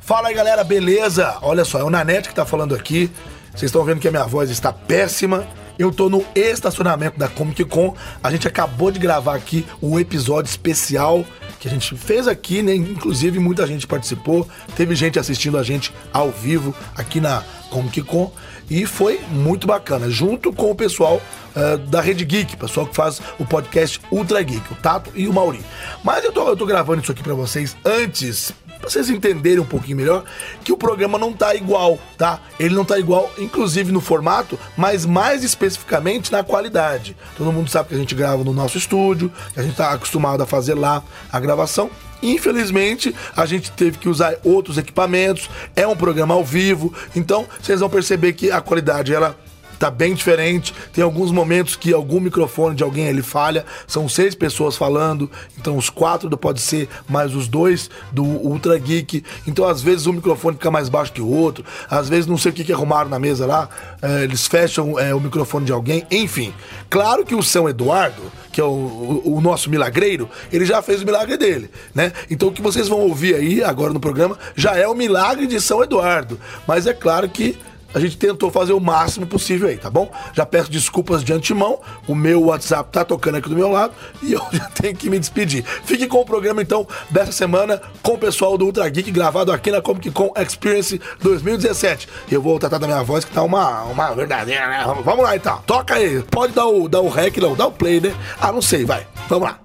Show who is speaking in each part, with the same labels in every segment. Speaker 1: Fala aí, galera, beleza? Olha só, é o Nanete que tá falando aqui. Vocês estão vendo que a minha voz está péssima. Eu tô no estacionamento da Comic Con. A gente acabou de gravar aqui um episódio especial que a gente fez aqui, né? Inclusive, muita gente participou. Teve gente assistindo a gente ao vivo aqui na Comic Con. E foi muito bacana, junto com o pessoal eh, da Rede Geek, pessoal que faz o podcast Ultra Geek, o Tato e o Mauri. Mas eu tô, eu tô gravando isso aqui pra vocês antes pra vocês entenderem um pouquinho melhor, que o programa não tá igual, tá? Ele não tá igual, inclusive no formato, mas mais especificamente na qualidade. Todo mundo sabe que a gente grava no nosso estúdio, que a gente tá acostumado a fazer lá a gravação. Infelizmente, a gente teve que usar outros equipamentos, é um programa ao vivo, então vocês vão perceber que a qualidade ela tá bem diferente. Tem alguns momentos que algum microfone de alguém ele falha. São seis pessoas falando, então os quatro do Pode Ser, mais os dois do Ultra Geek. Então às vezes um microfone fica mais baixo que o outro, às vezes não sei o que, que arrumaram na mesa lá, eh, eles fecham eh, o microfone de alguém, enfim. Claro que o São Eduardo, que é o, o- o nosso milagreiro, ele já fez o milagre dele, né? Então o que vocês vão ouvir aí agora no programa já é o milagre de São Eduardo. Mas é claro que a gente tentou fazer o máximo possível aí, tá bom? Já peço desculpas de antemão. O meu WhatsApp tá tocando aqui do meu lado e eu já tenho que me despedir. Fique com o programa então dessa semana com o pessoal do Ultra Geek gravado aqui na Comic Con Experience 2017. Eu vou tratar da minha voz que tá uma, uma verdadeira, né? Vamos lá então. Toca aí. Pode dar o, dar o rec, não, dá o play, né? Ah, não sei, vai. Vamos lá.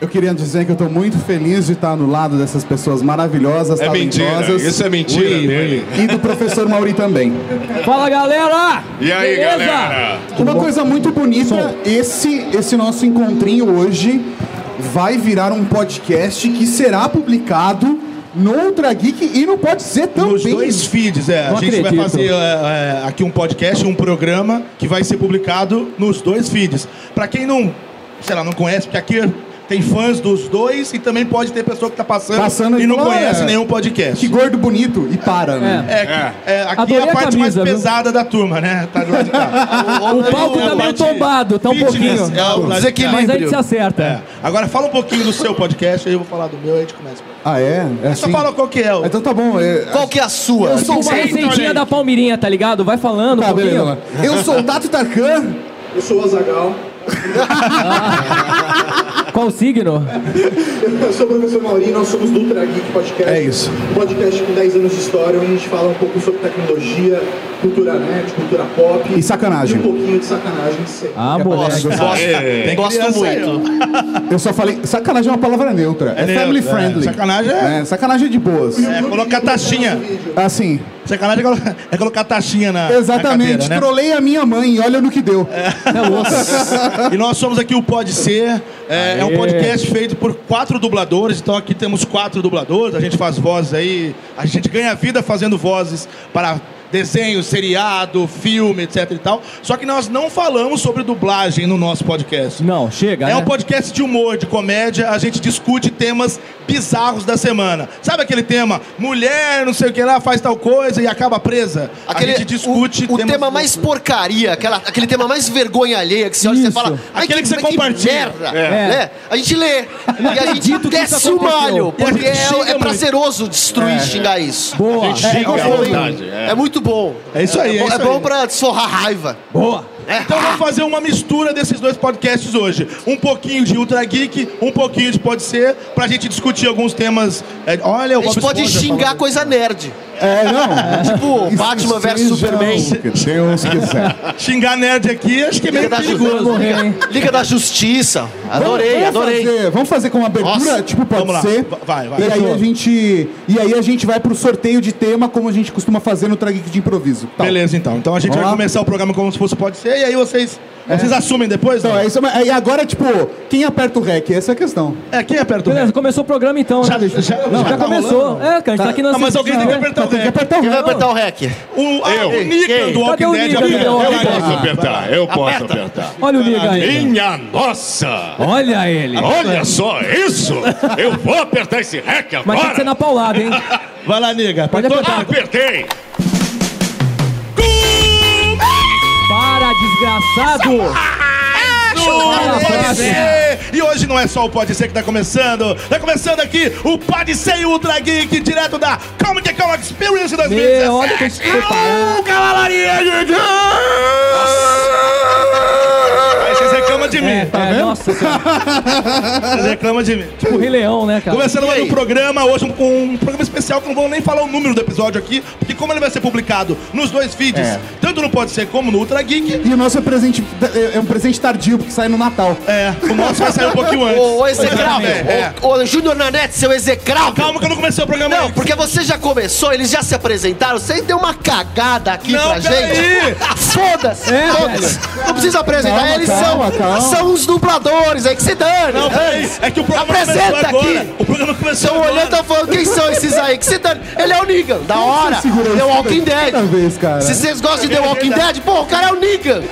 Speaker 2: Eu queria dizer que eu tô muito feliz de estar no lado dessas pessoas maravilhosas,
Speaker 3: É mentira,
Speaker 2: talentosas.
Speaker 3: isso é mentira
Speaker 2: Ui,
Speaker 3: dele.
Speaker 2: E do professor Mauri também.
Speaker 4: Fala galera!
Speaker 3: E aí,
Speaker 4: Beleza?
Speaker 3: galera?
Speaker 2: Uma coisa muito bonita, esse, esse nosso encontrinho hoje vai virar um podcast que será publicado no Ultra Geek e no Pode Ser também.
Speaker 5: Nos dois feeds, é.
Speaker 4: Não
Speaker 5: a gente
Speaker 4: acredito.
Speaker 5: vai fazer é, é, aqui um podcast, um programa que vai ser publicado nos dois feeds. Pra quem não, sei lá, não conhece, porque aqui tem fãs dos dois e também pode ter pessoa que tá passando,
Speaker 2: Passando
Speaker 5: e
Speaker 2: e
Speaker 5: não
Speaker 2: fala,
Speaker 5: conhece
Speaker 2: "Olha,
Speaker 5: nenhum podcast.
Speaker 2: Que gordo bonito e para, né?
Speaker 5: É, é, aqui
Speaker 4: Adorei
Speaker 5: é a
Speaker 4: a
Speaker 5: parte mais
Speaker 4: camisa, viu?
Speaker 5: pesada da turma, né? Tá do lado de cá.
Speaker 4: O palco tá meio tombado, tá um
Speaker 5: Fitness,
Speaker 4: pouquinho.
Speaker 5: é, o lado de cá.
Speaker 4: Mas a gente se acerta.
Speaker 5: É. Agora fala um pouquinho do seu podcast, aí eu vou falar do meu, aí a gente começa.
Speaker 2: Ah, é? É
Speaker 5: Só
Speaker 2: assim?
Speaker 5: fala qual que é o...
Speaker 2: Então tá bom. é-
Speaker 6: Qual que é a sua?
Speaker 2: Eu sou o
Speaker 4: Uma
Speaker 2: Mauri.
Speaker 4: receitinha da Palmirinha, tá ligado? Vai falando um
Speaker 2: Tá,
Speaker 4: pouquinho.
Speaker 2: beleza. Eu sou o Tato Tarkan.
Speaker 7: Eu sou o Azagal,
Speaker 4: Qual o signo?
Speaker 7: eu sou o professor Mauri, nós somos do Ultra Geek Podcast.
Speaker 2: É isso.
Speaker 7: Um podcast com 10 anos de história, onde a gente fala um pouco sobre tecnologia, cultura nerd, cultura pop.
Speaker 2: E sacanagem.
Speaker 7: E um pouquinho de sacanagem sempre.
Speaker 4: Ah, moleque.
Speaker 5: Tem
Speaker 6: Gosto
Speaker 5: criança aí,
Speaker 6: muito.
Speaker 5: ó.
Speaker 2: Eu só falei. Sacanagem é uma palavra neutra. É,
Speaker 5: neutra,
Speaker 2: family
Speaker 5: é.
Speaker 2: friendly.
Speaker 5: Sacanagem é-
Speaker 2: Né? Sacanagem é de boas.
Speaker 5: É, colocar taxinha.
Speaker 2: Assim,
Speaker 5: Sacanagem é né? colo- é colocar taxinha na.
Speaker 2: exatamente.
Speaker 5: na cadeira,
Speaker 2: Trolei a minha mãe e olha no que deu.
Speaker 5: É.
Speaker 4: é
Speaker 5: né? E nós somos aqui o Pode Ser. É, é um podcast feito por quatro dubladores. Então aqui temos quatro dubladores. A gente faz vozes aí. A gente ganha vida fazendo vozes para desenho, seriado, filme, etc e tal. Só que nós não falamos sobre dublagem no nosso podcast.
Speaker 4: Não, chega,
Speaker 5: É
Speaker 4: né?
Speaker 5: um podcast de humor, de comédia. A gente discute temas bizarros da semana. Sabe aquele tema? Mulher, não sei o que lá, faz tal coisa e acaba presa. a gente discute
Speaker 6: o, o
Speaker 5: temas-
Speaker 6: tema mais porcaria, aquela, aquele tema mais vergonha alheia que você olha e você
Speaker 4: Isso.
Speaker 6: fala. "Ai,
Speaker 5: Aquele que você
Speaker 6: mas
Speaker 5: compartilha."
Speaker 6: merda,
Speaker 4: É.
Speaker 6: né? A gente lê. E a gente
Speaker 4: acredito que isso
Speaker 6: desce o
Speaker 4: aconteceu.
Speaker 6: malho,
Speaker 5: E a gente
Speaker 6: porque é,
Speaker 5: xinga
Speaker 6: é
Speaker 5: muito. É.
Speaker 6: prazeroso destruir e xingar isso.
Speaker 4: Boa.
Speaker 6: É,
Speaker 5: xinga à
Speaker 6: bom,
Speaker 5: vontade,
Speaker 6: é. muito bom.
Speaker 5: É isso aí,
Speaker 6: É,
Speaker 5: é
Speaker 6: bom,
Speaker 5: isso
Speaker 6: bom
Speaker 5: aí.
Speaker 6: pra sorrar raiva.
Speaker 4: Boa.
Speaker 5: Então vamos fazer uma mistura desses dois podcasts hoje. Um pouquinho de Ultra Geek, um pouquinho de Pode Ser, pra gente discutir alguns temas. É, olha, o
Speaker 6: A gente
Speaker 5: Bob
Speaker 6: pode
Speaker 5: Esponja
Speaker 6: xingar
Speaker 5: falando.
Speaker 6: coisa nerd.
Speaker 2: É, não.
Speaker 6: Tipo,
Speaker 2: Isso
Speaker 6: Batman versus
Speaker 2: seja
Speaker 6: Superman.
Speaker 2: o que Deus quiser.
Speaker 5: Xingar nerd aqui, acho que é meio
Speaker 6: Liga da, Ju-
Speaker 5: perigoso.
Speaker 4: morrer, hein?
Speaker 6: Liga da Justiça. Adorei,
Speaker 2: vamos,
Speaker 6: adorei.
Speaker 2: Fazer, vamos fazer com uma abertura,
Speaker 6: Nossa,
Speaker 2: tipo, pode
Speaker 5: vamos lá.
Speaker 2: ser.
Speaker 5: Vai, vai.
Speaker 2: E aí,
Speaker 5: Fechou.
Speaker 2: a gente, e aí a gente vai pro sorteio de tema, como a gente costuma fazer no Tragic de improviso. Tá.
Speaker 5: Beleza, então. Então a gente
Speaker 2: Vamos
Speaker 5: vai
Speaker 2: lá?
Speaker 5: começar o programa como se fosse Pode Ser, e aí vocês,
Speaker 6: É.
Speaker 5: vocês assumem depois? né?
Speaker 2: Então,
Speaker 5: não?
Speaker 2: é isso, mas- e agora, tipo, quem aperta o REC? Essa é a questão.
Speaker 5: É, quem aperta o
Speaker 4: Beleza, começou o programa então,
Speaker 5: Já-
Speaker 4: né?
Speaker 5: já- já
Speaker 4: Não, já
Speaker 5: tá
Speaker 4: começou.
Speaker 5: rolando?
Speaker 4: É, cara, a gente tá aqui Tá, na
Speaker 5: Não, mas
Speaker 4: sessão
Speaker 5: alguém tem que
Speaker 4: de-
Speaker 5: apertar o
Speaker 2: Tem que
Speaker 5: rec.
Speaker 2: apertar o
Speaker 6: Quem vai
Speaker 2: REC.
Speaker 6: apertar o rec?
Speaker 5: O, ah,
Speaker 3: Eu.
Speaker 5: o Nika
Speaker 6: Quem?
Speaker 5: do Walking
Speaker 4: Cadê o
Speaker 5: Dead É,
Speaker 4: Nika,
Speaker 5: aperta.
Speaker 4: Miguel?
Speaker 3: Eu
Speaker 4: Aperta.
Speaker 3: posso apertar, eu posso apertar.
Speaker 4: Olha o Liga aí.
Speaker 3: Minha nossa!
Speaker 4: Olha ele.
Speaker 3: Olha só isso! Eu vou apertar esse rec
Speaker 4: Mas tem que ser
Speaker 3: agora!
Speaker 4: na paulada, hein?
Speaker 5: Vai lá, Nika.
Speaker 4: Pode
Speaker 5: Apertou?
Speaker 4: apertar.
Speaker 3: Apertei!
Speaker 4: Para, desgraçado!
Speaker 3: Ah,
Speaker 5: Pode ser! E hoje não é só o Pode Ser que tá começando. Tá começando aqui o Pode Ser e o Ultra Geek, direto da Comic Con Experience 2017.
Speaker 4: Meu, olha que preparado.
Speaker 5: Au, Cavalaria gente! Aí vocês reclamam de mim.
Speaker 4: É, é, nossa senhora.
Speaker 5: Vocês reclamam de mim.
Speaker 4: O Rei Leão, né, cara?
Speaker 5: Começando mais um programa, hoje um, um programa especial que não vou nem falar o número do episódio aqui, porque como ele vai ser publicado nos dois feeds,
Speaker 3: É.
Speaker 5: tanto no Pode Ser como no Ultra Geek,
Speaker 2: E o nosso é presente é- é um presente tardio, porque sai no Natal.
Speaker 5: é, o nosso vai sair um pouquinho antes.
Speaker 6: Ô, ô execrável.
Speaker 5: É.
Speaker 6: Ô, ô, Júnior Nanete, seu execrável.
Speaker 5: Calma que eu não comecei o programa
Speaker 6: Não,
Speaker 5: ainda.
Speaker 6: porque você já começou, eles já se apresentaram, você deu uma cagada aqui
Speaker 5: Não,
Speaker 6: pra
Speaker 5: peraí.
Speaker 6: gente. Foda-se,
Speaker 4: É,
Speaker 6: foda-se. Não precisa apresentar,
Speaker 2: Calma,
Speaker 6: eles
Speaker 2: calma,
Speaker 6: são,
Speaker 2: calma.
Speaker 6: são os dubladores aí que se dane.
Speaker 5: Não, peraí, é que o programa começou
Speaker 6: Apresenta
Speaker 5: agora.
Speaker 6: aqui.
Speaker 5: O programa começou
Speaker 6: Estão
Speaker 5: agora.
Speaker 6: olhando tá e tão falando quem são esses aí que se dane. Ele é o Negan, da hora.
Speaker 2: segura
Speaker 6: The
Speaker 2: isso
Speaker 6: Walking
Speaker 2: toda-
Speaker 6: Dead.
Speaker 2: toda vez, cara.
Speaker 6: Se vocês gostam de The Walking Dead, pô, o cara é o Negan.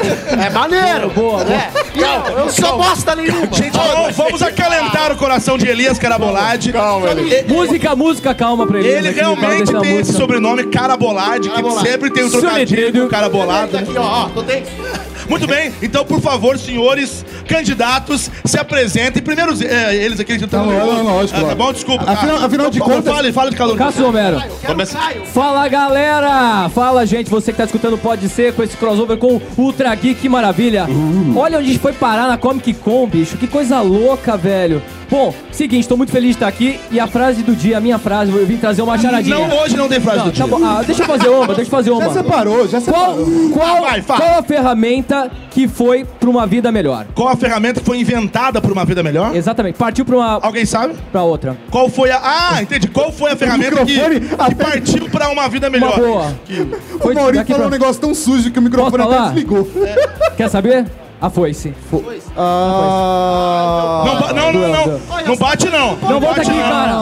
Speaker 6: É maneiro.
Speaker 4: Boa, boa.
Speaker 6: É. Não, eu não sou bosta nenhuma.
Speaker 5: Gente, vamos, vamos acalentar o coração de Elias Carabolade. Calma, Elias.
Speaker 4: Música, música, calma pra ele.
Speaker 5: Ele realmente tem esse sobrenome Carabolade, que
Speaker 6: Carabolade.
Speaker 5: sempre tem o trocadilho
Speaker 4: Soletrado.
Speaker 5: com Carabolado.
Speaker 6: Aqui, ó, ó, tô tem...
Speaker 5: Muito bem, então, por favor, senhores candidatos, se apresentem. Primeiro, é, eles aqui...
Speaker 2: Não, não, não, lógico,
Speaker 5: Ah, tá
Speaker 2: lógico.
Speaker 5: bom? Desculpa.
Speaker 2: Afinal-
Speaker 5: Ah,
Speaker 2: afinal de
Speaker 5: por favor,
Speaker 2: contas-
Speaker 5: Fale, fale de calor.
Speaker 4: Cássio Romero.
Speaker 5: Começa-
Speaker 4: Fala galera! Fala gente, você que tá escutando Pode Ser com esse crossover com o Ultra Geek, que maravilha!
Speaker 5: Uhum.
Speaker 4: Olha onde a gente foi parar na Comic Con, bicho, que coisa louca, velho! Bom, seguinte, tô muito feliz de estar aqui e a frase do dia, a minha frase, eu vim trazer uma charadinha.
Speaker 5: Não, hoje não tem frase
Speaker 4: Não,
Speaker 5: do
Speaker 4: tá
Speaker 5: dia.
Speaker 4: bom. Ah, deixa eu fazer uma, deixa eu fazer uma.
Speaker 2: Já separou, já
Speaker 4: Qual,
Speaker 2: separou.
Speaker 4: qual,
Speaker 5: Vai, fala.
Speaker 4: qual a ferramenta que foi pra uma vida melhor?
Speaker 5: Qual a ferramenta que foi inventada por uma vida melhor?
Speaker 4: Exatamente, partiu pra uma.
Speaker 5: Alguém sabe?
Speaker 4: pra outra.
Speaker 5: Qual foi a. Ah, entendi. Qual foi a ferramenta que,
Speaker 2: microfone
Speaker 5: que
Speaker 2: até-
Speaker 5: partiu pra uma vida melhor?
Speaker 4: Uma boa.
Speaker 2: O
Speaker 4: Foi
Speaker 2: Maurício
Speaker 4: daqui
Speaker 2: falou um
Speaker 4: pra-
Speaker 2: negócio tão sujo que o microfone
Speaker 4: Posso
Speaker 2: até
Speaker 4: falar? É.
Speaker 2: desligou.
Speaker 4: Quer saber? A foice. Fo-
Speaker 2: Ah,
Speaker 5: Não, ba- não, não, não. Não bate, não.
Speaker 2: Tá
Speaker 4: Não volta
Speaker 5: bate,
Speaker 4: aqui,
Speaker 5: não.
Speaker 4: cara.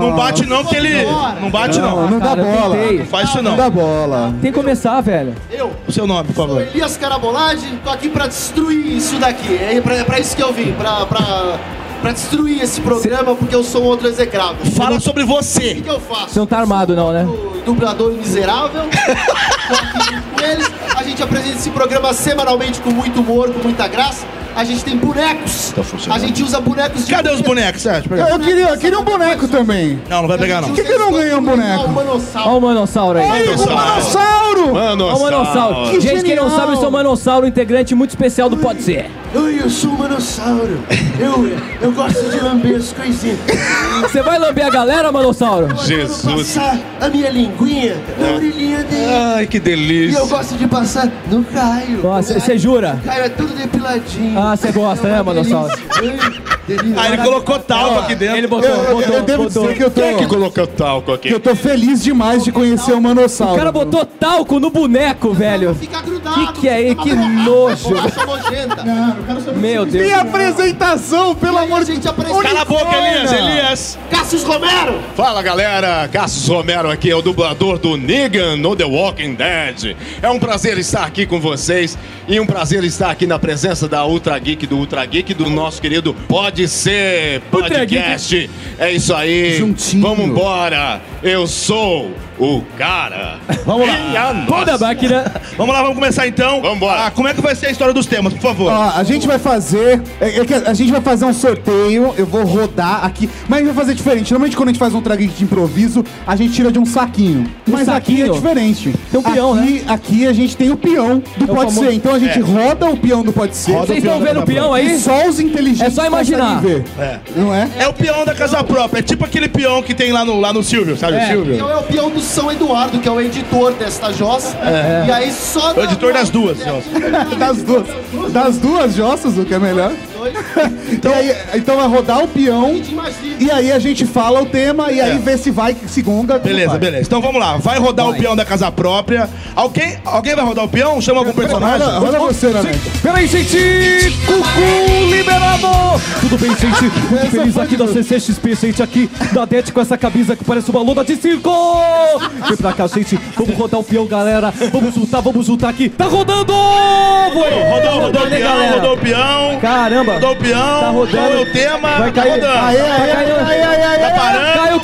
Speaker 5: Não bate, não, que ele. Não bate, não.
Speaker 2: não dá
Speaker 4: Cara, eu
Speaker 2: bola.
Speaker 4: tentei.
Speaker 5: Faz isso,
Speaker 2: Não
Speaker 5: não.
Speaker 2: dá bola.
Speaker 4: Tem que começar, velho.
Speaker 6: Eu,
Speaker 5: O seu nome, por favor.
Speaker 6: Elias Carabolagem, tô aqui pra destruir isso daqui. É pra, é pra isso que eu vim, pra, pra, pra destruir esse programa, porque eu sou um outro execrável. O
Speaker 5: Fala sobre você.
Speaker 6: que, que eu
Speaker 4: Você
Speaker 6: faço?
Speaker 4: não tá armado, não, né?
Speaker 6: O Dublador miserável, tô aqui junto com eles. A gente apresenta esse programa semanalmente com muito humor, com muita graça. A gente tem bonecos.
Speaker 5: funcionando.
Speaker 6: a gente usa bonecos de.
Speaker 5: Cadê os bonecos, Sérgio?
Speaker 2: Eu, eu queria, eu queria um boneco também.
Speaker 5: Não, não vai pegar, não.
Speaker 2: que que eu não ganhei um boneco?
Speaker 4: Olha o manossauro aí.
Speaker 2: Ei, o Manossauro!
Speaker 4: Olha o
Speaker 5: um
Speaker 4: manossauro.
Speaker 2: Que
Speaker 4: Gente, quem não
Speaker 2: genial.
Speaker 4: sabe, eu sou o manossauro, integrante muito especial do Pode Ser.
Speaker 7: Ai, eu sou um manossauro. Eu, eu gosto de lamber as coisinhas.
Speaker 4: Você vai lamber a galera, manossauro?
Speaker 3: Jesus.
Speaker 7: Passar a minha linguinha na orelhinha dele.
Speaker 3: Ai, que
Speaker 7: E eu
Speaker 3: delícia.
Speaker 7: gosto de passar no Caio.
Speaker 4: Nossa,
Speaker 7: O
Speaker 4: você jura?
Speaker 7: Caio é tudo depiladinho.
Speaker 4: Ah, você gosta,
Speaker 6: É
Speaker 4: né, manossauro?
Speaker 5: Ah, ele colocou talco aqui dentro.
Speaker 4: Ele
Speaker 2: Eu,
Speaker 4: botou,
Speaker 2: eu- eu
Speaker 4: botou,
Speaker 2: devo
Speaker 4: botou.
Speaker 2: dizer que eu tô,
Speaker 3: Quem é que
Speaker 2: que
Speaker 3: colocou talco aqui?
Speaker 2: eu tô feliz demais de conhecer o Manossauro.
Speaker 4: O cara botou talco no boneco, velho.
Speaker 6: Fica grudado.
Speaker 4: Que que é aí?
Speaker 6: fica
Speaker 4: Que
Speaker 6: borracha,
Speaker 4: nojo.
Speaker 6: borracha nojenta.
Speaker 4: Meu
Speaker 2: E
Speaker 4: Deus.
Speaker 2: a apresentação, pelo
Speaker 6: E aí
Speaker 2: amor
Speaker 6: a
Speaker 2: de
Speaker 6: gente
Speaker 5: Cala a
Speaker 6: apresenta
Speaker 5: boca, Elias. Elias.
Speaker 6: Cassius Romero.
Speaker 3: Fala galera, Cassius Romero aqui, é o dublador do Negan no The Walking Dead. É um prazer estar aqui com vocês e um prazer estar aqui na presença da Ultra Geek, do Ultra Geek, do nosso querido Pode Ser
Speaker 4: Ultra
Speaker 3: Podcast. É isso aí,
Speaker 2: Juntinho.
Speaker 3: vamos embora. Eu sou o cara.
Speaker 5: Vamos lá.
Speaker 3: E a
Speaker 4: Pau da
Speaker 3: nossa.
Speaker 4: máquina.
Speaker 5: Vamos lá, vamos começar então.
Speaker 3: Vambora.
Speaker 5: Ah, como é que vai ser a história dos temas, por favor?
Speaker 2: Ó, a gente vai fazer. é- é que a gente vai fazer um sorteio, eu vou rodar aqui. Mas a gente vai fazer diferente. Normalmente quando a gente faz um traguinho de improviso, a gente tira de um saquinho. mas aqui é
Speaker 4: saquinho?
Speaker 2: diferente.
Speaker 4: Tem um peão, É
Speaker 2: aqui, aqui a gente tem o peão do Pode
Speaker 4: famoso-
Speaker 2: Ser. Então a gente roda o peão do Pode Ser.
Speaker 5: Roda
Speaker 4: Vocês estão vendo o peão
Speaker 2: E
Speaker 4: aí?
Speaker 2: só os inteligentes
Speaker 4: É só imaginar.
Speaker 2: conseguem ver. Não é?
Speaker 5: É o peão da casa própria. É tipo aquele peão que tem lá no, lá no Silvio, sabe o
Speaker 4: É.
Speaker 5: Silvio?
Speaker 6: Então é o peão do São Eduardo, que é o editor desta Jossa.
Speaker 4: É.
Speaker 6: E aí só.
Speaker 5: É O editor das duas, Jossa.
Speaker 2: Das duas, das duas jossas, o que é melhor. Então, então vai rodar o peão.
Speaker 6: Imagina.
Speaker 2: E aí a gente fala o tema e aí
Speaker 5: É.
Speaker 2: vê se vai, se gonga. não
Speaker 5: Beleza,
Speaker 2: vai.
Speaker 5: beleza. Então vamos lá. Vai rodar o peão da casa própria. Alguém, alguém vai rodar o peão? Chama algum personagem?
Speaker 2: Roda, roda você, Nanete.
Speaker 4: Peraí, gente! Cucu liberado! Tudo bem, gente? Muito
Speaker 2: Essa
Speaker 4: feliz
Speaker 2: foi
Speaker 4: aqui
Speaker 2: de
Speaker 4: da
Speaker 2: novo.
Speaker 4: CCXP, gente, aqui da DET com essa camisa que parece uma lona de circo! Vem pra cá, gente, vamos rodar o peão, galera! Vamos lutar, vamos lutar aqui! Tá rodando! Foi!
Speaker 5: Rodou, rodou o
Speaker 4: Olha,
Speaker 5: peão,
Speaker 4: galera.
Speaker 5: rodou o peão.
Speaker 4: Caramba!
Speaker 5: Rodou o peão.
Speaker 4: Tá rodando.
Speaker 5: Qual é o tema?
Speaker 4: Vai
Speaker 5: tá
Speaker 4: cair.
Speaker 5: rodando.
Speaker 2: Aê, aê, aê, aê, aê, aê,
Speaker 5: Tá
Speaker 2: aê.
Speaker 5: parando.
Speaker 4: saiu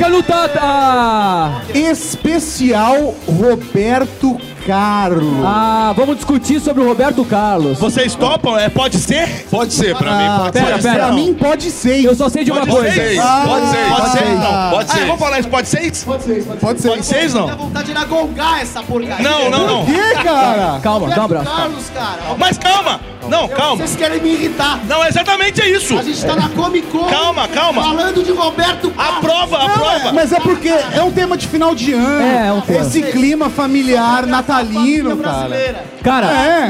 Speaker 4: Canutata!
Speaker 2: Especial Roberto Carlos.
Speaker 4: Ah, vamos discutir sobre o Roberto Carlos.
Speaker 5: Vocês topam? É, pode ser?
Speaker 3: Pode ser pra mim,
Speaker 2: Ah,
Speaker 3: pode
Speaker 4: Ah, pera,
Speaker 3: ser.
Speaker 4: pera.
Speaker 2: Pra mim pode ser.
Speaker 4: Eu só sei de uma
Speaker 3: Pode
Speaker 4: coisa.
Speaker 3: ser, pode ser,
Speaker 5: Pode ser, então.
Speaker 3: pode
Speaker 5: Ah,
Speaker 3: ser.
Speaker 5: vamos falar isso, pode ser?
Speaker 7: Pode ser, pode ser.
Speaker 2: Pode ser.
Speaker 5: Pode ser,
Speaker 6: Dá
Speaker 5: não?
Speaker 6: vontade de ir agolgar essa porcaria.
Speaker 5: Não, não, não.
Speaker 2: Por que, cara?
Speaker 4: Calma, dá um
Speaker 6: Roberto
Speaker 4: abraço.
Speaker 5: Ah,
Speaker 6: Carlos, cara.
Speaker 5: Mas calma! Não, calma.
Speaker 6: Vocês querem me irritar.
Speaker 5: Não, exatamente é isso.
Speaker 6: A gente tá na Comic Con.
Speaker 5: Calma, calma.
Speaker 6: Falando de Roberto
Speaker 5: A
Speaker 6: Carlos.
Speaker 5: prova, a prova.
Speaker 2: Mas é porque é um tema de final de ano.
Speaker 4: É, é um tema.
Speaker 2: Esse clima familiar natalino, cara.
Speaker 6: Brasileira.
Speaker 4: Cara,
Speaker 2: É.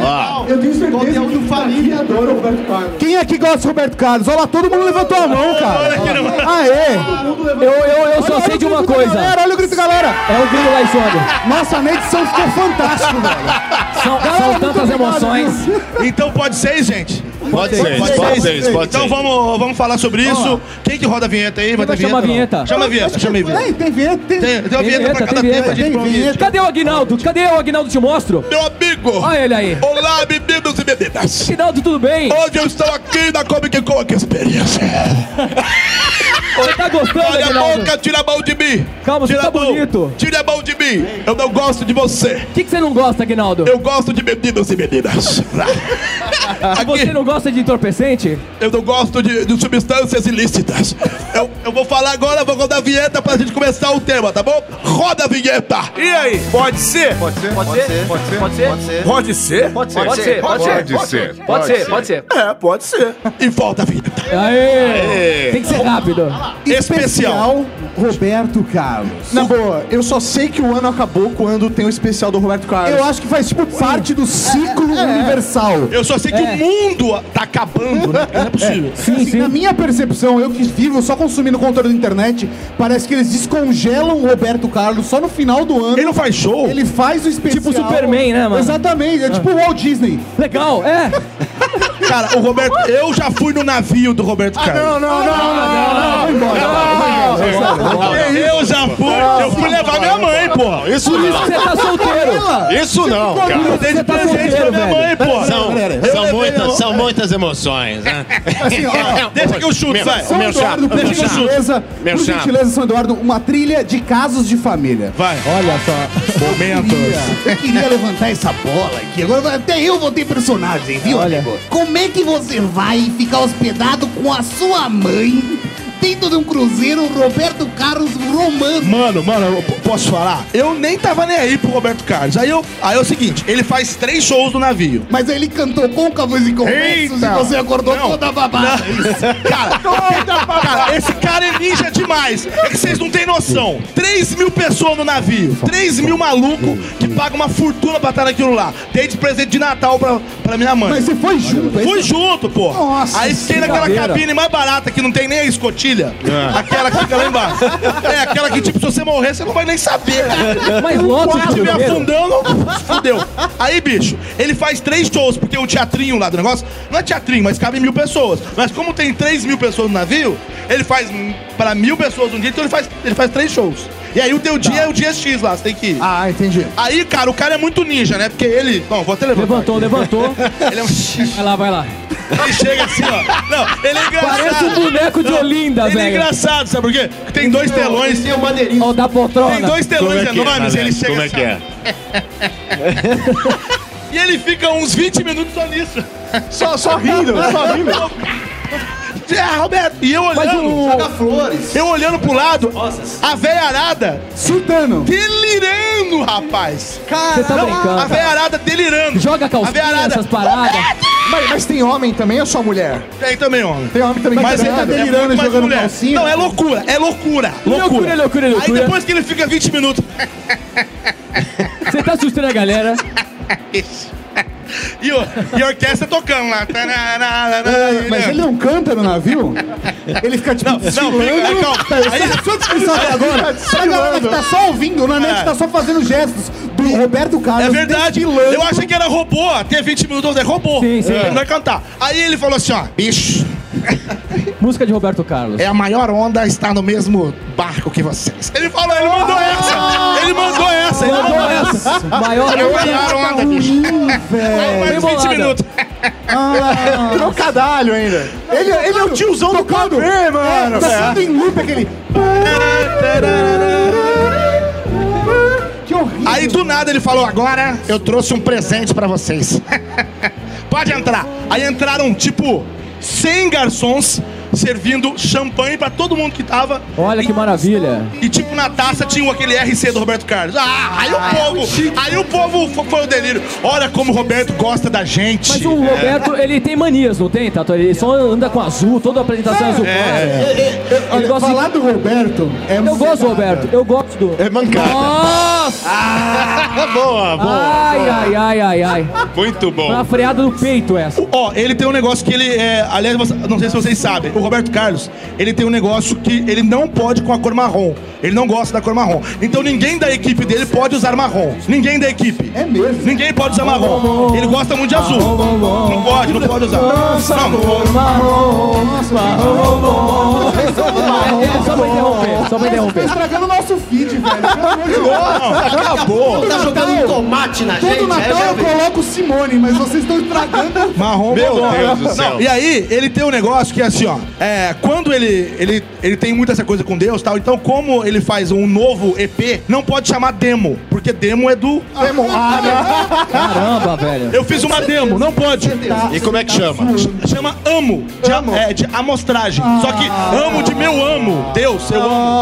Speaker 7: Eu tenho certeza que tá
Speaker 6: Conteúdo
Speaker 7: o
Speaker 6: família.
Speaker 7: Farid adora o Roberto Carlos.
Speaker 2: Quem aqui gosta de Roberto Carlos? Olha lá, todo mundo levantou a mão, cara. Aê!
Speaker 7: Todo mundo levanta
Speaker 4: eu, eu, eu
Speaker 2: Olha
Speaker 4: só
Speaker 2: o
Speaker 4: sei de
Speaker 2: grito
Speaker 4: uma
Speaker 2: da
Speaker 4: coisa.
Speaker 2: Galera, olha o grito, da galera.
Speaker 4: É o grilo lá em sombra.
Speaker 2: Nossa, a edição ficou fantástico, velho.
Speaker 4: São, são tantas emoções.
Speaker 5: Então pode ser, gente.
Speaker 3: Pode ser, pode ser, pode ser.
Speaker 5: Então vamos, vamos falar sobre isso. Quem que roda a vinheta aí?
Speaker 4: vai
Speaker 5: ter
Speaker 4: chamar a
Speaker 5: ou não?
Speaker 4: vinheta?
Speaker 5: Chama a vinheta, chama a vinheta.
Speaker 2: Tem, tem vinheta, tem.
Speaker 5: Tem, tem uma
Speaker 4: Tem
Speaker 5: vinheta pra
Speaker 4: vinheta,
Speaker 5: cada
Speaker 4: tem
Speaker 5: tema, a gente
Speaker 2: vinheta, tem
Speaker 5: promete.
Speaker 2: vinheta.
Speaker 4: Cadê o Aguinaldo? Cadê o Aguinaldo? Te mostro.
Speaker 3: Meu amigo!
Speaker 4: Olha ele aí.
Speaker 3: Olá, bebidos e bebidas!
Speaker 4: Aguinaldo, tudo bem?
Speaker 3: Hoje eu estou aqui na Comic Con, que experiência!
Speaker 4: Você tá gostando,
Speaker 3: Olha a
Speaker 4: Aguinaldo?
Speaker 3: boca, tira a mão de mim!
Speaker 4: Calma, você
Speaker 3: tira
Speaker 4: tá
Speaker 3: a mão!
Speaker 4: bonito.
Speaker 3: Tira a mão de mim! Eu não gosto de você!
Speaker 4: O que, que você não gosta, Aguinaldo?
Speaker 3: Eu gosto de bebidas e bebidas!
Speaker 4: E Você não gosta de entorpecente?
Speaker 3: Eu não gosto de, de substâncias ilícitas. Eu, eu vou falar agora, vou rodar a vinheta pra gente começar o tema, tá bom? Roda a vinheta! E aí?
Speaker 8: Pode ser? Pode ser? Pode ser? Pode ser? Pode ser? Pode ser? Pode ser? Pode ser? Pode ser? É, pode ser.
Speaker 3: E volta a vinheta.
Speaker 4: Aê! Tem que ser rápido.
Speaker 5: Especial.
Speaker 2: Especial Roberto Carlos.
Speaker 9: Na boa, eu só sei que o ano acabou quando tem o especial do Roberto Carlos.
Speaker 2: Eu acho que faz, tipo, parte do ciclo universal.
Speaker 5: Eu só sei que o mundo tá acabando, né? Não é possível.
Speaker 4: Sim,
Speaker 2: Assim, na
Speaker 4: sim.
Speaker 2: minha percepção, eu que vivo só consumindo conteúdo da internet, parece que eles descongelam o Roberto Carlos só no final do ano. Ele,
Speaker 5: Ele não faz show?
Speaker 2: faz o especial.
Speaker 4: Tipo Superman, né, mano?
Speaker 2: Exatamente, é tipo o Walt Disney.
Speaker 4: Legal, é.
Speaker 5: Cara, o Roberto. Eu já fui no navio do Roberto Carlos.
Speaker 2: não, não, não, não. Vai embora. vai, vai, vai, vai, vai.
Speaker 5: Eu já fui. Eu fui levar minha mãe, pô.
Speaker 3: Isso não!
Speaker 4: Você tá solteiro.
Speaker 3: Isso não, cara!
Speaker 5: Eu dei de
Speaker 4: Você tá
Speaker 5: presente pra
Speaker 4: solteiro,
Speaker 5: minha mãe, pô.
Speaker 3: São, são, muitas, são muitas emoções, né?
Speaker 5: Deixa que eu chuto,
Speaker 9: É
Speaker 5: vai.
Speaker 2: São
Speaker 3: Meu
Speaker 2: Eduardo,
Speaker 3: chapa,
Speaker 2: por
Speaker 3: meu chapa.
Speaker 2: gentileza,
Speaker 3: Meu
Speaker 2: por
Speaker 3: chapa.
Speaker 2: gentileza, São Eduardo, uma trilha de casos de família.
Speaker 5: Vai.
Speaker 4: Olha só.
Speaker 2: Eu queria levantar essa bola aqui. Agora até eu vou ter personagem, viu?
Speaker 4: Olha.
Speaker 2: amigo? Como é que você vai ficar hospedado com a sua mãe dentro de um cruzeiro Roberto Carlos romano?
Speaker 5: Mano, mano, eu p- posso falar? Eu nem tava nem aí pro Roberto Carlos. Aí, eu, aí é o seguinte, ele faz três shows no navio.
Speaker 2: Mas aí ele cantou côncavos e conversos e
Speaker 5: Eita!
Speaker 2: você acordou toda babada.
Speaker 5: Cara, cara, esse cara é ninja demais. É que vocês não têm noção. 3 mil pessoas no navio. 3 mil maluco que pagam uma fortuna pra estar naquilo lá. Dei de presente de Natal pra, pra minha mãe.
Speaker 2: Mas você foi junto, aí
Speaker 5: Fui junto, pô.
Speaker 2: Nossa,
Speaker 5: Aí fiquei naquela
Speaker 4: brincadeira.
Speaker 5: cabine mais barata que não tem nem a escotilha.
Speaker 2: É.
Speaker 5: Aquela que fica lá embaixo. É, aquela que, tipo, se você morrer, você não vai nem saber. né?
Speaker 4: Mas lota o
Speaker 5: Quase Um me
Speaker 4: primeiro.
Speaker 5: afundando, fudeu. Aí, bicho, ele faz três shows, porque o teatrinho lá do negócio, não é teatrinho, mas cabe mil pessoas. Mas como tem três mil pessoas no navio, ele faz hum, pra mil pessoas um dia, então ele faz, ele faz três shows. E aí o teu dia é o dia X lá, você tem que ir.
Speaker 2: Ah, entendi.
Speaker 5: Aí, cara, o cara é muito ninja, né? Porque ele. Bom, vou até levantar.
Speaker 4: Levantou, levantou.
Speaker 5: Ele é um.
Speaker 4: Vai lá, vai lá.
Speaker 5: Ele chega assim, ó. Não, ele é engraçado.
Speaker 4: Parece um boneco de
Speaker 5: Não,
Speaker 4: Olinda,
Speaker 5: Ele é
Speaker 4: velho.
Speaker 5: engraçado, sabe por quê? Porque tem dois telões.
Speaker 6: Tem o maneirinho.
Speaker 4: Ó, o da
Speaker 5: Tem
Speaker 4: poltrona.
Speaker 5: dois telões enormes e ele chega
Speaker 3: Como é
Speaker 5: assim,
Speaker 3: que é?
Speaker 5: E ele fica uns 20 minutos só nisso.
Speaker 9: Só, só rindo, só rindo.
Speaker 5: É, Roberto. E eu
Speaker 4: Mas
Speaker 5: olhando,
Speaker 6: Joga flores.
Speaker 5: eu olhando pro lado, a véia arada
Speaker 2: Sultano.
Speaker 5: delirando, rapaz.
Speaker 4: Você tá
Speaker 5: A
Speaker 4: brincando.
Speaker 5: véia arada delirando.
Speaker 4: Joga
Speaker 5: A véia
Speaker 4: calcinha,
Speaker 5: arada.
Speaker 4: essas paradas.
Speaker 9: Mas, mas tem homem também ou só mulher?
Speaker 5: Tem também, homem.
Speaker 9: Tem homem também.
Speaker 5: Mas
Speaker 9: que
Speaker 2: é
Speaker 5: ele tá
Speaker 9: nada.
Speaker 5: delirando e jogando
Speaker 2: calcinha?
Speaker 5: Não, é loucura, é loucura.
Speaker 4: Loucura, loucura,
Speaker 5: Aí
Speaker 4: loucura.
Speaker 5: depois que ele fica 20 minutos.
Speaker 4: Você tá assustando a galera.
Speaker 5: E, o, e a orquestra tocando
Speaker 2: É,
Speaker 5: lá.
Speaker 2: Mas ele não canta no navio? Ele fica tipo.
Speaker 5: Não, não, fica- não, calma. Aí- é
Speaker 2: Só dispensar até agora. A galera que tá só ouvindo, na net tá só fazendo gestos do Roberto Carlos.
Speaker 5: É verdade.
Speaker 2: tá desfilando.
Speaker 5: Eu achei que era robô. Até 20 minutos é robô.
Speaker 4: Sim, sim.
Speaker 5: Ele não vai cantar. Aí ele falou assim, ó. Bicho,
Speaker 4: Música de Roberto Carlos.
Speaker 5: é a maior onda estar no mesmo barco que vocês. Ele falou, ele mandou essa. Ele mandou essa. Ele mandou
Speaker 4: Mandou
Speaker 5: essa.
Speaker 4: essa. Maior
Speaker 5: É a maior onda, bicho.
Speaker 2: velho. Ah.
Speaker 5: Mais
Speaker 4: Rebolada.
Speaker 5: 20 minutos.
Speaker 9: Trocadalho é
Speaker 5: é
Speaker 9: ainda. Ele, ele é o tiozão do Cabo. mano.
Speaker 5: assim.
Speaker 2: Tá sendo em loop aquele. Que horrível.
Speaker 5: Aí do nada ele falou: Agora eu trouxe um presente pra vocês. Pode entrar. Aí entraram tipo 100 garçons servindo champanhe pra todo mundo que tava.
Speaker 4: Olha
Speaker 5: E-
Speaker 4: que maravilha.
Speaker 5: E tipo na taça tinha aquele RC do Roberto Carlos. Ah, aí o povo, aí o povo fo- foi o delírio. Olha como o Roberto gosta da gente.
Speaker 4: Mas um o Roberto, ele tem manias, não tem, Tato? Ele só anda com azul, toda a apresentação é azul. Ele
Speaker 2: Olha,
Speaker 4: gosta de-
Speaker 2: falar do Roberto é
Speaker 4: Eu gosto do
Speaker 2: mancada.
Speaker 4: Roberto, eu gosto do.
Speaker 3: É mancada.
Speaker 4: Nossa!
Speaker 3: É boa, boa.
Speaker 4: Ai, ai, ai, ai, ai.
Speaker 3: Muito
Speaker 4: Foi uma
Speaker 3: bom.
Speaker 4: freada no peito essa.
Speaker 5: Ó, ele tem um negócio que ele é. Aliás, você- não sei se vocês sabem. O Roberto Carlos, ele tem um negócio que ele não pode com a cor marrom. Ele não gosta da cor marrom. Então ninguém da equipe dele pode usar marrom. Ninguém da equipe.
Speaker 2: É mesmo?
Speaker 5: Ninguém pode usar marrom. Ele gosta muito de azul. Não pode, não pode usar. Não.
Speaker 4: É, só pra interromper, só pra
Speaker 2: Tá
Speaker 4: interromper.
Speaker 2: estragando o nosso feed, velho. Pelo amor de Deus.
Speaker 3: Acabou.
Speaker 6: Tá jogando tomate na gente.
Speaker 2: Todo Natal
Speaker 6: é,
Speaker 2: eu coloco Simone, mas vocês estão estragando.
Speaker 5: Marrom
Speaker 3: Meu
Speaker 5: bom.
Speaker 3: Deus do
Speaker 5: Não,
Speaker 10: Então.
Speaker 3: céu.
Speaker 5: E aí, ele tem um negócio que é assim, ó. É, quando ele, ele, ele tem muita essa coisa com Deus e tal, então como ele faz um novo EP, não pode chamar demo, porque demo é do... Ah,
Speaker 4: Caramba, velho.
Speaker 5: Eu fiz uma demo, não pode.
Speaker 3: E como é que chama?
Speaker 5: Ch- Chama Amo, de, amo. Ah. É, de amostragem. Só que amo de meu amo. Deus, eu amo.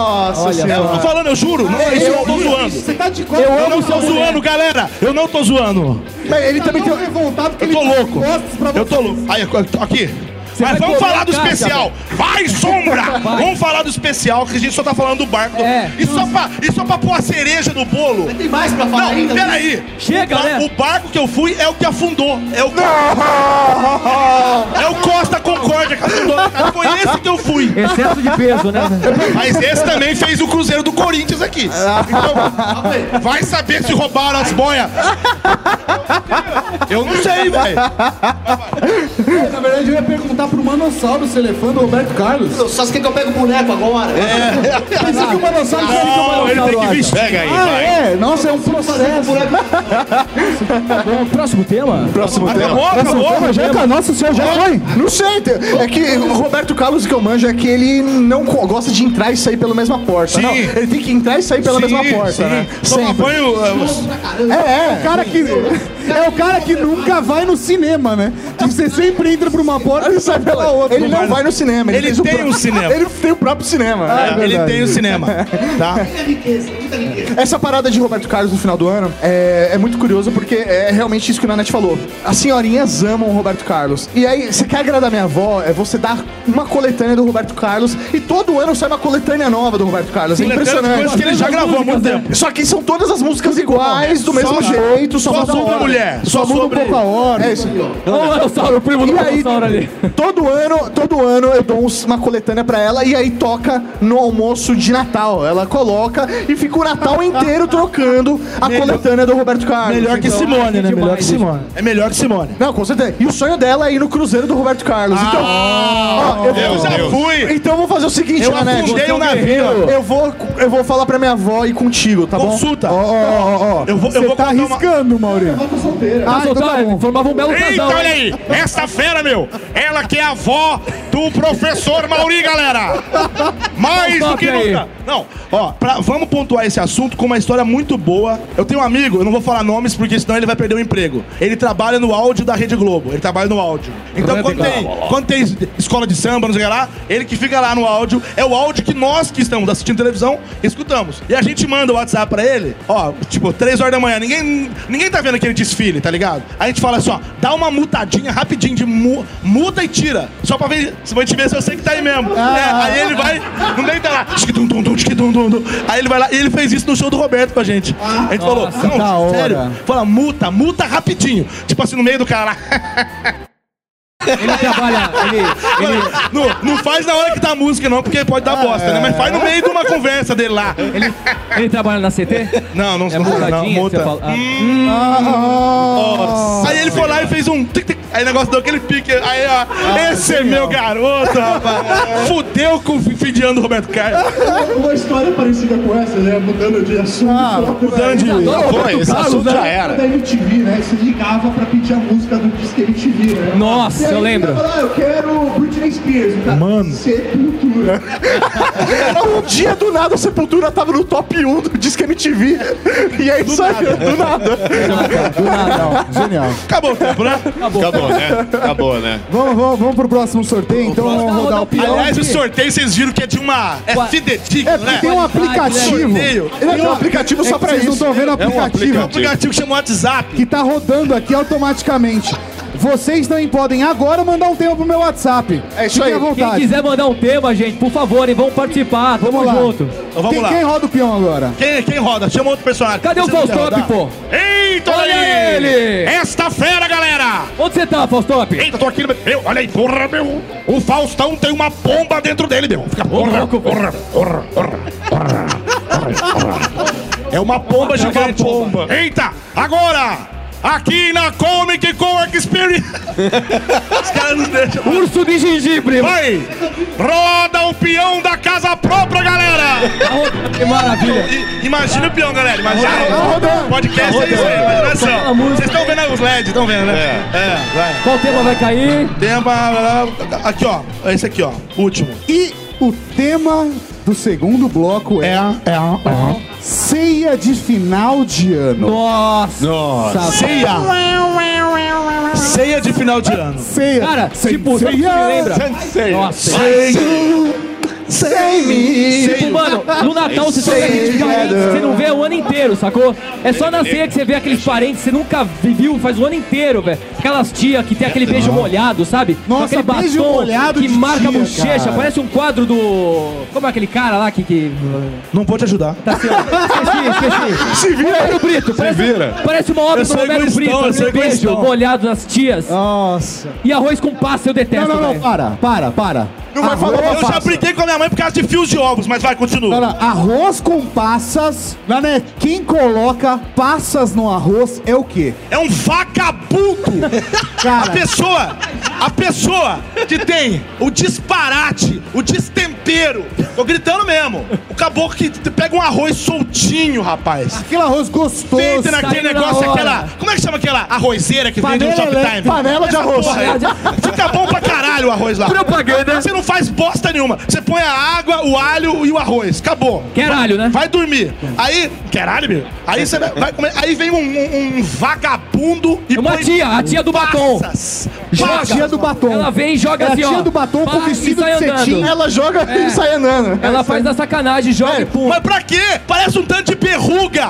Speaker 4: Olha,
Speaker 5: Eu tô falando, eu juro, não, é isso eu não tô zoando.
Speaker 2: Você tá de costas.
Speaker 5: Eu não tô zoando, galera. Eu não tô zoando.
Speaker 2: Ele também tem revoltado porque
Speaker 5: um-
Speaker 2: ele
Speaker 5: Eu tô
Speaker 2: tá de
Speaker 5: louco.
Speaker 2: costas pra
Speaker 5: Eu
Speaker 2: você.
Speaker 5: tô louco. Aí, eu tô aqui.
Speaker 4: vai
Speaker 5: Mas vamos
Speaker 4: comer
Speaker 5: falar
Speaker 4: a
Speaker 5: do
Speaker 4: casca,
Speaker 5: especial. Vai, sombra! Vamos falar do especial, que a gente só tá falando do barco. do-
Speaker 4: É.
Speaker 5: E, só pra, e só pra pôr a cereja no bolo.
Speaker 6: Tem mais pra falar
Speaker 5: Não,
Speaker 6: ainda?
Speaker 5: peraí.
Speaker 4: Chega,
Speaker 5: o, ba-
Speaker 4: né?
Speaker 5: o barco que eu fui é o que afundou. É o. É o Costa Concórdia que afundou. Foi esse que eu fui.
Speaker 4: Excesso de peso, né?
Speaker 5: Mas esse também fez o Cruzeiro do Corinthians aqui. Então, vai saber se roubaram as boias. Eu não sei, velho.
Speaker 2: Na verdade, eu ia perguntar pro Manossauro se ele é fã do Roberto Carlos.
Speaker 6: Só se quer que eu pego o boneco agora.
Speaker 7: É.
Speaker 2: Pensei que o Manossauro seria que o
Speaker 5: Não, ele tem que
Speaker 2: Manossauro.
Speaker 5: vestir. tá Pega aí,
Speaker 2: Ah, é? Nossa, é um processo.
Speaker 4: Bom, próximo tema?
Speaker 9: Próximo tema.
Speaker 5: Acabou, acabou.
Speaker 2: Já tá, nossa, o senhor já foi.
Speaker 9: Não sei, te- é que o Roberto Carlos o que eu manjo é que ele não co- gosta de entrar e sair pela mesma porta.
Speaker 5: Sim.
Speaker 9: Não, ele tem que entrar e sair pela
Speaker 5: Sim,
Speaker 9: mesma porta,
Speaker 5: sim.
Speaker 9: né?
Speaker 5: Toma
Speaker 9: Sempre.
Speaker 5: banho, uh,
Speaker 2: É, é. O cara que, é o cara que nunca vai no cinema, né? Que você sempre entra por uma porta e sai pela outra.
Speaker 9: Ele não vai no cinema.
Speaker 5: Ele
Speaker 9: fez
Speaker 5: tem um cinema. É,
Speaker 9: Ele tem o próprio cinema. né?
Speaker 5: ele tem o cinema, tá?
Speaker 9: Essa parada de Roberto Carlos no final do ano é, é muito curioso porque é realmente isso que o Nanete falou. As senhorinhas amam o Roberto Carlos. E aí, você quer agradar minha avó? É você dar uma coletânea do Roberto Carlos e todo ano sai uma coletânea nova do Roberto Carlos. É
Speaker 5: Coisas que
Speaker 9: impressionante.
Speaker 5: ele já gravou há muito tempo.
Speaker 9: Só que são todas as músicas iguais, do mesmo jeito, só,
Speaker 5: só
Speaker 9: muda a
Speaker 5: sobre
Speaker 9: hora.
Speaker 5: mulher,
Speaker 9: Só,
Speaker 5: só
Speaker 9: muda
Speaker 5: sobre-
Speaker 9: um pouco a hora. É isso aqui, ó.
Speaker 4: Olha o Manossauro, o primo do
Speaker 9: E aí,
Speaker 4: Manossauro ali.
Speaker 9: todo ano, todo ano eu dou uns- uma coletânea pra ela e aí toca no almoço de Natal. Ela coloca e fica o Natal inteiro trocando a coletânea do Roberto Carlos. Então,
Speaker 5: Melhor que Simone, né? Melhor que Simone. É melhor que Simone.
Speaker 9: Não, com certeza. E o sonho dela é ir no Cruzeiro do Roberto Carlos. então, ó, eu,
Speaker 3: Deus,
Speaker 9: vou,
Speaker 3: Deus.
Speaker 5: Fui.
Speaker 9: então eu vou fazer o seguinte,
Speaker 5: Ah. Eu
Speaker 9: Nanete.
Speaker 5: afundei um o navio.
Speaker 9: Eu vou, eu vou falar pra minha avó e contigo, tá
Speaker 5: Consulta.
Speaker 9: bom? Ó, ó, ó, ó.
Speaker 5: Eu vou, eu
Speaker 2: Você
Speaker 5: vou
Speaker 2: tá
Speaker 5: contar uma-
Speaker 2: arriscando, Maurício.
Speaker 4: Ah,
Speaker 9: então tá
Speaker 4: soltar, formava um belo
Speaker 3: Eita,
Speaker 4: casal.
Speaker 3: olha
Speaker 4: hein?
Speaker 3: aí! Essa fera, meu! Ela que é a avó do professor Mauri, galera!
Speaker 5: Mais do
Speaker 4: Top
Speaker 5: que
Speaker 4: aí.
Speaker 5: nunca. Não, ó, pra- vamos pontuar esse assunto com uma história muito boa. Eu tenho um amigo, eu não vou falar nomes porque senão ele vai perder o emprego. Ele trabalha no áudio da Rede Globo. Ele trabalha no áudio. Então quando tem, quando tem es- escola de samba, não sei o que lá, ele que fica lá no áudio. É o áudio que nós que estamos assistindo televisão escutamos. E a gente manda o WhatsApp pra ele, ó, tipo, 3 horas da manhã. Ninguém, ninguém tá vendo aquele desfile, tá ligado? A gente fala assim, ó, dá uma mutadinha rapidinho de mu- muta e tira. Só pra ver, se vou te ver se eu sei que tá aí mesmo.
Speaker 4: Ah.
Speaker 5: É, aí ele vai, no meio tá lá. tchiquidum, dum, dum, tchiquidum, dum, dum. Aí ele vai lá, e ele fez isso no show do Roberto com a gente.
Speaker 4: Ah.
Speaker 5: A gente falou,
Speaker 4: tá
Speaker 2: da
Speaker 5: não,
Speaker 2: hora.
Speaker 5: sério, fala, muta, muta rapidinho. Tipo assim, no meio do cara lá.
Speaker 4: Ele trabalha, ele, Ah, ele,
Speaker 5: Não, não faz na hora que tá a música, não, porque pode dar bosta, né?
Speaker 4: é.
Speaker 5: Mas faz no meio de uma conversa dele lá.
Speaker 4: ele, ele trabalha na CT?
Speaker 5: Não, não,
Speaker 4: É
Speaker 5: não, não,
Speaker 4: montadinha que
Speaker 5: muta.
Speaker 4: você fala. Ah,
Speaker 3: Hum.
Speaker 5: Nossa. Aí ele foi lá e fez um. tic, tic, aí o negócio deu aquele pique. Aí, ó.
Speaker 4: Ah,
Speaker 5: esse é meu garoto, rapaz. Fudeu com o fim de ano do Roberto Carlos.
Speaker 7: Uma história parecida com essa, né? Mudando de assunto. Ah,
Speaker 5: Mudando de.
Speaker 3: Foi, esse assunto já era.
Speaker 7: da MTV, né? Você ligava pra pedir a música do disco MTV, né?
Speaker 4: Nossa,
Speaker 7: E aí
Speaker 4: eu
Speaker 7: você
Speaker 4: lembro.
Speaker 7: ia falar, Ah, eu quero Britney Spears. Mano. Sepultura.
Speaker 9: Sepultura. um dia do nada a Sepultura tava no top 1 do Disque MTV. E aí saiu, do nada.
Speaker 2: Do nada, genial.
Speaker 5: Acabou o tempo, né?
Speaker 3: Acabou, né? Acabou, né?
Speaker 2: Vamos, vamos, vamos pro próximo sorteio, então vamos rodar o
Speaker 4: É um
Speaker 2: peão.
Speaker 5: Aliás, o sorteio vocês viram que é de uma. É fidedigno,
Speaker 2: É
Speaker 5: né?
Speaker 2: porque tem um aplicativo.
Speaker 5: Sorteio.
Speaker 2: Ele tem um aplicativo
Speaker 9: só pra
Speaker 2: Vocês não
Speaker 9: isso.
Speaker 2: estão vendo o aplicativo.
Speaker 5: Um aplicativo que chama WhatsApp.
Speaker 2: que tá rodando aqui automaticamente. Vocês também podem agora mandar um tema pro meu WhatsApp.
Speaker 9: É isso aí.
Speaker 2: Fiquem à
Speaker 4: Quem
Speaker 2: vontade.
Speaker 4: quiser mandar um tema, gente, por favor, hein? Vamos participar. Tamo
Speaker 2: Vamos lá.
Speaker 4: junto.
Speaker 5: Então vamos
Speaker 2: quem,
Speaker 5: lá.
Speaker 2: quem roda o peão agora?
Speaker 5: Quem, quem roda? Chama outro personagem.
Speaker 4: Cadê o
Speaker 5: Você não quer
Speaker 4: Faustop,
Speaker 5: rodar?
Speaker 4: pô?
Speaker 5: Eita,
Speaker 4: Olha
Speaker 5: olha ele!
Speaker 4: ele!
Speaker 5: Esta fera, galera!
Speaker 4: Onde você tá, Faustop?
Speaker 5: Eita, tô aqui no meu. meu, Olha aí, porra, meu! O Faustão tem uma bomba dentro dele, meu! Fica porra,
Speaker 4: louco.
Speaker 5: porra, porra, porra, porra, porra. É uma bomba gigante!
Speaker 3: bomba.
Speaker 5: Eita! Agora! Aqui na Comic Con Experience! Os caras não deixam.
Speaker 4: Urso de gengibre.
Speaker 5: Vai! Roda o peão da casa própria, galera!
Speaker 4: Que maravilha.
Speaker 5: I- imagina o peão, galera. Imagina. Podcast é isso aí,
Speaker 4: Aquela
Speaker 5: imaginação.
Speaker 4: música.
Speaker 5: Vocês estão vendo aí os LEDs, estão vendo, né? É, vai.
Speaker 4: Qual tema vai cair?
Speaker 5: Tema. Aqui, ó. Esse aqui, ó. Último.
Speaker 2: E o tema do segundo bloco é, ceia de final de ano.
Speaker 4: Nossa.
Speaker 5: Ceia. Ceia de final de ano.
Speaker 2: Ceia.
Speaker 4: Cara, tipo, sabe o que me lembra? Nossa. Tipo, mano, no Natal você só vê aqueles parentes que você não vê o ano inteiro, sacou? É só na ceia que você vê aqueles parentes que você nunca viu faz o ano inteiro, velho. Aquelas tias que tem aquele beijo molhado, sabe? Com
Speaker 2: Nossa,
Speaker 4: aquele
Speaker 2: beijo molhado
Speaker 4: que
Speaker 2: de
Speaker 4: marca a
Speaker 2: tia,
Speaker 4: bochecha.
Speaker 2: cara.
Speaker 4: Parece um quadro do... Como é aquele cara lá que... que...
Speaker 5: Não vou te ajudar.
Speaker 4: Tá assim,
Speaker 2: Ah,
Speaker 4: ó. Esqueci, esqueci. Se vira. Romero Brito. Parece,
Speaker 3: vira.
Speaker 4: parece uma obra
Speaker 5: Eu
Speaker 4: do
Speaker 5: sou
Speaker 4: Romero
Speaker 5: egoístão,
Speaker 4: Brito.
Speaker 5: eu sou
Speaker 4: Aquele beijo
Speaker 5: egoístão.
Speaker 4: molhado nas tias.
Speaker 2: Nossa.
Speaker 4: E arroz com pasta eu
Speaker 2: Não,
Speaker 4: detesto,
Speaker 2: Ah. não, não,
Speaker 4: velho.
Speaker 2: para, para, para.
Speaker 9: Não vai falar
Speaker 5: Eu já
Speaker 9: Passa.
Speaker 5: briguei com a minha mãe por causa de fios de ovos, mas vai,
Speaker 2: Não,
Speaker 5: continua.
Speaker 2: não, Arroz com passas. Nanete, quem coloca passas no arroz é o quê?
Speaker 5: É um vagabundo. A
Speaker 2: Cara,
Speaker 5: pessoa, a pessoa que tem o disparate, o destempero, tô gritando mesmo. O caboclo que te pega um arroz soltinho, rapaz.
Speaker 2: aquele arroz gostoso.
Speaker 5: Feito naquele
Speaker 4: saiu na
Speaker 5: negócio,
Speaker 4: hora.
Speaker 5: aquela. Como é que chama aquela arrozeira que vende no Shoptime?
Speaker 9: Panela de arroz.
Speaker 5: Porra, aí. Fica bom pra caralho o arroz lá.
Speaker 4: Propaganda.
Speaker 5: Você não faz bosta nenhuma. Você põe a água, o alho e o arroz. Acabou.
Speaker 4: Caralho, né?
Speaker 5: Vai dormir. Aí, caralho, meu. Aí você vai- vai comer. Aí vem um, um- um vagabundo e
Speaker 4: É Uma
Speaker 5: põe
Speaker 4: tia, a tia do batom.
Speaker 5: Passas.
Speaker 2: Joga a
Speaker 5: Passas.
Speaker 2: tia do batom.
Speaker 4: Ela vem e joga
Speaker 2: É a
Speaker 4: assim, ó.
Speaker 2: tia do batom com
Speaker 4: Pá, e
Speaker 2: vestido
Speaker 4: sai
Speaker 2: de
Speaker 4: andando.
Speaker 2: cetim. É.
Speaker 9: Ela joga e sai andando.
Speaker 4: Ela faz da sacanagem, joga e pum.
Speaker 5: Mas pra quê? Parece um tanto de perruga.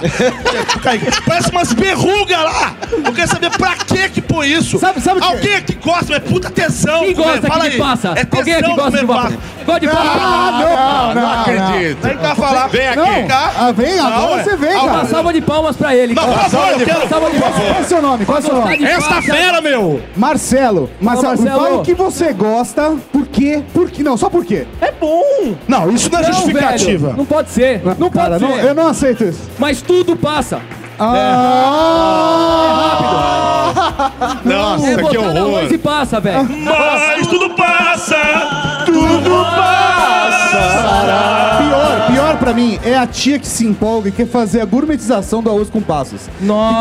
Speaker 5: Parece umas perrugas lá. Eu quero saber pra quê que põe isso.
Speaker 2: Sabe- sabe o quê?
Speaker 5: Alguém aqui gosta, mas é puta tesão.
Speaker 4: Quem
Speaker 5: comer.
Speaker 4: gosta
Speaker 5: Fala
Speaker 4: aqui de
Speaker 5: aí.
Speaker 4: passa?
Speaker 5: É tesão
Speaker 4: Alguém aqui gosta
Speaker 5: comer
Speaker 4: de passa?
Speaker 5: passa.
Speaker 4: Gosta de passa?
Speaker 2: Ah, não, não,
Speaker 3: Acredito.
Speaker 5: Vem cá falar.
Speaker 3: Vem aqui.
Speaker 2: Não, ah, vem, agora
Speaker 5: ué.
Speaker 2: você vem,
Speaker 4: Uma
Speaker 2: cara.
Speaker 4: salva de palmas pra ele.
Speaker 5: Não, por
Speaker 4: cara.
Speaker 5: favor, eu quero.
Speaker 4: Salva de
Speaker 2: Qual é
Speaker 4: palmas.
Speaker 2: seu nome? Qual é seu nome?
Speaker 5: Esta fera, meu!
Speaker 2: Marcelo. Marcelo,
Speaker 4: Ô,
Speaker 2: me
Speaker 4: Marcelo.
Speaker 2: fala o que você gosta, por quê, por quê? Não, só por quê.
Speaker 4: É bom!
Speaker 5: Não, isso não é justificativa.
Speaker 4: velho, não pode ser. É, Não,
Speaker 2: Cara,
Speaker 4: pode
Speaker 2: não-
Speaker 4: ser.
Speaker 2: eu não aceito isso.
Speaker 4: Mas tudo passa.
Speaker 2: Ah,
Speaker 4: É
Speaker 3: Nossa, que
Speaker 4: botar na
Speaker 3: horror.
Speaker 4: luz e passa, velho.
Speaker 5: Mas tudo passa!
Speaker 2: Pior, pior pra mim é a tia que se empolga e quer fazer a gourmetização do arroz com passas.
Speaker 4: Nossa.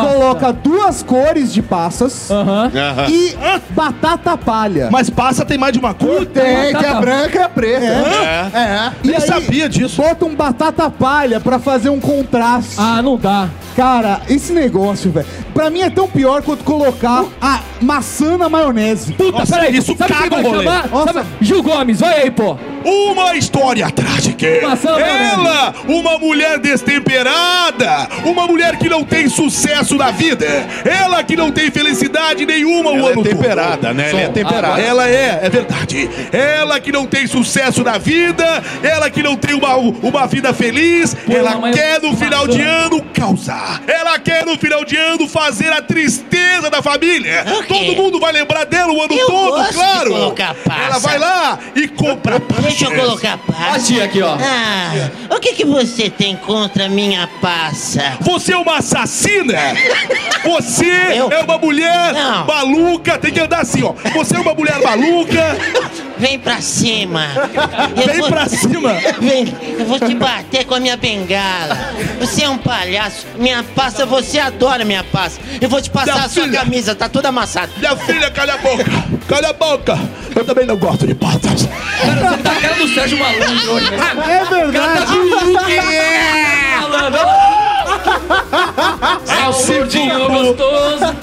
Speaker 2: E coloca duas cores de passas
Speaker 4: Aham.
Speaker 5: É.
Speaker 3: Aham.
Speaker 2: e batata palha.
Speaker 5: Mas passa tem mais de uma cor?
Speaker 9: Tem, que é
Speaker 4: Batata-
Speaker 9: branca e é preta. É.
Speaker 2: e
Speaker 5: Eu sabia disso.
Speaker 2: Bota um batata palha pra fazer um contraste.
Speaker 4: Ah, não dá.
Speaker 2: Cara, esse negócio, velho, pra mim é tão pior quanto colocar a maçã na maionese.
Speaker 4: Puta,
Speaker 5: Nossa, isso
Speaker 4: Sabe
Speaker 5: caga
Speaker 4: quem vai
Speaker 5: o rolê.
Speaker 4: chamar?
Speaker 2: Nossa.
Speaker 4: Sabe- Gil Gomes, vai aí, pô.
Speaker 5: Uma história trágica.
Speaker 4: Passando,
Speaker 5: Ela, uma mulher destemperada, uma mulher que não tem sucesso na vida, ela que não tem felicidade nenhuma o
Speaker 3: Ela é
Speaker 5: ano todo.
Speaker 3: temperada, né? Ela é temperada.
Speaker 5: Ela é, é verdade. Ela que não tem sucesso na vida, ela que não tem uma, uma vida feliz, ela
Speaker 4: mas-
Speaker 5: quer no final de ano causar. Ela quer no final de ano fazer a tristeza da família. Todo mundo vai lembrar dela o ano todo,
Speaker 11: gosto de
Speaker 5: claro.
Speaker 11: colocar passa.
Speaker 5: Ela vai lá e compra
Speaker 11: Deixa eu colocar a passa.
Speaker 4: tia aqui, ó.
Speaker 11: Ah, o que, que você tem contra a minha passa?
Speaker 5: Você é uma assassina? Você
Speaker 11: Eu?
Speaker 5: é uma mulher
Speaker 11: Não.
Speaker 5: maluca, tem que andar assim, ó. Você é uma mulher maluca,
Speaker 11: Vem pra cima. Eu
Speaker 5: vem
Speaker 11: vou-
Speaker 5: pra cima.
Speaker 11: Vem, eu vou te bater com a minha bengala. Você é um palhaço. Minha pasta, você adora minha pasta. Eu vou te passar
Speaker 5: Minha
Speaker 11: a sua
Speaker 5: filha.
Speaker 11: camisa, tá toda amassada.
Speaker 5: Minha filha, calha a boca, calha a boca. Eu também não gosto de patas.
Speaker 8: Cara, você tá a cara do Sérgio Malandro hoje, né?
Speaker 2: É verdade. um
Speaker 8: Salsudinho gostoso.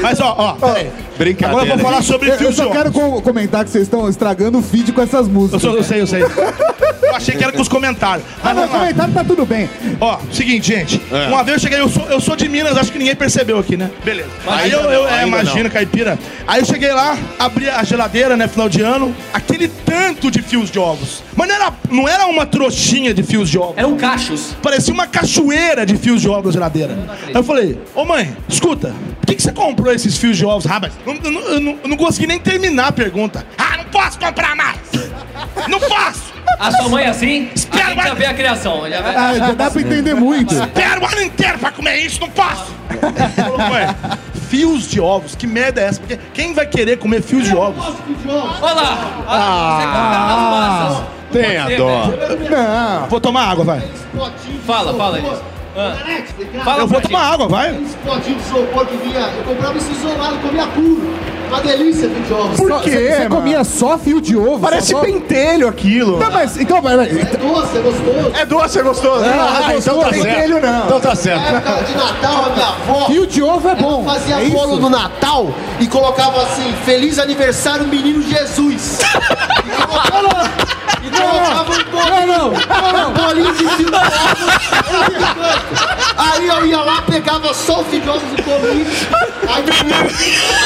Speaker 5: Mas ó, ó, peraí.
Speaker 3: Brincadeira.
Speaker 5: Agora eu vou falar sobre
Speaker 2: Eu, eu
Speaker 5: Phil
Speaker 2: só
Speaker 5: Jones.
Speaker 2: quero co- comentar que vocês estão estragando o feed com essas
Speaker 5: Eu,
Speaker 2: músicas.
Speaker 5: sou, eu sei, eu sei. Eu achei que era com os comentários.
Speaker 2: Ah,
Speaker 5: Mas
Speaker 2: não,
Speaker 5: vamos lá.
Speaker 2: comentário tá tudo bem.
Speaker 5: Ó, seguinte, gente.
Speaker 3: É.
Speaker 5: Uma vez eu cheguei, eu sou, eu sou de Minas, acho que ninguém percebeu aqui, né? Beleza. Aí
Speaker 3: Ainda
Speaker 5: eu, eu
Speaker 3: não,
Speaker 5: é,
Speaker 3: ainda
Speaker 5: imagino,
Speaker 3: não.
Speaker 5: caipira. Aí eu cheguei lá, abri a geladeira, né, final de ano, aquele tanto de fios de ovos. Mas não era, não era uma trouxinha de fios de ovos.
Speaker 8: Eram um cachos.
Speaker 5: Parecia uma cachoeira de fios de ovos na geladeira. Aí eu falei, ô mãe, escuta, por que, que você comprou esses fios de ovos? Ah, mas eu não- eu não, eu não consegui nem terminar a pergunta. Ah, não posso comprar mais! Não posso!
Speaker 8: A sua mãe é assim, a gente
Speaker 5: vai-
Speaker 8: já vê a criação. Já vê.
Speaker 2: Ah, já dá pra entender muito.
Speaker 5: Espero o ano inteiro pra comer isso, não posso! Ele falou, mãe, fios de ovos, que merda é essa? Porque quem vai querer comer fios de ovos?
Speaker 8: Olha lá. Ah, você compra as massas.
Speaker 3: Tenha
Speaker 8: Pode ser,
Speaker 3: dó.
Speaker 8: velho.
Speaker 2: Não.
Speaker 5: Vou tomar água, vai.
Speaker 8: Fala, fala isso.
Speaker 5: Ah.
Speaker 6: Nanete, vem cá.
Speaker 8: Fala
Speaker 5: Eu vou
Speaker 8: pra
Speaker 5: tomar água, vai.
Speaker 6: Explodiu de isopor que vinha. Eu comprava isso isolado, comia puro. Uma delícia de jogos.
Speaker 2: Só-
Speaker 9: quê,
Speaker 2: Você você
Speaker 9: mano?
Speaker 2: comia só fio de ovo?
Speaker 9: Parece
Speaker 2: só-
Speaker 9: pentelho aquilo.
Speaker 2: Não, mas então, peraí.
Speaker 6: É doce, é gostoso.
Speaker 9: É doce, é gostoso.
Speaker 2: Ah,
Speaker 9: Ah,
Speaker 2: então tá certo.
Speaker 9: pentelho não.
Speaker 3: Então tá
Speaker 6: Na
Speaker 3: certo.
Speaker 6: época de Natal, a minha avó
Speaker 2: Fio de ovo é bom.
Speaker 6: fazia
Speaker 2: é
Speaker 6: bolo
Speaker 2: isso?
Speaker 6: no Natal e colocava assim, Feliz Aniversário Menino Jesus. E colocava- E colocava um bolinho, um bolinho de fio de ovos nesse canto. Aí eu ia lá, pegava só o fio de ovos e comia. Aí comia,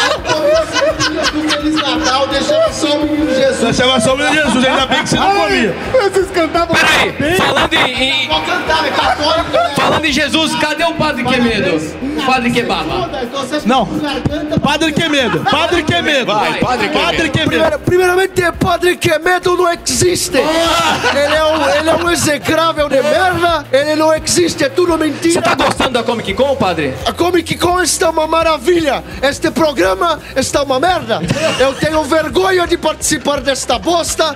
Speaker 6: aí comia assim, dia do Feliz Natal, deixava só o Menino Jesus.
Speaker 5: Chama só o meu Jesus, ainda bem que você não comia.
Speaker 2: Vocês cantavam
Speaker 8: Peraí, falando em, em-
Speaker 6: Vou cantar, é católico, né?
Speaker 8: falando em Jesus, cadê o Padre Quemedo? O Padre Quebaba.
Speaker 6: Então vocês
Speaker 5: Não.
Speaker 6: com garganta-
Speaker 5: Padre Quemedo, Padre Quemedo.
Speaker 3: Vai, padre
Speaker 5: Padre Quemedo.
Speaker 6: Primeira- primeiramente, é Padre Quemedo não existe.
Speaker 8: Ah.
Speaker 6: Ele é um, ele é um execrável de merda. Ele não existe, é tudo
Speaker 8: Você
Speaker 6: mentira.
Speaker 8: tá gostando da Comic Con, Padre?
Speaker 6: A Comic Con está uma maravilha. Este programa está uma merda. Eu tenho vergonha de participar desta bosta.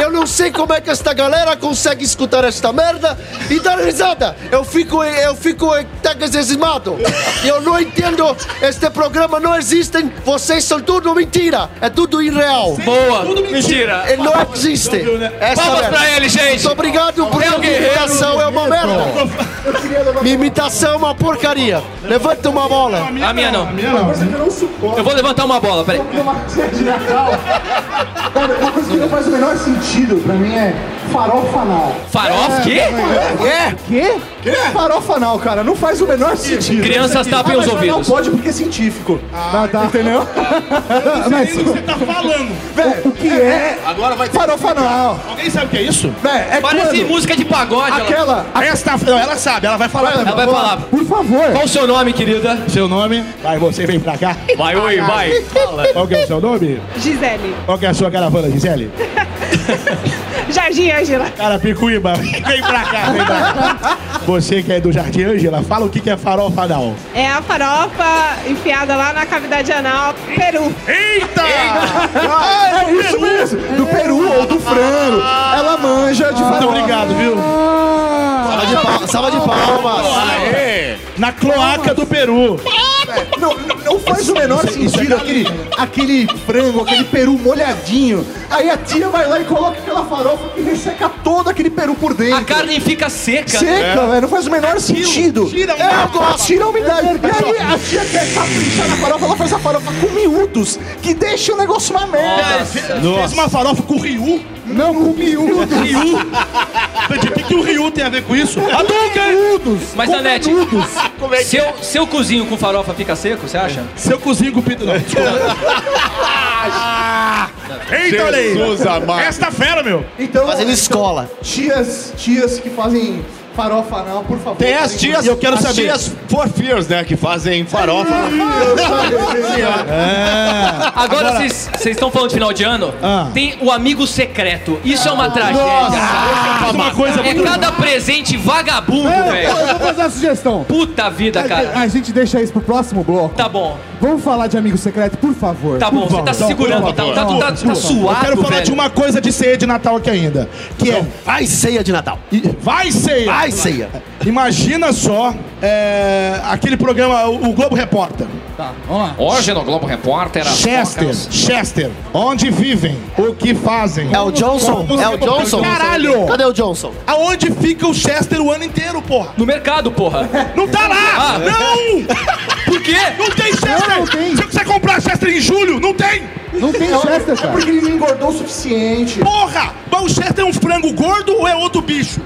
Speaker 6: Eu não sei como é que esta galera consegue escutar esta merda e dar risada. Eu fico, eu fico até desesimado. Eu não entendo. Este programa não existe. Vocês são tudo mentira. É tudo irreal.
Speaker 8: Boa. Mentira.
Speaker 6: Ele não existe. Essa
Speaker 8: Palmas
Speaker 6: merda.
Speaker 8: pra ele, gente.
Speaker 6: Muito obrigado por
Speaker 8: É o
Speaker 6: minha
Speaker 8: guerreiro.
Speaker 6: imitação, é uma merda. Minha imitação é uma porcaria. Levanta uma bola.
Speaker 8: A minha não.
Speaker 7: Uma coisa
Speaker 6: né?
Speaker 7: que eu não suporto.
Speaker 8: Eu vou levantar uma bola, peraí.
Speaker 7: Uma coisa de Natal. Cara, uma coisa que não faz o menor sentido pra mim é farofa nada.
Speaker 8: Farofa, quê?
Speaker 9: Quê? Farofa não, cara. Não faz o menor sentido. Ah,
Speaker 8: Crianças tapem os
Speaker 9: mas Não
Speaker 8: ouvidos.
Speaker 9: pode porque é científico.
Speaker 2: Ah, tá. Entendeu?
Speaker 5: O que você tá falando?
Speaker 9: Velho, o que é?
Speaker 3: Agora vai ter.
Speaker 9: Farofa não.
Speaker 5: Alguém sabe o que é isso?
Speaker 9: Velho, é
Speaker 8: Parece
Speaker 9: quando
Speaker 8: música de pagode. ela-
Speaker 9: aquela...
Speaker 5: Esta, não, ela sabe, ela vai falar.
Speaker 8: Ela vai falar.
Speaker 2: Por favor.
Speaker 8: Qual o seu nome, querida?
Speaker 5: Seu nome? Vai, você vem pra cá. Ah,
Speaker 8: Vai, oi, vai. Fala.
Speaker 5: Qual que é o seu nome?
Speaker 12: Gisele.
Speaker 5: Qual que é a sua caravana, Gisele?
Speaker 12: Jardim Ângela.
Speaker 5: Cara, Picuíba, vem pra cá, vem pra cá. Você que é do Jardim Ângela, fala o que que é farofa não.
Speaker 12: É a farofa enfiada lá na cavidade anal, Peru.
Speaker 9: Ah, é isso mesmo. Do peru ou do frango. Ela manja de
Speaker 5: Muito
Speaker 9: farofa.
Speaker 5: obrigado, viu?
Speaker 6: Salva de, pa- salva de palmas.
Speaker 3: Aê!
Speaker 5: Na cloaca do Peru.
Speaker 9: Não, não faz o menor
Speaker 2: é
Speaker 9: sentido aquele, aquele frango, aquele peru molhadinho. Aí a tia vai lá e coloca aquela farofa que resseca todo aquele peru por
Speaker 8: A
Speaker 9: dentro.
Speaker 8: carne fica seca.
Speaker 2: É.
Speaker 9: Seca, velho, não faz o menor sentido.
Speaker 5: tira a
Speaker 9: é,
Speaker 5: umidade.
Speaker 9: gosto. Tira a umidade. E aí a tia quer caprichar na farofa, ela faz a farofa com miúdos, que deixa o negócio uma merda.
Speaker 5: Fez uma farofa com o Ryu.
Speaker 9: Não com miúdos.
Speaker 5: Ryu. O que, que o Ryu tem a ver com isso? Hadouken!
Speaker 9: miúdos.
Speaker 8: Mas,
Speaker 9: com
Speaker 8: Nanete,
Speaker 9: miúdos.
Speaker 8: é? seu, seu cozinho com farofa fica seco, você acha?
Speaker 5: Seu cozinho com o Pito, não. Eita, olha aí.
Speaker 3: Jesus amado.
Speaker 5: Esta fera, meu.
Speaker 9: Então,
Speaker 6: Fazendo escola.
Speaker 9: tias, tias que fazem farofa não, por favor.
Speaker 3: Tem as tias.
Speaker 5: E eu quero
Speaker 3: as
Speaker 5: saber.
Speaker 3: tias for fears, né? Que fazem farofa.
Speaker 8: Agora vocês vocês estão falando de final de ano? Tem o amigo secreto. Isso é uma tragédia.
Speaker 5: Faz uma coisa
Speaker 8: É
Speaker 5: muito...
Speaker 8: cada presente vagabundo,
Speaker 2: Eu,
Speaker 8: velho.
Speaker 2: eu vou fazer uma sugestão.
Speaker 8: Puta vida, cara.
Speaker 2: é- A gente deixa isso pro próximo bloco.
Speaker 8: Tá bom.
Speaker 2: Vamos falar de amigo secreto, por favor.
Speaker 5: Tá bom,
Speaker 2: Por
Speaker 5: você tá
Speaker 2: favor.
Speaker 5: se segurando,
Speaker 2: Por favor.
Speaker 5: tá- tá-
Speaker 2: Por
Speaker 5: tá- tá
Speaker 2: favor.
Speaker 5: suado,
Speaker 2: Eu
Speaker 5: quero falar
Speaker 2: velho.
Speaker 5: de uma coisa de ceia de Natal aqui ainda. Que é. Vai ceia de Natal. Vai ceia! Vai ceia! Imagina só é, aquele programa, o, o Globo Repórter.
Speaker 13: Tá, vamos lá.
Speaker 4: Hoje no Globo Repórter, as
Speaker 5: Chester,
Speaker 4: focas-
Speaker 5: Chester, onde vivem, o que fazem.
Speaker 4: É o Johnson?
Speaker 5: Como-
Speaker 4: É o Johnson?
Speaker 5: Caralho!
Speaker 4: Cadê
Speaker 5: o Johnson? Aonde fica o Chester o ano inteiro, porra?
Speaker 13: No mercado, porra.
Speaker 5: Não tá lá!
Speaker 13: Ah.
Speaker 5: Não! Por quê? Não tem Chester! Não, tem. Se você comprar Chester em julho, não tem!
Speaker 2: Não é tem Chester,
Speaker 6: É
Speaker 2: cara.
Speaker 5: ele não engordou o suficiente. Porra! Mas o Chester é um frango gordo ou é outro bicho?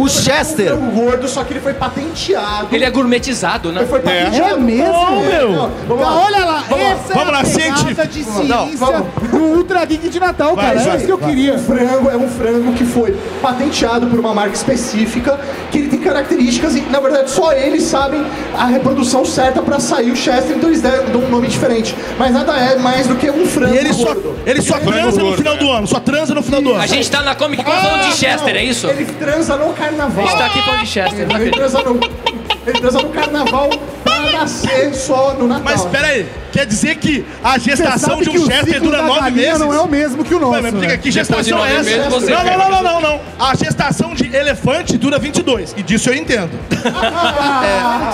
Speaker 6: o Chester. O gordo, só que É, ele foi patenteado.
Speaker 4: Ele é gourmetizado, né?
Speaker 6: Foi patenteado.
Speaker 2: É mesmo?
Speaker 6: Não,
Speaker 2: meu. Tá, olha lá,
Speaker 6: Vamos
Speaker 2: essa
Speaker 6: vamos
Speaker 2: é
Speaker 6: lá,
Speaker 2: a pegada
Speaker 6: científico.
Speaker 2: de
Speaker 6: Vamos
Speaker 2: ciência
Speaker 6: lá. Não,
Speaker 2: do Ultra Geek de Natal,
Speaker 6: Vai,
Speaker 2: cara. é
Speaker 6: vai,
Speaker 2: isso que eu
Speaker 6: vai.
Speaker 2: queria.
Speaker 6: Um frango é um frango que foi patenteado por uma marca específica, que ele tem características e, na verdade, só eles sabem a reprodução certa pra sair o Chester, então eles deram- dão um nome diferente. Mas nada é mais do que um frango.
Speaker 5: E ele só-
Speaker 6: gordo. né?
Speaker 5: ele só Frango transa no gordo, final é. do ano, só transa no final do ano.
Speaker 4: A gente tá na Comic Con
Speaker 6: Ah,
Speaker 4: falando de
Speaker 6: não.
Speaker 4: Chester, é isso?
Speaker 6: Ele transa no carnaval.
Speaker 4: A gente tá aqui falando de Chester.
Speaker 6: Ele transa no, ele transa no carnaval pra nascer só no Natal.
Speaker 5: Mas peraí, quer dizer que a gestação
Speaker 6: sabe
Speaker 5: de
Speaker 6: que
Speaker 5: um
Speaker 6: o
Speaker 5: Chester
Speaker 6: ciclo
Speaker 5: dura
Speaker 6: da
Speaker 5: nove
Speaker 6: galinha
Speaker 5: meses?
Speaker 6: não é o mesmo que o nosso,
Speaker 5: Ué, Mas me diga,
Speaker 6: né?
Speaker 5: que
Speaker 6: Depois de
Speaker 5: gestação é
Speaker 6: nove
Speaker 5: essa?
Speaker 6: meses, você
Speaker 5: não, não,
Speaker 6: perde.
Speaker 5: não, não, não, não. A gestação de elefante dura 22, e disso eu entendo.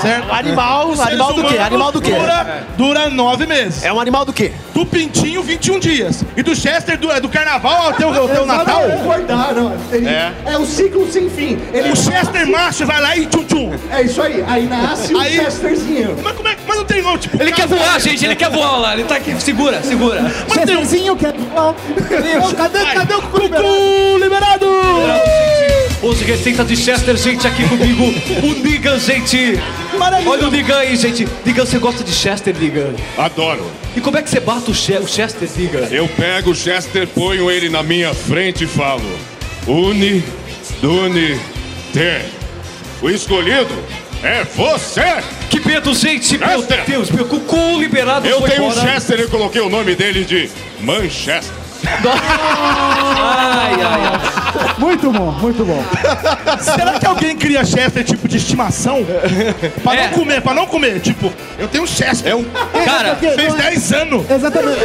Speaker 5: Certo?
Speaker 14: Animal-
Speaker 5: Os seres
Speaker 14: animal
Speaker 6: é
Speaker 14: do quê?
Speaker 5: humanos
Speaker 14: Animal do quê?
Speaker 5: Dura, dura nove meses. É um animal do quê? Do pintinho, 21 dias. E do Chester, do, do carnaval até o, até o Natal?
Speaker 6: Acordaram. Ele, é. o ciclo sem fim. Ele assim.
Speaker 5: O Chester macho vai lá e tchum-tchum.
Speaker 6: É isso aí. Aí nasce o
Speaker 5: Aí-
Speaker 6: Chesterzinho.
Speaker 5: Mas como é que... Mas não tem não, tipo...
Speaker 4: Ele quer voar, gente, ele quer voar lá. Ele tá aqui, segura, segura.
Speaker 5: um-
Speaker 2: Chesterzinho quer voar. Cadê, cadê o cucu liberado?
Speaker 14: Os receitas de Chester, gente, aqui comigo. O Negan, gente. Olha o Negan aí, gente. Negan, você gosta de Chester, Negan?
Speaker 3: Adoro.
Speaker 14: E como é que você bate o, Che- o Chester, Negan?
Speaker 3: Eu pego o Chester, ponho ele na minha frente e falo: Uni, Dune, Te. O escolhido é você!
Speaker 14: Que medo, gente! Meu Deus, meu cucu liberado
Speaker 3: Eu
Speaker 14: foi
Speaker 3: tenho um
Speaker 14: embora.
Speaker 3: Chester e coloquei o nome dele de Manchester.
Speaker 14: ai, ai, ai.
Speaker 2: Muito bom, muito bom.
Speaker 5: Será que alguém cria Chester tipo de estimação? pra
Speaker 4: É.
Speaker 5: não comer, pra não comer. Tipo, eu tenho um Chester. É um...
Speaker 4: Cara,
Speaker 5: fez 10 anos.
Speaker 2: Exatamente.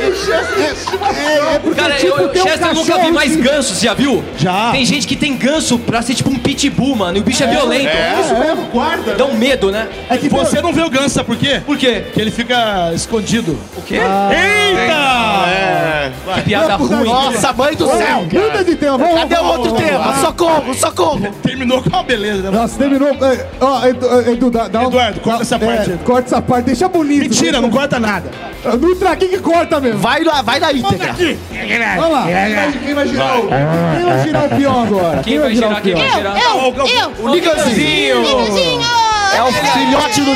Speaker 2: É, é porque,
Speaker 4: Cara,
Speaker 2: tipo,
Speaker 4: eu, eu,
Speaker 2: tem um
Speaker 4: Chester eu nunca
Speaker 2: cachorro
Speaker 4: vi mais
Speaker 14: assim.
Speaker 2: que-
Speaker 4: ganso, você já viu?
Speaker 5: Já.
Speaker 4: Tem gente que tem ganso pra ser tipo um pitbull, mano. E o bicho é,
Speaker 5: É,
Speaker 4: violento.
Speaker 5: é. Isso
Speaker 2: né?
Speaker 5: mesmo,
Speaker 4: guarda. Dá um medo, né?
Speaker 5: É que você não vê o Ganso, sabe por quê? Por quê? Porque ele fica escondido. O Ah,
Speaker 4: quê?
Speaker 5: Eita!
Speaker 4: É. Que
Speaker 5: Não,
Speaker 4: piada ruim.
Speaker 5: Nossa, mãe
Speaker 6: é
Speaker 5: do
Speaker 2: Ô,
Speaker 5: céu, cara.
Speaker 2: um Muda de tema. vamos-
Speaker 5: Cadê o
Speaker 2: vamos-
Speaker 5: outro
Speaker 2: vamos
Speaker 5: tema?
Speaker 2: lá.
Speaker 5: Socorro, socorro! Terminou com uma beleza, né?
Speaker 2: Nossa, terminou. É, Ó, Edu, Edu, dá, dá um-
Speaker 5: Eduardo, corta
Speaker 2: dá-
Speaker 5: essa parte.
Speaker 2: é, corta essa parte, deixa bonito.
Speaker 5: Mentira, não corta nada.
Speaker 2: No traquinho que corta mesmo.
Speaker 14: Vai lá, vai daí,
Speaker 2: Olha aqui. Olha lá. Quem vai girar o... Quem É, vai girar o peão agora?
Speaker 4: Quem vai girar? Quem vai girar?
Speaker 2: O
Speaker 5: assim.
Speaker 2: Niganzinho.
Speaker 4: É o filhote do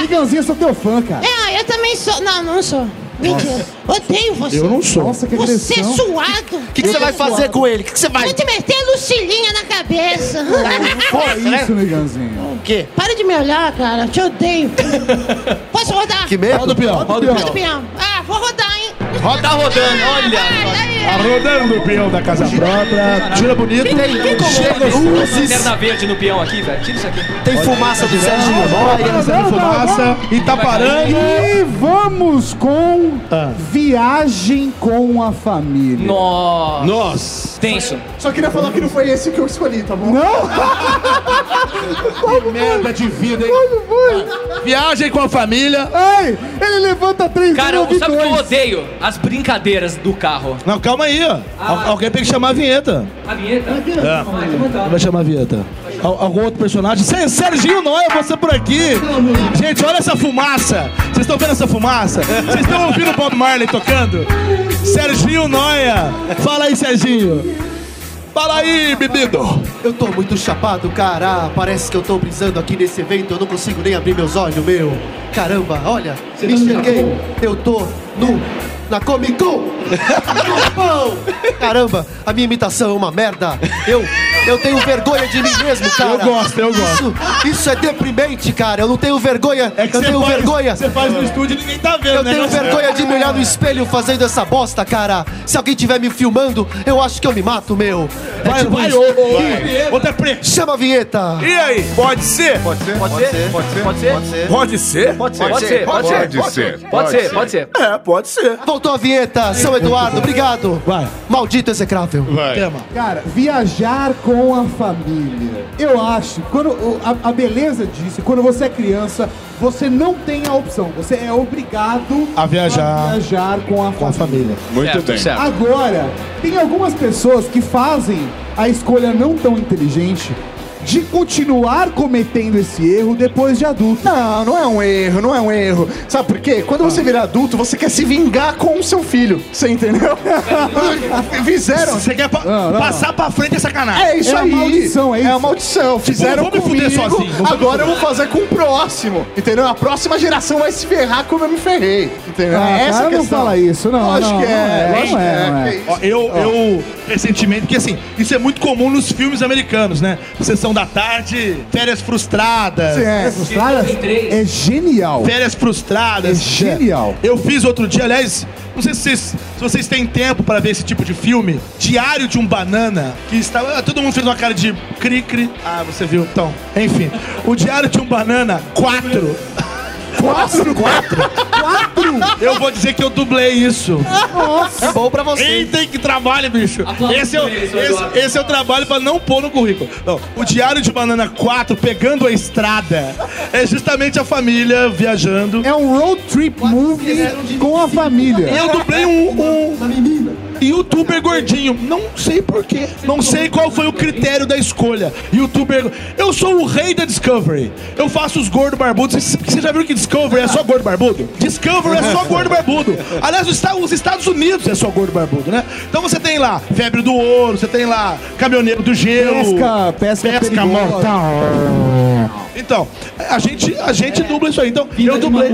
Speaker 2: Niganzinho, eu sou teu fã, cara.
Speaker 10: É, eu também sou. Não, não sou. Mentira. Odeio você.
Speaker 2: Eu não sou. Nossa, que
Speaker 10: Você é
Speaker 2: agressão.
Speaker 10: suado. O
Speaker 14: que que você vai fazer com ele? O que que você vai-
Speaker 10: Vou te meter lucilinha na cabeça.
Speaker 2: É isso, Niganzinho.
Speaker 14: O quê?
Speaker 10: Para de me olhar, cara. Te odeio. Posso rodar?
Speaker 14: Que medo? Roda o peão, roda o peão.
Speaker 10: Roda o peão. Ah, vou rodar, hein? Ah,
Speaker 4: Roda rodando, olha.
Speaker 5: Tá rodando o peão da casa própria. Tira bonito.
Speaker 4: Chega luzes. Lanterna verde no peão aqui, velho. Tira isso aqui.
Speaker 14: Tem fumaça do Sérgio de Memória.
Speaker 5: Saindo fumaça. E tá parando.
Speaker 2: E vamos com Viagem com a Família.
Speaker 4: Nossa.
Speaker 5: Nossa.
Speaker 4: Tenso.
Speaker 6: Só queria falar que não foi esse que eu escolhi, tá bom?
Speaker 2: Não?
Speaker 5: Que merda de vida, hein?
Speaker 2: Como foi?
Speaker 5: Viagem com a família.
Speaker 2: Ai, ele levanta três
Speaker 4: Cara,
Speaker 2: eu ouvi
Speaker 4: sabe o que eu
Speaker 2: dois.
Speaker 4: odeio? As brincadeiras do carro.
Speaker 5: Não, calma aí, ó. Al- alguém tem que chamar a vinheta.
Speaker 4: A vinheta?
Speaker 5: É. Vai chamar a vinheta. Al- algum outro personagem? Ser- Serginho Noia, você por aqui! Gente, olha essa fumaça! Vocês estão vendo essa fumaça? Vocês estão ouvindo o Bob Marley tocando? Serginho Noia! Fala aí, Serginho! Fala aí, bebido!
Speaker 15: Eu tô muito chapado, cara. Parece que eu tô brisando aqui
Speaker 5: tá
Speaker 15: nesse evento. Eu não consigo nem abrir meus olhos, meu. Caramba, olha, me enxerguei. Eu tô
Speaker 6: no, na Comic Con. No Japão. Caramba, a minha imitação é uma merda. Eu, eu tenho vergonha de mim mesmo, cara.
Speaker 5: Eu gosto, eu gosto.
Speaker 6: Isso, isso é deprimente, cara. Eu não tenho vergonha.
Speaker 5: É que
Speaker 6: eu
Speaker 5: você
Speaker 6: tenho
Speaker 5: faz-
Speaker 6: vergonha.
Speaker 5: você faz no estúdio e ninguém tá vendo,
Speaker 6: Eu
Speaker 5: né,
Speaker 6: tenho
Speaker 5: não?
Speaker 6: vergonha de me olhar no espelho fazendo essa bosta, cara. Se alguém tiver me filmando, eu acho que eu me mato, meu. É
Speaker 5: Vai,
Speaker 6: tipo
Speaker 5: vai,
Speaker 6: isso.
Speaker 5: ô, ô,
Speaker 6: Ih,
Speaker 5: Outra preta.
Speaker 6: Chama a vinheta.
Speaker 16: E aí, pode ser? Pode ser?
Speaker 6: Pode ser? Pode ser? Pode ser?
Speaker 16: Pode ser? ser?
Speaker 6: Pode
Speaker 16: Pode ser? Pode ser? Pode ser? Pode ser? Pode
Speaker 6: ser.
Speaker 16: É, pode ser.
Speaker 6: Voltou a vinheta, São Eduardo, obrigado.
Speaker 5: Vai.
Speaker 6: Maldito execrável.
Speaker 3: Vai.
Speaker 6: Tema.
Speaker 2: Cara, viajar com a família. Eu acho, quando o- a, a beleza disso, é quando você é criança, você não tem a opção. Você é obrigado
Speaker 5: A viajar.
Speaker 2: a viajar com a família.
Speaker 3: Muito bem.
Speaker 2: Agora, tem algumas pessoas que fazem a escolha não tão inteligente de continuar cometendo esse erro depois de adulto.
Speaker 9: Não, não é um erro, não é um erro. Sabe por quê? Quando você vira adulto, você quer se vingar com o seu filho. Você entendeu? Fizeram.
Speaker 5: Você quer pa-
Speaker 9: Não, não,
Speaker 5: passar
Speaker 9: não.
Speaker 5: pra frente é sacanagem.
Speaker 9: É isso
Speaker 5: É uma
Speaker 9: aí.
Speaker 5: maldição,
Speaker 9: é isso. É uma maldição. Fizeram
Speaker 5: Vou- vou me
Speaker 9: comigo,
Speaker 5: fuder sozinho, vou me
Speaker 9: agora eu vou
Speaker 5: fuder.
Speaker 9: fazer com o próximo. Entendeu? A próxima geração vai se ferrar como eu me ferrei. Entendeu?
Speaker 2: Ah,
Speaker 9: é essa
Speaker 2: cara,
Speaker 9: a
Speaker 2: não
Speaker 9: questão.
Speaker 2: fala isso, não,
Speaker 9: Lógico
Speaker 2: não,
Speaker 9: que é.
Speaker 2: não é,
Speaker 9: lógico
Speaker 2: não
Speaker 9: que
Speaker 2: é, não é.
Speaker 9: que isso.
Speaker 5: Ó, eu, eu, recentemente, porque assim, isso é muito comum nos filmes americanos, né? Sessão da tarde, férias frustradas.
Speaker 2: Sim, é. Frustradas? É genial.
Speaker 5: Férias frustradas.
Speaker 2: É genial.
Speaker 5: Eu fiz outro dia, aliás, não sei se vocês, se vocês têm tempo pra ver esse tipo de filme. Diário de um Banana, que estava. ah, Todo mundo fez uma cara de cri-cri. Ah, você viu, então. Enfim. O Diário de um Banana 4. Quatro? Quatro? Quatro? Eu vou dizer que eu dublei isso.
Speaker 6: Nossa. É bom pra você.
Speaker 5: Eita, que trabalho, bicho.
Speaker 6: Aplausos
Speaker 5: Esse é, o,
Speaker 6: pra ele, seu
Speaker 5: esse,
Speaker 6: Eduardo.
Speaker 5: esse é o trabalho pra não pôr no currículo. Não, o Diário de um Banana 4, Pegando a Estrada, é justamente a família viajando.
Speaker 2: É um road trip movie com a família.
Speaker 5: Eu dublei um, um youtuber gordinho. Não sei porquê. Não sei qual foi o critério da escolha. Youtuber. Eu sou o rei da Discovery. Eu faço os gordos barbudos. Vocês- Vocês já viram que Discovery é só gordo barbudo? Discovery é só gordo barbudo. Aliás, os Estados- os Estados Unidos é só gordo barbudo, né? Então você tem lá febre do ouro, você tem lá caminhoneiro do gelo.
Speaker 2: Pesca, pesca,
Speaker 5: Pesca
Speaker 2: perigosa.
Speaker 5: mortal. Então, a gente, a gente dubla isso aí. Então, eu dublei.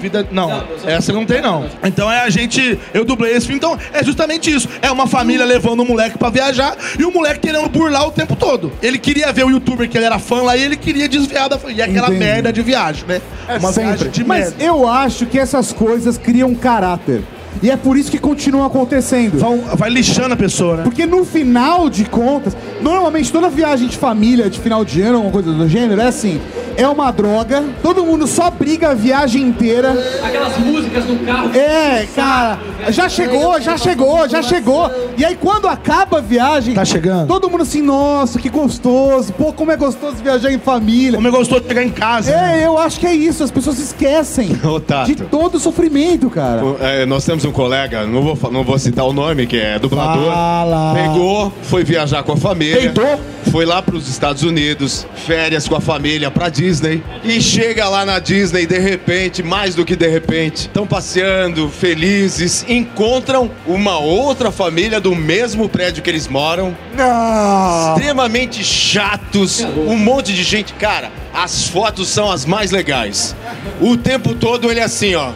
Speaker 5: Vida, não, essa não tem não. Então é a gente, eu dublei esse filme. Então é justamente isso. É uma família levando o moleque pra viajar e o moleque querendo burlar o tempo todo. Ele queria ver o youtuber que ele era fã lá e ele queria desviar da família. E é aquela
Speaker 2: Entendi. É
Speaker 5: merda de viagem, né? uma viagem de
Speaker 2: Mas
Speaker 5: merda.
Speaker 2: eu acho que essas coisas criam caráter. E é por isso que continuam acontecendo.
Speaker 5: Então, vai lixando a pessoa, né?
Speaker 2: Porque no final de contas, normalmente toda viagem de família, de final de ano, alguma coisa do gênero, é assim: é uma droga, todo mundo só briga a viagem inteira.
Speaker 17: Aquelas músicas no carro.
Speaker 2: É, cara, já chegou, já chegou, já chegou. E aí quando acaba a viagem, tá
Speaker 5: chegando.
Speaker 2: Todo mundo assim, nossa, que gostoso. Pô, como é gostoso viajar em família.
Speaker 5: Como é gostoso chegar em casa.
Speaker 2: É, eu acho que é isso, as pessoas esquecem
Speaker 3: Ô, Tato.
Speaker 2: de todo o sofrimento, cara.
Speaker 3: O- é, nós temos um colega, não vou, fa- não vou citar o nome, que é dublador.
Speaker 16: Ah.
Speaker 2: Fala.
Speaker 3: Pegou, foi viajar com a família.
Speaker 2: Deitou?
Speaker 3: Foi lá para os Estados Unidos, férias com a família, pra Disney. E chega lá na Disney, de repente, mais do que de repente, estão passeando, felizes, encontram uma outra família do mesmo prédio que eles moram.
Speaker 9: Não.
Speaker 3: Extremamente chatos, um monte de gente. Cara, as fotos são as mais legais. O tempo todo ele é assim, ó.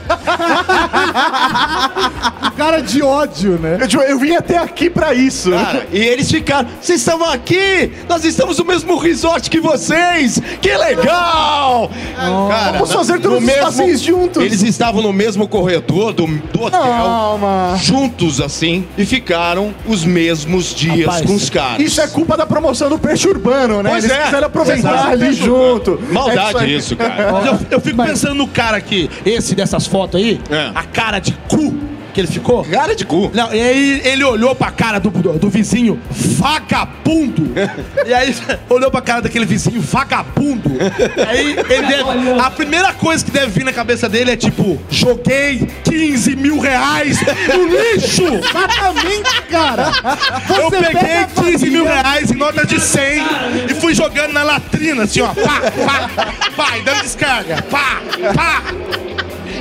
Speaker 2: Cara de ódio, né?
Speaker 9: Eu, tipo, eu vim até aqui pra isso.
Speaker 2: Ah,
Speaker 3: Cara, e eles ficaram. Vocês estavam aqui! Nós estamos no mesmo resort que vocês! Que legal! Cara,
Speaker 9: Vamos fazer todos
Speaker 3: no
Speaker 9: os passeios juntos.
Speaker 3: Eles estavam no mesmo corredor do, do hotel,
Speaker 9: Calma.
Speaker 3: juntos assim, e ficaram os mesmos dias
Speaker 9: Rapaz,
Speaker 3: com os caras.
Speaker 9: Isso é culpa da promoção do peixe urbano, né?
Speaker 3: Pois
Speaker 9: Eles
Speaker 3: é.
Speaker 9: quiseram aproveitar
Speaker 3: Exato.
Speaker 9: ali
Speaker 3: Peixe
Speaker 9: junto. É
Speaker 3: urbano. Maldade
Speaker 9: aí.
Speaker 3: isso, cara.
Speaker 5: Mas eu, eu fico pensando no cara aqui, esse dessas fotos aí,
Speaker 3: É.
Speaker 5: a cara de cu que ele ficou.
Speaker 3: Cara de cu.
Speaker 5: Não, e aí ele olhou pra cara do, do, do vizinho vagabundo. e aí olhou pra cara daquele vizinho vagabundo. aí ele deve, a primeira coisa que deve vir na cabeça dele é tipo: joguei 15 mil reais no lixo.
Speaker 2: Exatamente, cara.
Speaker 5: Eu
Speaker 2: Você pega
Speaker 5: peguei
Speaker 2: a
Speaker 5: 15 mil
Speaker 2: família-
Speaker 5: reais em nota de 100 e fui jogando na latrina, assim, ó. Pá, pá, pá, e dando descarga. Pá, pá.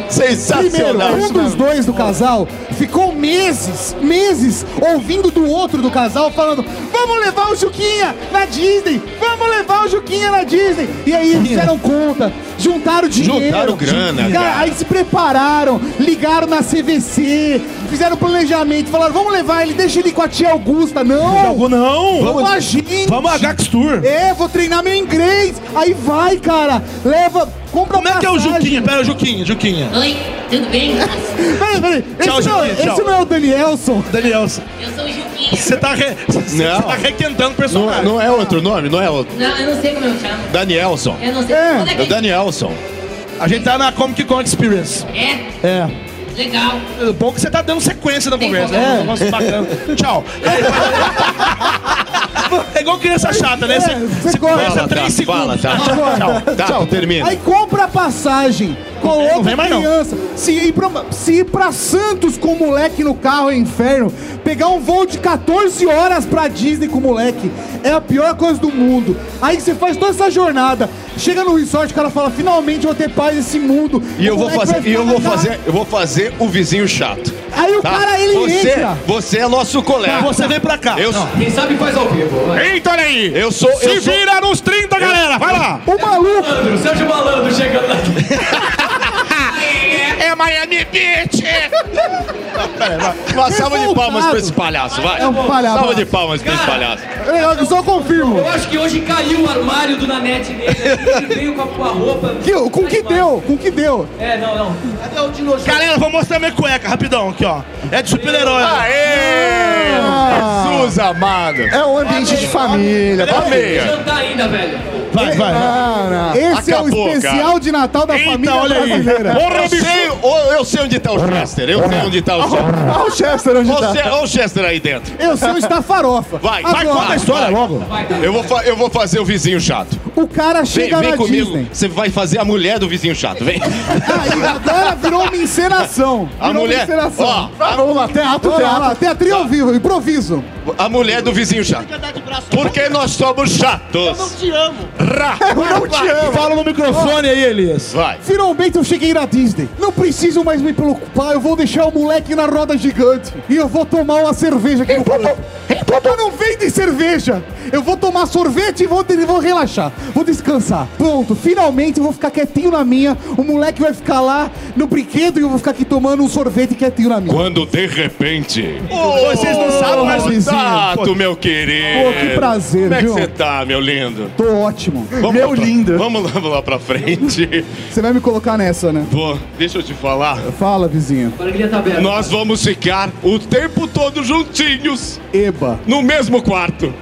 Speaker 2: Primeiro,
Speaker 3: Sensacional.
Speaker 2: um dos dois do casal ficou meses, meses, ouvindo do outro do casal falando: vamos levar o Juquinha na Disney, vamos levar o Juquinha na Disney. E aí eles se deram conta Juntaram dinheiro.
Speaker 3: Juntaram grana, cara.
Speaker 2: Aí se prepararam, ligaram na CVC, fizeram planejamento, falaram, vamos levar ele, deixa ele com a tia Augusta. Não!
Speaker 5: não!
Speaker 2: Vamos
Speaker 5: Vamos-
Speaker 2: a gente!
Speaker 5: vamos a Gax Tour.
Speaker 2: É, vou treinar meu inglês! Aí vai, cara! Leva, compra
Speaker 5: Como é que é o Juquinha? Pera, o Juquinha, Juquinha.
Speaker 10: Oi, tudo bem?
Speaker 2: Peraí, peraí, esse,
Speaker 5: Tchau,
Speaker 2: não,
Speaker 5: Juquinha, tchau.
Speaker 2: esse não é o Danielson.
Speaker 5: Danielson.
Speaker 10: Eu sou o Juquinha.
Speaker 5: Você tá, re... você
Speaker 3: Não.
Speaker 5: tá requentando o
Speaker 3: Não, é-
Speaker 5: personagem.
Speaker 3: não é outro nome, não é outro.
Speaker 10: Não, eu não sei como eu chamo.
Speaker 3: Danielson.
Speaker 10: Eu não sei. Quando é que
Speaker 3: É o Danielson.
Speaker 5: A gente tá na Comic Con Experience.
Speaker 10: É,
Speaker 5: É.
Speaker 10: legal.
Speaker 5: É Bom que você tá dando sequência na
Speaker 10: Tem
Speaker 5: conversa.
Speaker 10: como.
Speaker 5: É. um negócio bacana. Tchau. É igual criança chata, né?
Speaker 2: É,
Speaker 5: Você,
Speaker 3: é
Speaker 5: você conversa
Speaker 3: Fala,
Speaker 5: três
Speaker 3: tá, fala,
Speaker 5: segundos.
Speaker 3: tá. Tchau, tá, termina.
Speaker 2: Aí compra a passagem, coloca
Speaker 5: vem
Speaker 2: a
Speaker 5: mais não.
Speaker 2: criança. Se ir, pra, se ir pra Santos com o moleque no carro é inferno, pegar um voo de 14 horas pra Disney com o moleque é a pior coisa do mundo. Aí você faz toda essa jornada, chega no resort, o cara fala: finalmente eu vou ter paz nesse mundo.
Speaker 3: E
Speaker 2: O
Speaker 3: eu vou
Speaker 2: moleque
Speaker 3: fazer,
Speaker 2: vai
Speaker 3: e eu vou
Speaker 2: ficar na-
Speaker 3: fazer, eu vou fazer o vizinho chato. tá?
Speaker 2: Aí o cara, ele
Speaker 3: você,
Speaker 2: entra.
Speaker 3: Você é nosso colega.
Speaker 5: Você vem pra cá.
Speaker 3: Eu
Speaker 4: Quem sabe faz ao vivo. né? vai.
Speaker 5: Eita, olha aí.
Speaker 3: Eu sou-
Speaker 5: Se
Speaker 3: eu sou-
Speaker 5: vira nos 30, galera. Vai lá.
Speaker 2: O maluco.
Speaker 4: Malandro, Sérgio Malandro chegando aqui.
Speaker 3: É Miami Beach! Uma salva de
Speaker 2: Revoltado.
Speaker 3: palmas pra esse palhaço, vai.
Speaker 2: É um palhaço.
Speaker 3: Salva de palmas pra esse palhaço.
Speaker 2: Eu só confirmo.
Speaker 4: Eu acho que hoje caiu o armário do Nanete nele. Ele veio com a, com a roupa.
Speaker 2: Que- com que deu, com que deu.
Speaker 4: É, não, não. Cadê o dinossauro?
Speaker 5: Galera, vou mostrar minha cueca rapidão aqui, ó. É de super-herói.
Speaker 3: Aê! Jesus amado!
Speaker 6: É um ambiente de família.
Speaker 3: Cadê a meia?
Speaker 4: Jantar tá ainda, velho.
Speaker 5: Vai, vai.
Speaker 6: Cara,
Speaker 2: Esse é
Speaker 3: Acabou,
Speaker 2: o especial
Speaker 3: cara.
Speaker 2: de Natal da família
Speaker 5: olha aí.
Speaker 2: brasileira.
Speaker 3: tá, Eu sei, ô, eu sei onde tá o Chester, eu sei onde tá o Chester.
Speaker 6: Olha o Chester onde tá.
Speaker 3: Olha o Chester aí dentro.
Speaker 2: Eu sei onde tá a farofa.
Speaker 3: Vai, vai,
Speaker 2: Agora,
Speaker 3: conta a história
Speaker 5: logo.
Speaker 3: Eu vou, fa- eu vou fazer o vizinho chato.
Speaker 2: O cara
Speaker 3: Vem,
Speaker 2: chega
Speaker 3: vem
Speaker 2: na
Speaker 3: comigo,
Speaker 2: Disney.
Speaker 3: você vai fazer a mulher do vizinho chato, vem.
Speaker 2: Aí agora virou uma encenação. Virou
Speaker 3: A mulher-
Speaker 2: uma encenação.
Speaker 3: ó,
Speaker 6: Ah, vamos lá, teatro,
Speaker 2: Vamos
Speaker 6: teatro.
Speaker 2: lá, teatro ao vivo, improviso.
Speaker 3: A mulher do vizinho chato. Porque nós somos chatos.
Speaker 18: Te amo.
Speaker 3: Rá.
Speaker 6: Eu te amo.
Speaker 5: Fala no microfone aí, Elias.
Speaker 3: Vai.
Speaker 2: Finalmente eu cheguei na Disney. Não preciso mais me preocupar, eu vou deixar o moleque na roda gigante. E eu vou tomar uma cerveja que eu Papai não vende cerveja! Eu vou tomar sorvete e vou, vou relaxar. Vou descansar. Pronto, finalmente eu vou ficar quietinho na minha. O moleque vai ficar lá no brinquedo e eu vou ficar aqui tomando um sorvete quietinho na minha.
Speaker 3: Quando de repente.
Speaker 5: Vocês não sabem
Speaker 3: né,
Speaker 5: mais
Speaker 2: vizinho.
Speaker 3: Tato, meu querido.
Speaker 2: Pô, que prazer,
Speaker 3: Como é que
Speaker 2: viu?
Speaker 3: você tá, meu lindo?
Speaker 2: Tô ótimo.
Speaker 3: meu lindo. Vamos lá, vamos lá pra frente.
Speaker 2: Você vai me colocar nessa, né?
Speaker 3: Pô, deixa eu te falar.
Speaker 2: Fala, vizinho.
Speaker 4: Agora ele tá
Speaker 2: É.
Speaker 4: aberto.
Speaker 3: Nós vamos ficar o tempo todo juntinhos,
Speaker 2: Eba.
Speaker 3: no mesmo quarto.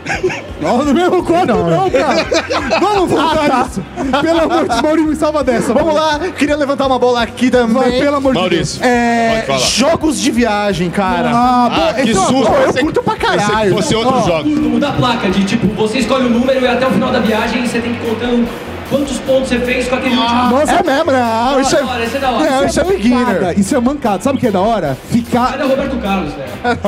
Speaker 2: Não, no mesmo quarto não, cara. Vamos voltar nisso. Pelo amor de Deus, Maurinho, me salva dessa.
Speaker 6: Vamos lá, queria levantar uma bola aqui também.
Speaker 2: Vai, pelo amor de Deus.
Speaker 3: Maurício,
Speaker 6: É,
Speaker 3: pode falar.
Speaker 6: jogos de viagem, cara.
Speaker 2: Ah,
Speaker 3: Ah, que
Speaker 6: esse é uma-
Speaker 3: susto.
Speaker 6: Pô, eu
Speaker 3: Pensei-
Speaker 6: curto pra
Speaker 3: pensei que
Speaker 6: caralho.
Speaker 3: fosse outro
Speaker 6: Ó.
Speaker 3: jogo.
Speaker 4: Não muda a placa de tipo, você escolhe o número e até o final da viagem você tem que ir contando quantos pontos você fez com aquele último.
Speaker 2: Nossa,
Speaker 6: É mesmo,
Speaker 2: né?
Speaker 6: não. Isso é,
Speaker 4: da hora, esse é da hora.
Speaker 6: não, isso é
Speaker 2: Ah, mancada.
Speaker 6: beginner.
Speaker 2: Isso é mancado. Sabe o que é da hora? Ficar.
Speaker 4: Cadê o Roberto Carlos, velho?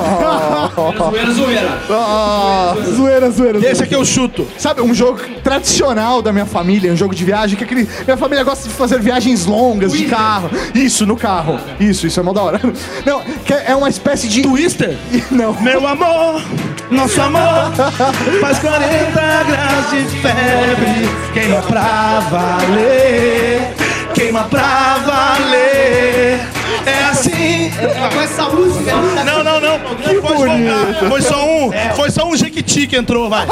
Speaker 4: Zoeira, zoeira, zoeira.
Speaker 6: Ah.
Speaker 2: Zoeira, zoeira.
Speaker 5: Deixa que eu chuto.
Speaker 6: Sabe, um jogo tradicional da minha família, um jogo de viagem, que aquele. Minha família gosta de fazer viagens longas de
Speaker 4: Twister.
Speaker 6: carro. Isso, no carro. Isso, isso é mó da hora. Não, que é uma espécie de.
Speaker 5: Twister?
Speaker 6: Não.
Speaker 5: Meu amor, nosso amor, faz 40 graus de febre. Queima pra valer, queima pra valer. É assim.
Speaker 4: Com essa música.
Speaker 5: Não, não, não. né? Que bonito. Foi só um, foi só um jequiti que entrou, vai.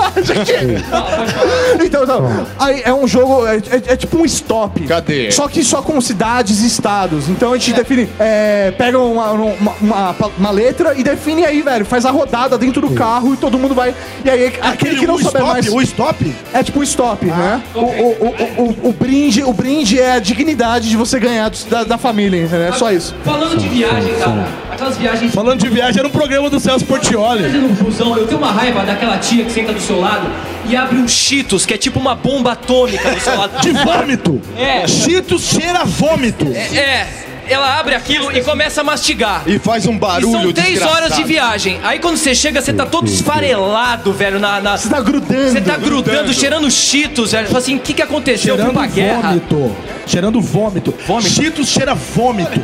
Speaker 6: Então, não. Aí é um jogo. É, é- é tipo um stop.
Speaker 19: É.
Speaker 3: Cadê?
Speaker 6: Só que só com cidades e estados. Então a gente define. é, pega uma, uma, uma- uma letra e define aí, velho. Faz a rodada dentro do carro e todo mundo vai. E aí aquele, que não
Speaker 5: o
Speaker 6: souber
Speaker 5: stop,
Speaker 6: mais.
Speaker 5: O stop?
Speaker 6: É tipo um stop, né? O, o, o, o, o brinde, o brinde é a dignidade de você ganhar dos- da, da família, entendeu? É só isso.
Speaker 4: Falando de viagem, cara. Aquelas viagens.
Speaker 5: Falando de viagem, era um programa do Celso Portioli.
Speaker 4: Viagem no busão, eu tenho uma raiva daquela tia que senta do seu lado e abre um Cheetos, que é tipo uma bomba atômica do seu lado.
Speaker 5: De vômito.
Speaker 4: É.
Speaker 5: Cheetos cheira a vômito.
Speaker 4: É, ela abre aquilo e começa a mastigar.
Speaker 3: E faz um
Speaker 4: E
Speaker 3: barulho
Speaker 4: são três
Speaker 3: desgraçado.
Speaker 4: horas de viagem. Aí quando você chega, você tá todo esfarelado, velho, na. na-
Speaker 6: Você tá grudando.
Speaker 4: Você tá grudando, cheirando cheetos, velho. Fala assim, o que que aconteceu? Eu fui pra guerra.
Speaker 5: vômito. Cheirando vômito. Vômito. Cheetos cheira vômito.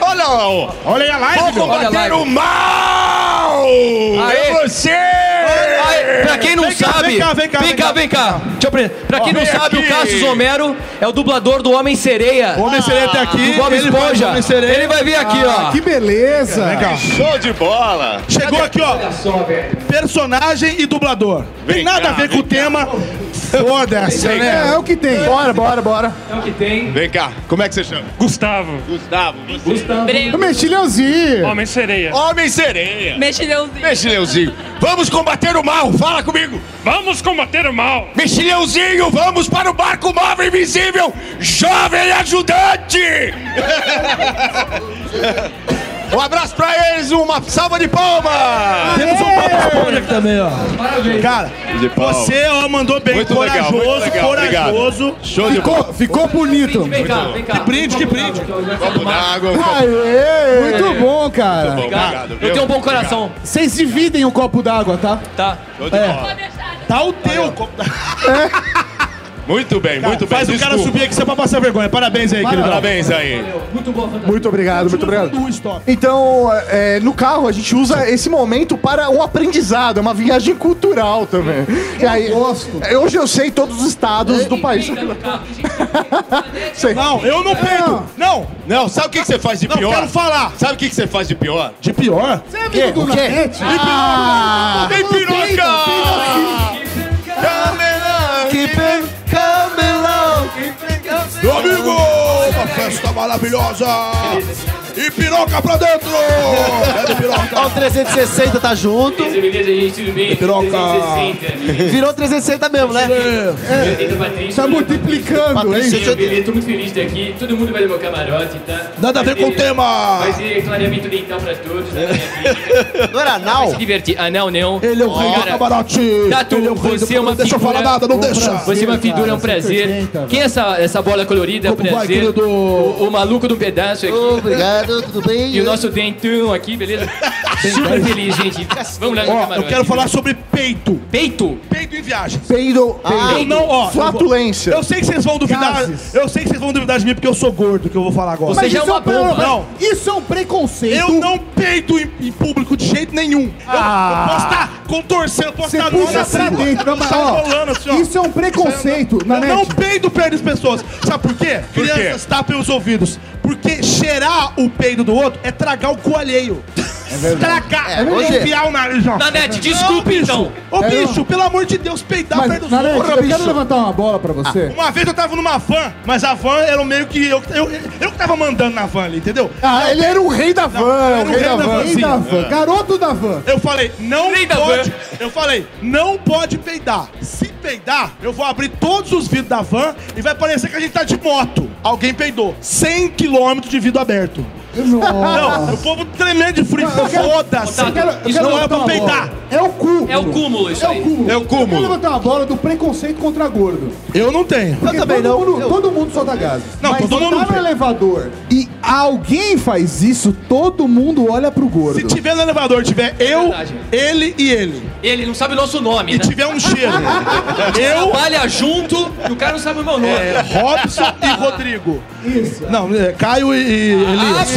Speaker 3: Olha lá, ó.
Speaker 5: Olha aí a live,
Speaker 3: Vou
Speaker 5: meu.
Speaker 4: Olha lá.
Speaker 3: combater o mal!
Speaker 4: Aê.
Speaker 3: É você!
Speaker 4: Ai,
Speaker 8: Pra quem não
Speaker 5: Vem cá,
Speaker 8: sabe.
Speaker 5: vem cá, vem cá,
Speaker 8: Vem
Speaker 5: vem
Speaker 8: cá,
Speaker 5: cá.
Speaker 8: vem cá. Deixa eu pre- Pra
Speaker 5: Ó,
Speaker 8: quem não
Speaker 5: vem
Speaker 8: sabe,
Speaker 5: aqui.
Speaker 8: o Cassius Homero é o dublador do Homem Sereia. O Homem Sereia até aqui. Do Bob
Speaker 5: tá ele faz o
Speaker 8: Esponja.
Speaker 5: Homem Sereia.
Speaker 8: Ele vai vir aqui,
Speaker 5: Ah,
Speaker 8: ó. é
Speaker 5: que
Speaker 2: beleza.
Speaker 5: Vem cá.
Speaker 3: Show de bola!
Speaker 5: Chegou aqui, ó. Personagem e dublador. tem nada a ver com o tema. Foda-se,
Speaker 3: Vem cá.
Speaker 5: né?
Speaker 3: É o que tem.
Speaker 5: Bora, bora, bora.
Speaker 8: É o que tem.
Speaker 3: Vem cá, como é que você chama?
Speaker 20: Gustavo.
Speaker 3: Gustavo. Gustavo.
Speaker 2: Mexilhãozinho.
Speaker 20: Homem sereia.
Speaker 3: Homem sereia.
Speaker 20: Mexilhãozinho.
Speaker 3: Mexilhãozinho. Vamos combater o mal, fala comigo.
Speaker 20: Vamos combater o mal.
Speaker 3: Mexilhãozinho, vamos para o barco móvel invisível. Jovem ajudante. Um abraço pra eles, uma salva de palmas!
Speaker 5: Temos um papo esponja aqui também, ó. Cara,
Speaker 3: De pau.
Speaker 5: você ó, mandou bem.
Speaker 3: Muito legal,
Speaker 5: corajoso,
Speaker 3: muito legal,
Speaker 5: corajoso.
Speaker 3: obrigado. Show de
Speaker 5: ficou,
Speaker 3: bola.
Speaker 5: ficou bonito.
Speaker 2: Vem cá, vem cá.
Speaker 5: Que brinde, que brinde.
Speaker 3: Copo d'água.
Speaker 2: Aê! Muito bom, cara.
Speaker 5: Muito bom, obrigado,
Speaker 8: Eu tenho um bom coração.
Speaker 2: Vocês dividem o copo d'água, tá?
Speaker 8: Tá.
Speaker 5: Tá o teu copo d'água.
Speaker 3: Muito bem, muito bem.
Speaker 5: Faz o cara
Speaker 3: desculpa.
Speaker 5: subir aqui só pra passar vergonha. Parabéns aí, querido.
Speaker 3: Parabéns aí.
Speaker 8: Muito bom,
Speaker 9: Muito obrigado, muito obrigado.
Speaker 2: Tá
Speaker 9: Então, é, no carro, a gente usa esse momento para um aprendizado, é uma viagem cultural também. Eu gosto. Hoje eu sei todos os estados do país. É,
Speaker 5: Não, eu não peido. Não.
Speaker 3: Não, sabe o que que você faz de
Speaker 5: Não,
Speaker 3: pior?
Speaker 5: quero falar.
Speaker 3: Sabe o que que você faz de pior?
Speaker 5: De pior?
Speaker 3: Você
Speaker 2: é amigo do Nanete?
Speaker 3: Ah! Tem piroca!
Speaker 2: Que
Speaker 5: Meu amigo, uma festa maravilhosa. E piroca pra dentro. É piroca.
Speaker 6: Ó, o 360 tá junto. Virou 360 mesmo, né?
Speaker 2: Tá multiplicando,
Speaker 6: Patrícia, deixa eu-
Speaker 19: Eu tô muito feliz de estar aqui, todo mundo vai no meu camarote, tá?
Speaker 5: Nada a
Speaker 19: Vai
Speaker 5: ver com
Speaker 19: ter-
Speaker 5: o tema.
Speaker 19: Vai ter clareamento dental pra todos, na minha clínica.
Speaker 6: Não era
Speaker 19: Vai se divertir. Ah, não, não.
Speaker 5: Ele é o rei do camarote.
Speaker 19: Tatu,
Speaker 5: Ele é o rei do
Speaker 19: você é uma
Speaker 5: camarote. Deixa eu
Speaker 19: figura-
Speaker 5: falar nada, não
Speaker 19: um
Speaker 5: deixa.
Speaker 19: prazer, Você é uma
Speaker 5: cara,
Speaker 19: figura, é um prazer.
Speaker 5: 100%,
Speaker 19: Quem é essa, essa bola colorida? É um
Speaker 5: Como vai,
Speaker 19: prazer.
Speaker 5: querido?
Speaker 19: o, o maluco do pedaço aqui.
Speaker 6: Obrigado, tudo bem?
Speaker 19: E o nosso dentão aqui, beleza? Super feliz, gente. Vamos lá no
Speaker 5: Ó,
Speaker 19: camarote.
Speaker 5: eu quero falar sobre peito.
Speaker 19: Peito?
Speaker 5: Peido em viagem.
Speaker 9: Peido.
Speaker 19: é
Speaker 5: Ah, eu não, ó. eu vou-
Speaker 9: Flatulência.
Speaker 5: Eu, sei que vocês vão duvidar. Eu sei que vocês vão duvidar de mim porque eu sou gordo, que eu vou falar agora.
Speaker 2: Mas isso, é um pre-
Speaker 5: Não.
Speaker 2: isso é um preconceito.
Speaker 5: Eu não peito em, em público de jeito nenhum. Eu- Eu, posso estar contorcendo, eu posso
Speaker 2: Ah. Você
Speaker 5: estar tá
Speaker 2: puxa pra dentro. Não, mas, Tá ó,
Speaker 5: assim,
Speaker 2: isso é um preconceito.
Speaker 5: Eu
Speaker 2: Nanete.
Speaker 5: não peido perto das pessoas. Sabe por quê?
Speaker 2: Por quê?
Speaker 5: Crianças tapem os ouvidos. Porque cheirar o peido do outro é tragar o cu alheio. Tragar,
Speaker 2: É verdade.
Speaker 5: enfiar o nariz. ó.
Speaker 2: Nanete,
Speaker 5: Não,
Speaker 2: desculpe,
Speaker 5: bicho.
Speaker 2: então.
Speaker 5: Ô,
Speaker 2: É,
Speaker 5: bicho,
Speaker 2: não.
Speaker 5: pelo amor de Deus, peidar
Speaker 2: Mas,
Speaker 5: perto dos
Speaker 2: Nanete,
Speaker 5: outros.
Speaker 2: eu quero levantar uma bola pra você.
Speaker 5: Uma vez eu tava numa van, mas a van era o meio que. Eu, eu, eu que tava mandando na van ali, entendeu?
Speaker 2: Ah, ele era o rei da van,
Speaker 5: eu era
Speaker 2: o rei da van. É.
Speaker 5: sim.
Speaker 2: Rei da van, garoto da van.
Speaker 5: Eu falei, não pode. Eu falei, não pode peidar. Se peidar, eu vou abrir todos os vidros da van e vai parecer que a gente tá de moto. Alguém peidou. 100 quilômetros de vidro aberto. Não, o povo tremendo de frio.
Speaker 2: Ah. Eu quero-
Speaker 5: Foda-se.
Speaker 2: eu quero- eu
Speaker 5: Isso
Speaker 2: quero
Speaker 5: não é
Speaker 2: levantar
Speaker 5: pra
Speaker 2: uma
Speaker 5: peidar.
Speaker 2: bola. É o cúmulo.
Speaker 5: É o cúmulo isso
Speaker 2: É
Speaker 5: aí.
Speaker 2: o cúmulo.
Speaker 5: É o cúmulo.
Speaker 2: Eu quero levantar uma bola do preconceito contra gordo.
Speaker 5: Eu não tenho.
Speaker 2: Porque todo Mundo, Todo mundo solta gases.
Speaker 5: Não,
Speaker 2: Mas
Speaker 5: todo mundo
Speaker 2: tá no
Speaker 5: tem.
Speaker 2: elevador e alguém faz isso, todo mundo olha pro gordo.
Speaker 5: Se tiver no elevador, tiver eu, ele e ele.
Speaker 19: Ele não sabe o nosso nome,
Speaker 5: E
Speaker 19: né?
Speaker 5: tiver um cheiro.
Speaker 19: Eu...
Speaker 5: eu.
Speaker 19: Trabalha junto e o cara não sabe o meu nome.
Speaker 5: É, Robson e Rodrigo. Isso. Não, é, Caio e, e Elias.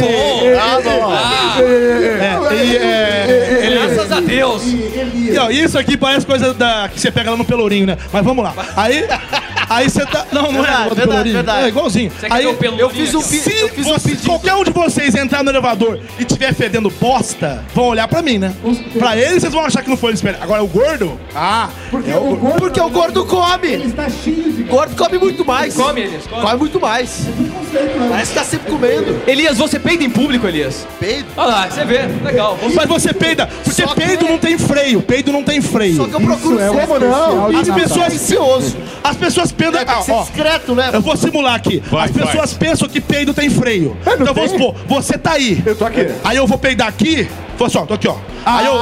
Speaker 19: Ah, bom.
Speaker 5: É, é,
Speaker 19: Ah, bom. Ah.
Speaker 5: É, é, e, é, é,
Speaker 19: Graças a Deus.
Speaker 5: E, ó, isso aqui parece coisa da, que você pega lá no Pelourinho, né? Mas vamos lá. Aí. Aí você tá. Não, não é
Speaker 6: Verdade,
Speaker 5: igual do
Speaker 6: verdade,
Speaker 5: Pelourinho.
Speaker 6: verdade.
Speaker 5: É igualzinho.
Speaker 6: Você quer
Speaker 5: Aí
Speaker 6: ver o Pelourinho
Speaker 5: eu fiz um
Speaker 6: aqui, ó?
Speaker 5: se
Speaker 6: Eu fiz um
Speaker 5: vocês- qualquer um de vocês entrar no elevador e tiver fedendo bosta, vão olhar pra mim, né? Pra eles, vocês vão achar que não foi eles. Agora o gordo. Ah,
Speaker 2: É
Speaker 5: porque
Speaker 2: um
Speaker 5: o gordo.
Speaker 6: Porque o gordo come. Ele
Speaker 2: está tá cheio de
Speaker 6: gordo come muito mais.
Speaker 19: Come, Elias, come.
Speaker 6: muito mais. Mas tá sempre comendo.
Speaker 19: Elias, você peida em público, Elias?
Speaker 6: Peido?
Speaker 19: Olha lá, você vê. Legal. Vamos
Speaker 5: Mas você peida, porque peido não tem freio, peido não tem freio. Só que
Speaker 6: eu procuro Isso é ser- um especial de
Speaker 5: As
Speaker 6: Natal.
Speaker 5: pessoas As pessoas peidam,
Speaker 6: É, tem que
Speaker 5: Ah,
Speaker 6: ser
Speaker 5: ó,
Speaker 6: discreto, né?
Speaker 5: Eu vou simular aqui. As pessoas pensam que peido tem freio. então vamos supor, você tá aí. Eu tô aqui. Aí eu vou peidar aqui. Foi só, tô aqui, ó. aí eu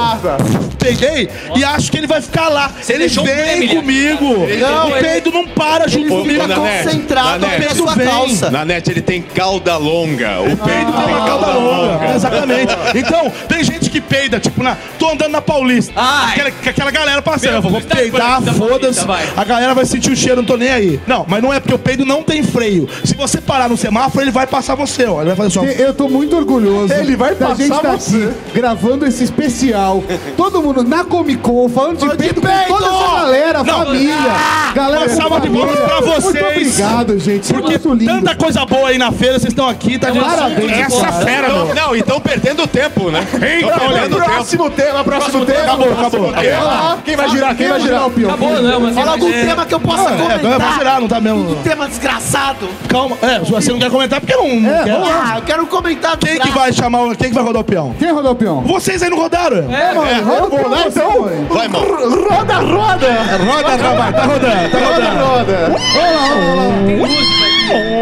Speaker 5: peguei e acho que ele vai ficar lá. ele
Speaker 6: deixou um
Speaker 5: vem
Speaker 6: meme,
Speaker 5: comigo.
Speaker 6: Ele deixou
Speaker 5: o
Speaker 6: um
Speaker 5: peido não para junto
Speaker 3: Ô,
Speaker 5: comigo.
Speaker 3: ô, Nanete, Nanete,
Speaker 5: o peido
Speaker 3: isso vem.
Speaker 5: vem.
Speaker 3: Nanete, ele tem cauda longa. O peido tem uma
Speaker 5: Calda longa, exatamente. Então, tem gente que peida, tipo, na, tô andando na Paulista. Aquela, com aquela galera passando. Eu vou peidar, foda-se. A galera vai sentir o cheiro, não tô nem aí. Não, mas não é porque o peido não tem freio. Se você parar no semáforo, ele vai passar você, ó. Ele vai fazer só. um
Speaker 2: Eu tô muito orgulhoso.
Speaker 5: Ele vai
Speaker 2: da
Speaker 5: passar
Speaker 2: gente tá
Speaker 5: você.
Speaker 2: aqui gravando esse especial. Todo mundo na Comic Con, falando de peito, com
Speaker 5: peito!
Speaker 2: toda essa galera,
Speaker 5: Não.
Speaker 2: família.
Speaker 5: Ah!
Speaker 2: galera
Speaker 5: Uma
Speaker 2: com
Speaker 5: salva de
Speaker 2: família.
Speaker 5: palmas pra vocês.
Speaker 2: Muito obrigado, gente.
Speaker 5: Porque tanta coisa boa aí na feira, vocês estão aqui, tá de
Speaker 2: Parabéns,
Speaker 5: Essa
Speaker 2: cara.
Speaker 5: fera,
Speaker 3: Então-
Speaker 5: meu.
Speaker 3: Não, e estão perdendo tempo, né?
Speaker 5: Eita,
Speaker 3: Tão perdendo
Speaker 5: olha, próximo tema, próximo tema.
Speaker 3: Acabou, acabou.
Speaker 5: Próximo tema.
Speaker 3: Acabou. Quem vai girar? Quem vai girar?
Speaker 19: Tá
Speaker 5: Acabou, não, mas-
Speaker 6: Fala algum
Speaker 5: é.
Speaker 6: tema que eu possa
Speaker 5: Ah, é,
Speaker 6: comentar.
Speaker 5: agora vai girar, não tá mesmo?
Speaker 6: Um tema desgraçado.
Speaker 5: Calma, é, você não quer comentar porque não. não quer.
Speaker 6: vamos lá. Tá. Ah, eu quero comentar
Speaker 5: Quem que vai chamar o. Quem que vai rodar o peão?
Speaker 2: Quem é rodou o peão?
Speaker 5: Vocês aí não rodaram?
Speaker 2: É, mano, roda o
Speaker 5: eu vou
Speaker 2: peão
Speaker 5: lá
Speaker 2: você,
Speaker 5: então.
Speaker 2: mano.
Speaker 5: Vai, mano.
Speaker 9: Roda, roda!
Speaker 5: Roda, roda, tá rodando, tá rodando.
Speaker 9: Roda, roda.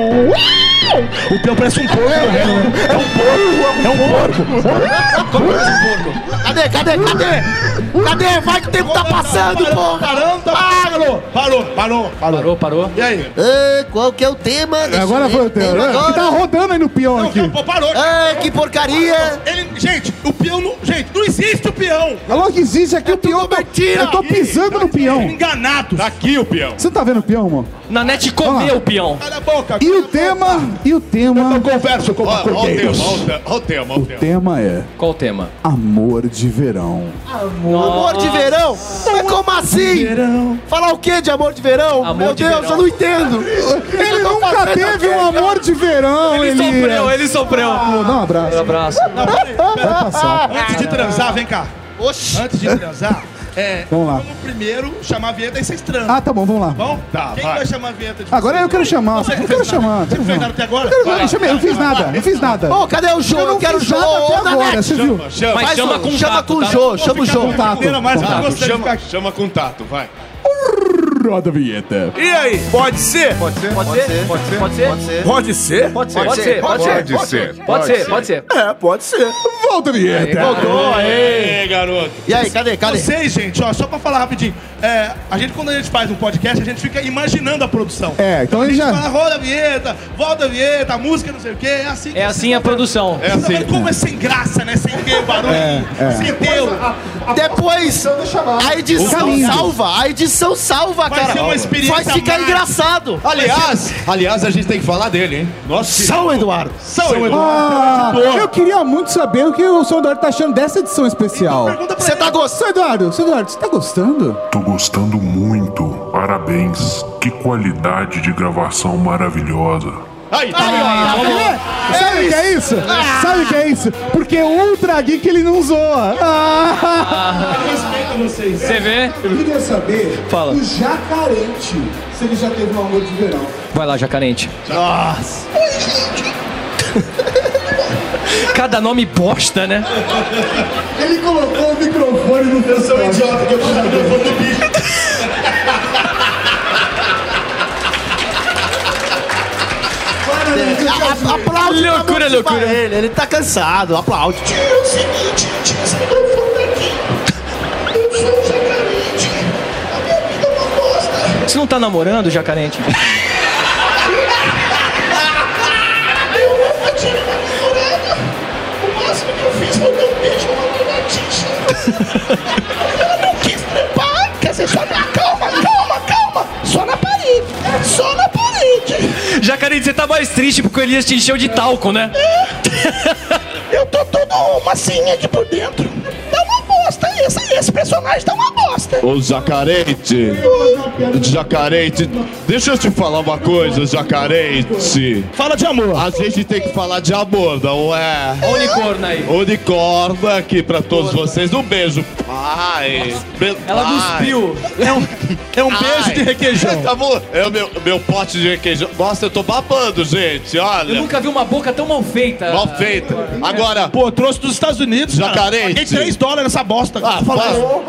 Speaker 5: O peão parece um porco, né? É um porco, é um porco. Como é esse porco?
Speaker 6: Cadê, cadê, cadê? Cadê? Vai que o tempo tá passando, pô.
Speaker 5: Parando, parou, parou, parou,
Speaker 19: parou, parou.
Speaker 5: E aí?
Speaker 6: qual que é o tema? Deixa
Speaker 2: Agora
Speaker 6: eu ver
Speaker 2: foi o tema. né?
Speaker 6: agora.
Speaker 2: Que tá rodando aí no peão aqui.
Speaker 5: Pô, parou.
Speaker 6: Ai, que porcaria.
Speaker 5: Ele, gente, o peão não. Gente, não existe o peão.
Speaker 2: Alô, que existe aqui o peão. tá- Eu tô pisando no peão.
Speaker 5: Enganado.
Speaker 3: Aqui o peão.
Speaker 2: Você tá vendo o peão, mano?
Speaker 19: Na net
Speaker 2: Vamos
Speaker 19: comeu
Speaker 2: lá.
Speaker 19: o peão.
Speaker 5: Cala a boca.
Speaker 2: E o tema, e o tema,
Speaker 5: Converso com
Speaker 3: Ó, ó o tema,
Speaker 2: Deus.
Speaker 3: ó o tema, ó o tema, ó o
Speaker 2: o
Speaker 3: tema.
Speaker 2: tema é
Speaker 19: Qual o tema?
Speaker 2: amor de verão.
Speaker 6: Amor de verão? Mas como assim? Falar o quê de amor de verão? Meu
Speaker 19: de
Speaker 6: Deus,
Speaker 19: verão.
Speaker 6: eu não entendo.
Speaker 2: Ele nunca teve um amor de verão,
Speaker 19: Ele
Speaker 2: Elias.
Speaker 19: sofreu, ele sofreu.
Speaker 2: Ah, dá um abraço.
Speaker 19: Abraço.
Speaker 5: Não, peraí, peraí.
Speaker 2: Vai passar.
Speaker 5: Antes de transar, vem cá.
Speaker 6: Oxi.
Speaker 5: Antes de transar, é.
Speaker 2: Vamos lá.
Speaker 5: Vamos primeiro chamar a vinheta e vocês transam.
Speaker 2: Ah, tá bom, vamos lá.
Speaker 5: Bom?
Speaker 3: Tá,
Speaker 5: Quem
Speaker 3: vai.
Speaker 5: vai chamar a vinheta de
Speaker 2: Agora eu quero chamar.
Speaker 5: Você
Speaker 2: Eu
Speaker 5: não
Speaker 2: quero
Speaker 5: fez nada.
Speaker 2: chamar.
Speaker 5: Você não fez nada até agora?
Speaker 2: Eu quero-
Speaker 5: Vai lá.
Speaker 2: eu chamei, eu não fiz
Speaker 5: Vai lá.
Speaker 2: nada, não fiz nada.
Speaker 6: Ô, cadê o Jô?
Speaker 2: Eu
Speaker 6: Eu,
Speaker 2: não
Speaker 6: quero o
Speaker 2: fiz
Speaker 6: Jô.
Speaker 2: nada até
Speaker 6: Ô,
Speaker 2: agora,
Speaker 6: Nanete.
Speaker 2: você viu?
Speaker 3: Chama,
Speaker 6: Faz
Speaker 19: chama
Speaker 6: um-
Speaker 19: com
Speaker 6: chama
Speaker 19: tato,
Speaker 6: com o
Speaker 19: tá?
Speaker 6: Jô, chama o Jô.
Speaker 5: Vamos ficar com brincadeira, mas eu
Speaker 3: Tato,
Speaker 5: gostaria de
Speaker 3: chama,
Speaker 5: ficar-
Speaker 3: chama com tato, vai.
Speaker 2: Roda a vinheta.
Speaker 16: E aí, pode ser?
Speaker 7: Pode ser?
Speaker 16: Pode ser? Pode ser? Pode ser? Pode ser?
Speaker 7: Pode ser?
Speaker 16: Pode ser?
Speaker 19: Pode ser, pode ser.
Speaker 7: Pode ser.
Speaker 19: Pode ser, pode ser.
Speaker 7: É, pode ser.
Speaker 2: Volta a vinheta.
Speaker 6: Voltou, aí.
Speaker 3: Ei, garoto.
Speaker 6: E aí, cadê, cadê?
Speaker 5: Vocês, gente, ó, só pra falar rapidinho. É, a gente, quando a gente faz um podcast, a gente fica imaginando a produção.
Speaker 2: É, então
Speaker 5: a
Speaker 2: ele
Speaker 5: gente
Speaker 2: já-
Speaker 5: fala, roda a vinheta, volta a vinheta, a música, não sei o quê. É assim que
Speaker 19: É assim a produção.
Speaker 5: É assim. Como é sem graça, né? Sem ter barulho, sem ter...
Speaker 6: Depois, a edição
Speaker 2: Caminho.
Speaker 6: salva. A edição salva,
Speaker 5: Vai
Speaker 6: cara.
Speaker 5: ser uma experiência
Speaker 6: Vai ficar
Speaker 5: mágica.
Speaker 6: engraçado.
Speaker 3: Aliás, aliás, a gente tem que falar dele, hein? Nossa,
Speaker 6: São Eduardo.
Speaker 3: São Eduardo.
Speaker 2: Ah, eu queria muito saber o que o seu Eduardo tá achando dessa edição especial.
Speaker 6: Você tá gostando?
Speaker 2: Seu Eduardo, seu Eduardo, você tá gostando?
Speaker 21: Tô
Speaker 3: um
Speaker 21: gostando muito. Parabéns. Que qualidade de gravação maravilhosa.
Speaker 3: Aí, tá
Speaker 2: Ah, é? Sabe o que é isso? Sabe o que é isso? Porque o Ultra Geek ele não zoa. Ah.
Speaker 19: Você vê?
Speaker 2: Eu queria saber
Speaker 19: Fala.
Speaker 2: do Jacarente se ele já teve um amor de verão.
Speaker 19: Vai lá, Jacarente.
Speaker 5: Nossa.
Speaker 19: Cada nome bosta, né?
Speaker 2: Ele colocou o microfone no Eu sou idiota que eu puxo o microfone do bicho.
Speaker 6: A- a- Aplaude pra
Speaker 19: Loucura,
Speaker 6: motivar
Speaker 19: loucura.
Speaker 6: Ele, ele tá cansado, aplaude.
Speaker 10: É o seguinte, tira esse microfone daqui. Eu sou o jacarente. A minha vida é uma bosta.
Speaker 19: Você não tá namorando, Jacarente?
Speaker 10: Eu nunca tive uma namorada. O máximo que eu fiz foi dar um beijo numa lagartixa. Ela não quis trepar. Quer dizer, só na calma, né? calma, calma. Só na parede. Só na parede.
Speaker 19: Jacarente, você tá mais triste porque o Elias te encheu de talco, né?
Speaker 10: Eu tô todo massinha aqui por dentro. Tá uma bosta. Esse, esse personagem tá uma bosta.
Speaker 3: O Jacarente. Jacarente. Deixa eu te falar uma coisa, Jacarente.
Speaker 5: Fala de amor.
Speaker 3: A gente tem que falar de amor, não é?
Speaker 19: Olha o unicórnio aí.
Speaker 3: O de corda aqui pra todos vocês. Um beijo, pai. Be-
Speaker 19: Ela
Speaker 3: pai.
Speaker 19: cuspiu.
Speaker 5: É um, é um
Speaker 3: Ai.
Speaker 5: beijo de requeijão.
Speaker 3: Tá bom? É o meu, meu pote de requeijão. Nossa, eu tô babando, gente.
Speaker 19: Eu
Speaker 3: Olha.
Speaker 19: nunca vi uma boca tão mal feita.
Speaker 3: Mal feito. Agora,
Speaker 5: Pô, trouxe dos Estados Unidos, cara.
Speaker 3: Jacarente.
Speaker 5: Paguei 3 dólares nessa bosta.
Speaker 3: Ah,
Speaker 5: Fala-
Speaker 3: fala.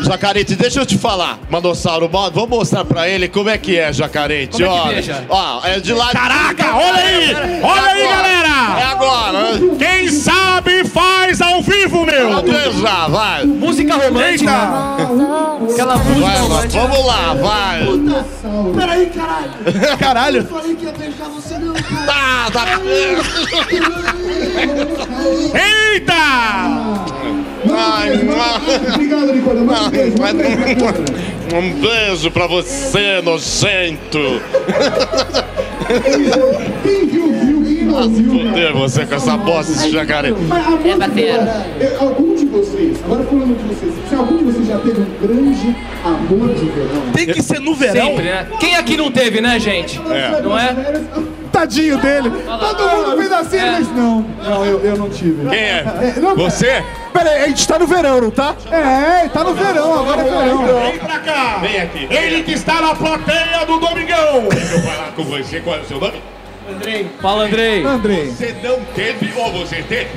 Speaker 3: Jacarete, deixa eu te falar. Manossauro, mo- vamos mostrar pra ele como é que é, Jacarete.
Speaker 19: Como é que
Speaker 3: Olha,
Speaker 19: beija?
Speaker 3: Ó, é de lá.
Speaker 5: Caraca, olha aí! Olha aí,
Speaker 3: É
Speaker 5: galera!
Speaker 3: agora. né?
Speaker 5: Quem sabe faz ao vivo, meu!
Speaker 3: Vamos beijar, vai.
Speaker 19: Música romântica. Aquela música
Speaker 3: Vai lá,
Speaker 19: romântica.
Speaker 3: vamos lá, vai.
Speaker 6: Peraí, caralho.
Speaker 5: Caralho!
Speaker 6: falei que ia beijar você, não.
Speaker 3: Tá, tá.
Speaker 5: Eita!
Speaker 3: Ai,
Speaker 2: Obrigado, Nicolas. Mas um beijo, um beijo, um beijo.
Speaker 3: um- é Um beijo pra você, nojento.
Speaker 2: Quem viu, viu. Quem
Speaker 3: Poder você com essa bosta de jacaré.
Speaker 10: É bater. Algum de vocês, agora falando de vocês, se algum de vocês já teve um grande amor de verão.
Speaker 8: Tem que ser no
Speaker 10: verão.
Speaker 17: Sempre, né? Quem aqui não teve, né, gente?
Speaker 10: É.
Speaker 17: Não é?
Speaker 2: Tadinho dele. Todo mundo fez assim,
Speaker 17: É.
Speaker 2: mas não. Não, eu, eu não tive.
Speaker 3: Quem é?
Speaker 2: não-
Speaker 3: Você?
Speaker 2: Pera aí, a gente tá no verão, não tá? É, tá no verão, agora é
Speaker 17: Então.
Speaker 2: verão.
Speaker 3: Vem pra cá. Vem aqui. Ele que está na plateia do Domingão. Eu vou falar com você. Qual é o seu nome? Andrei.
Speaker 17: Fala, Andrei.
Speaker 2: Andrei.
Speaker 3: Você não teve ou você teve?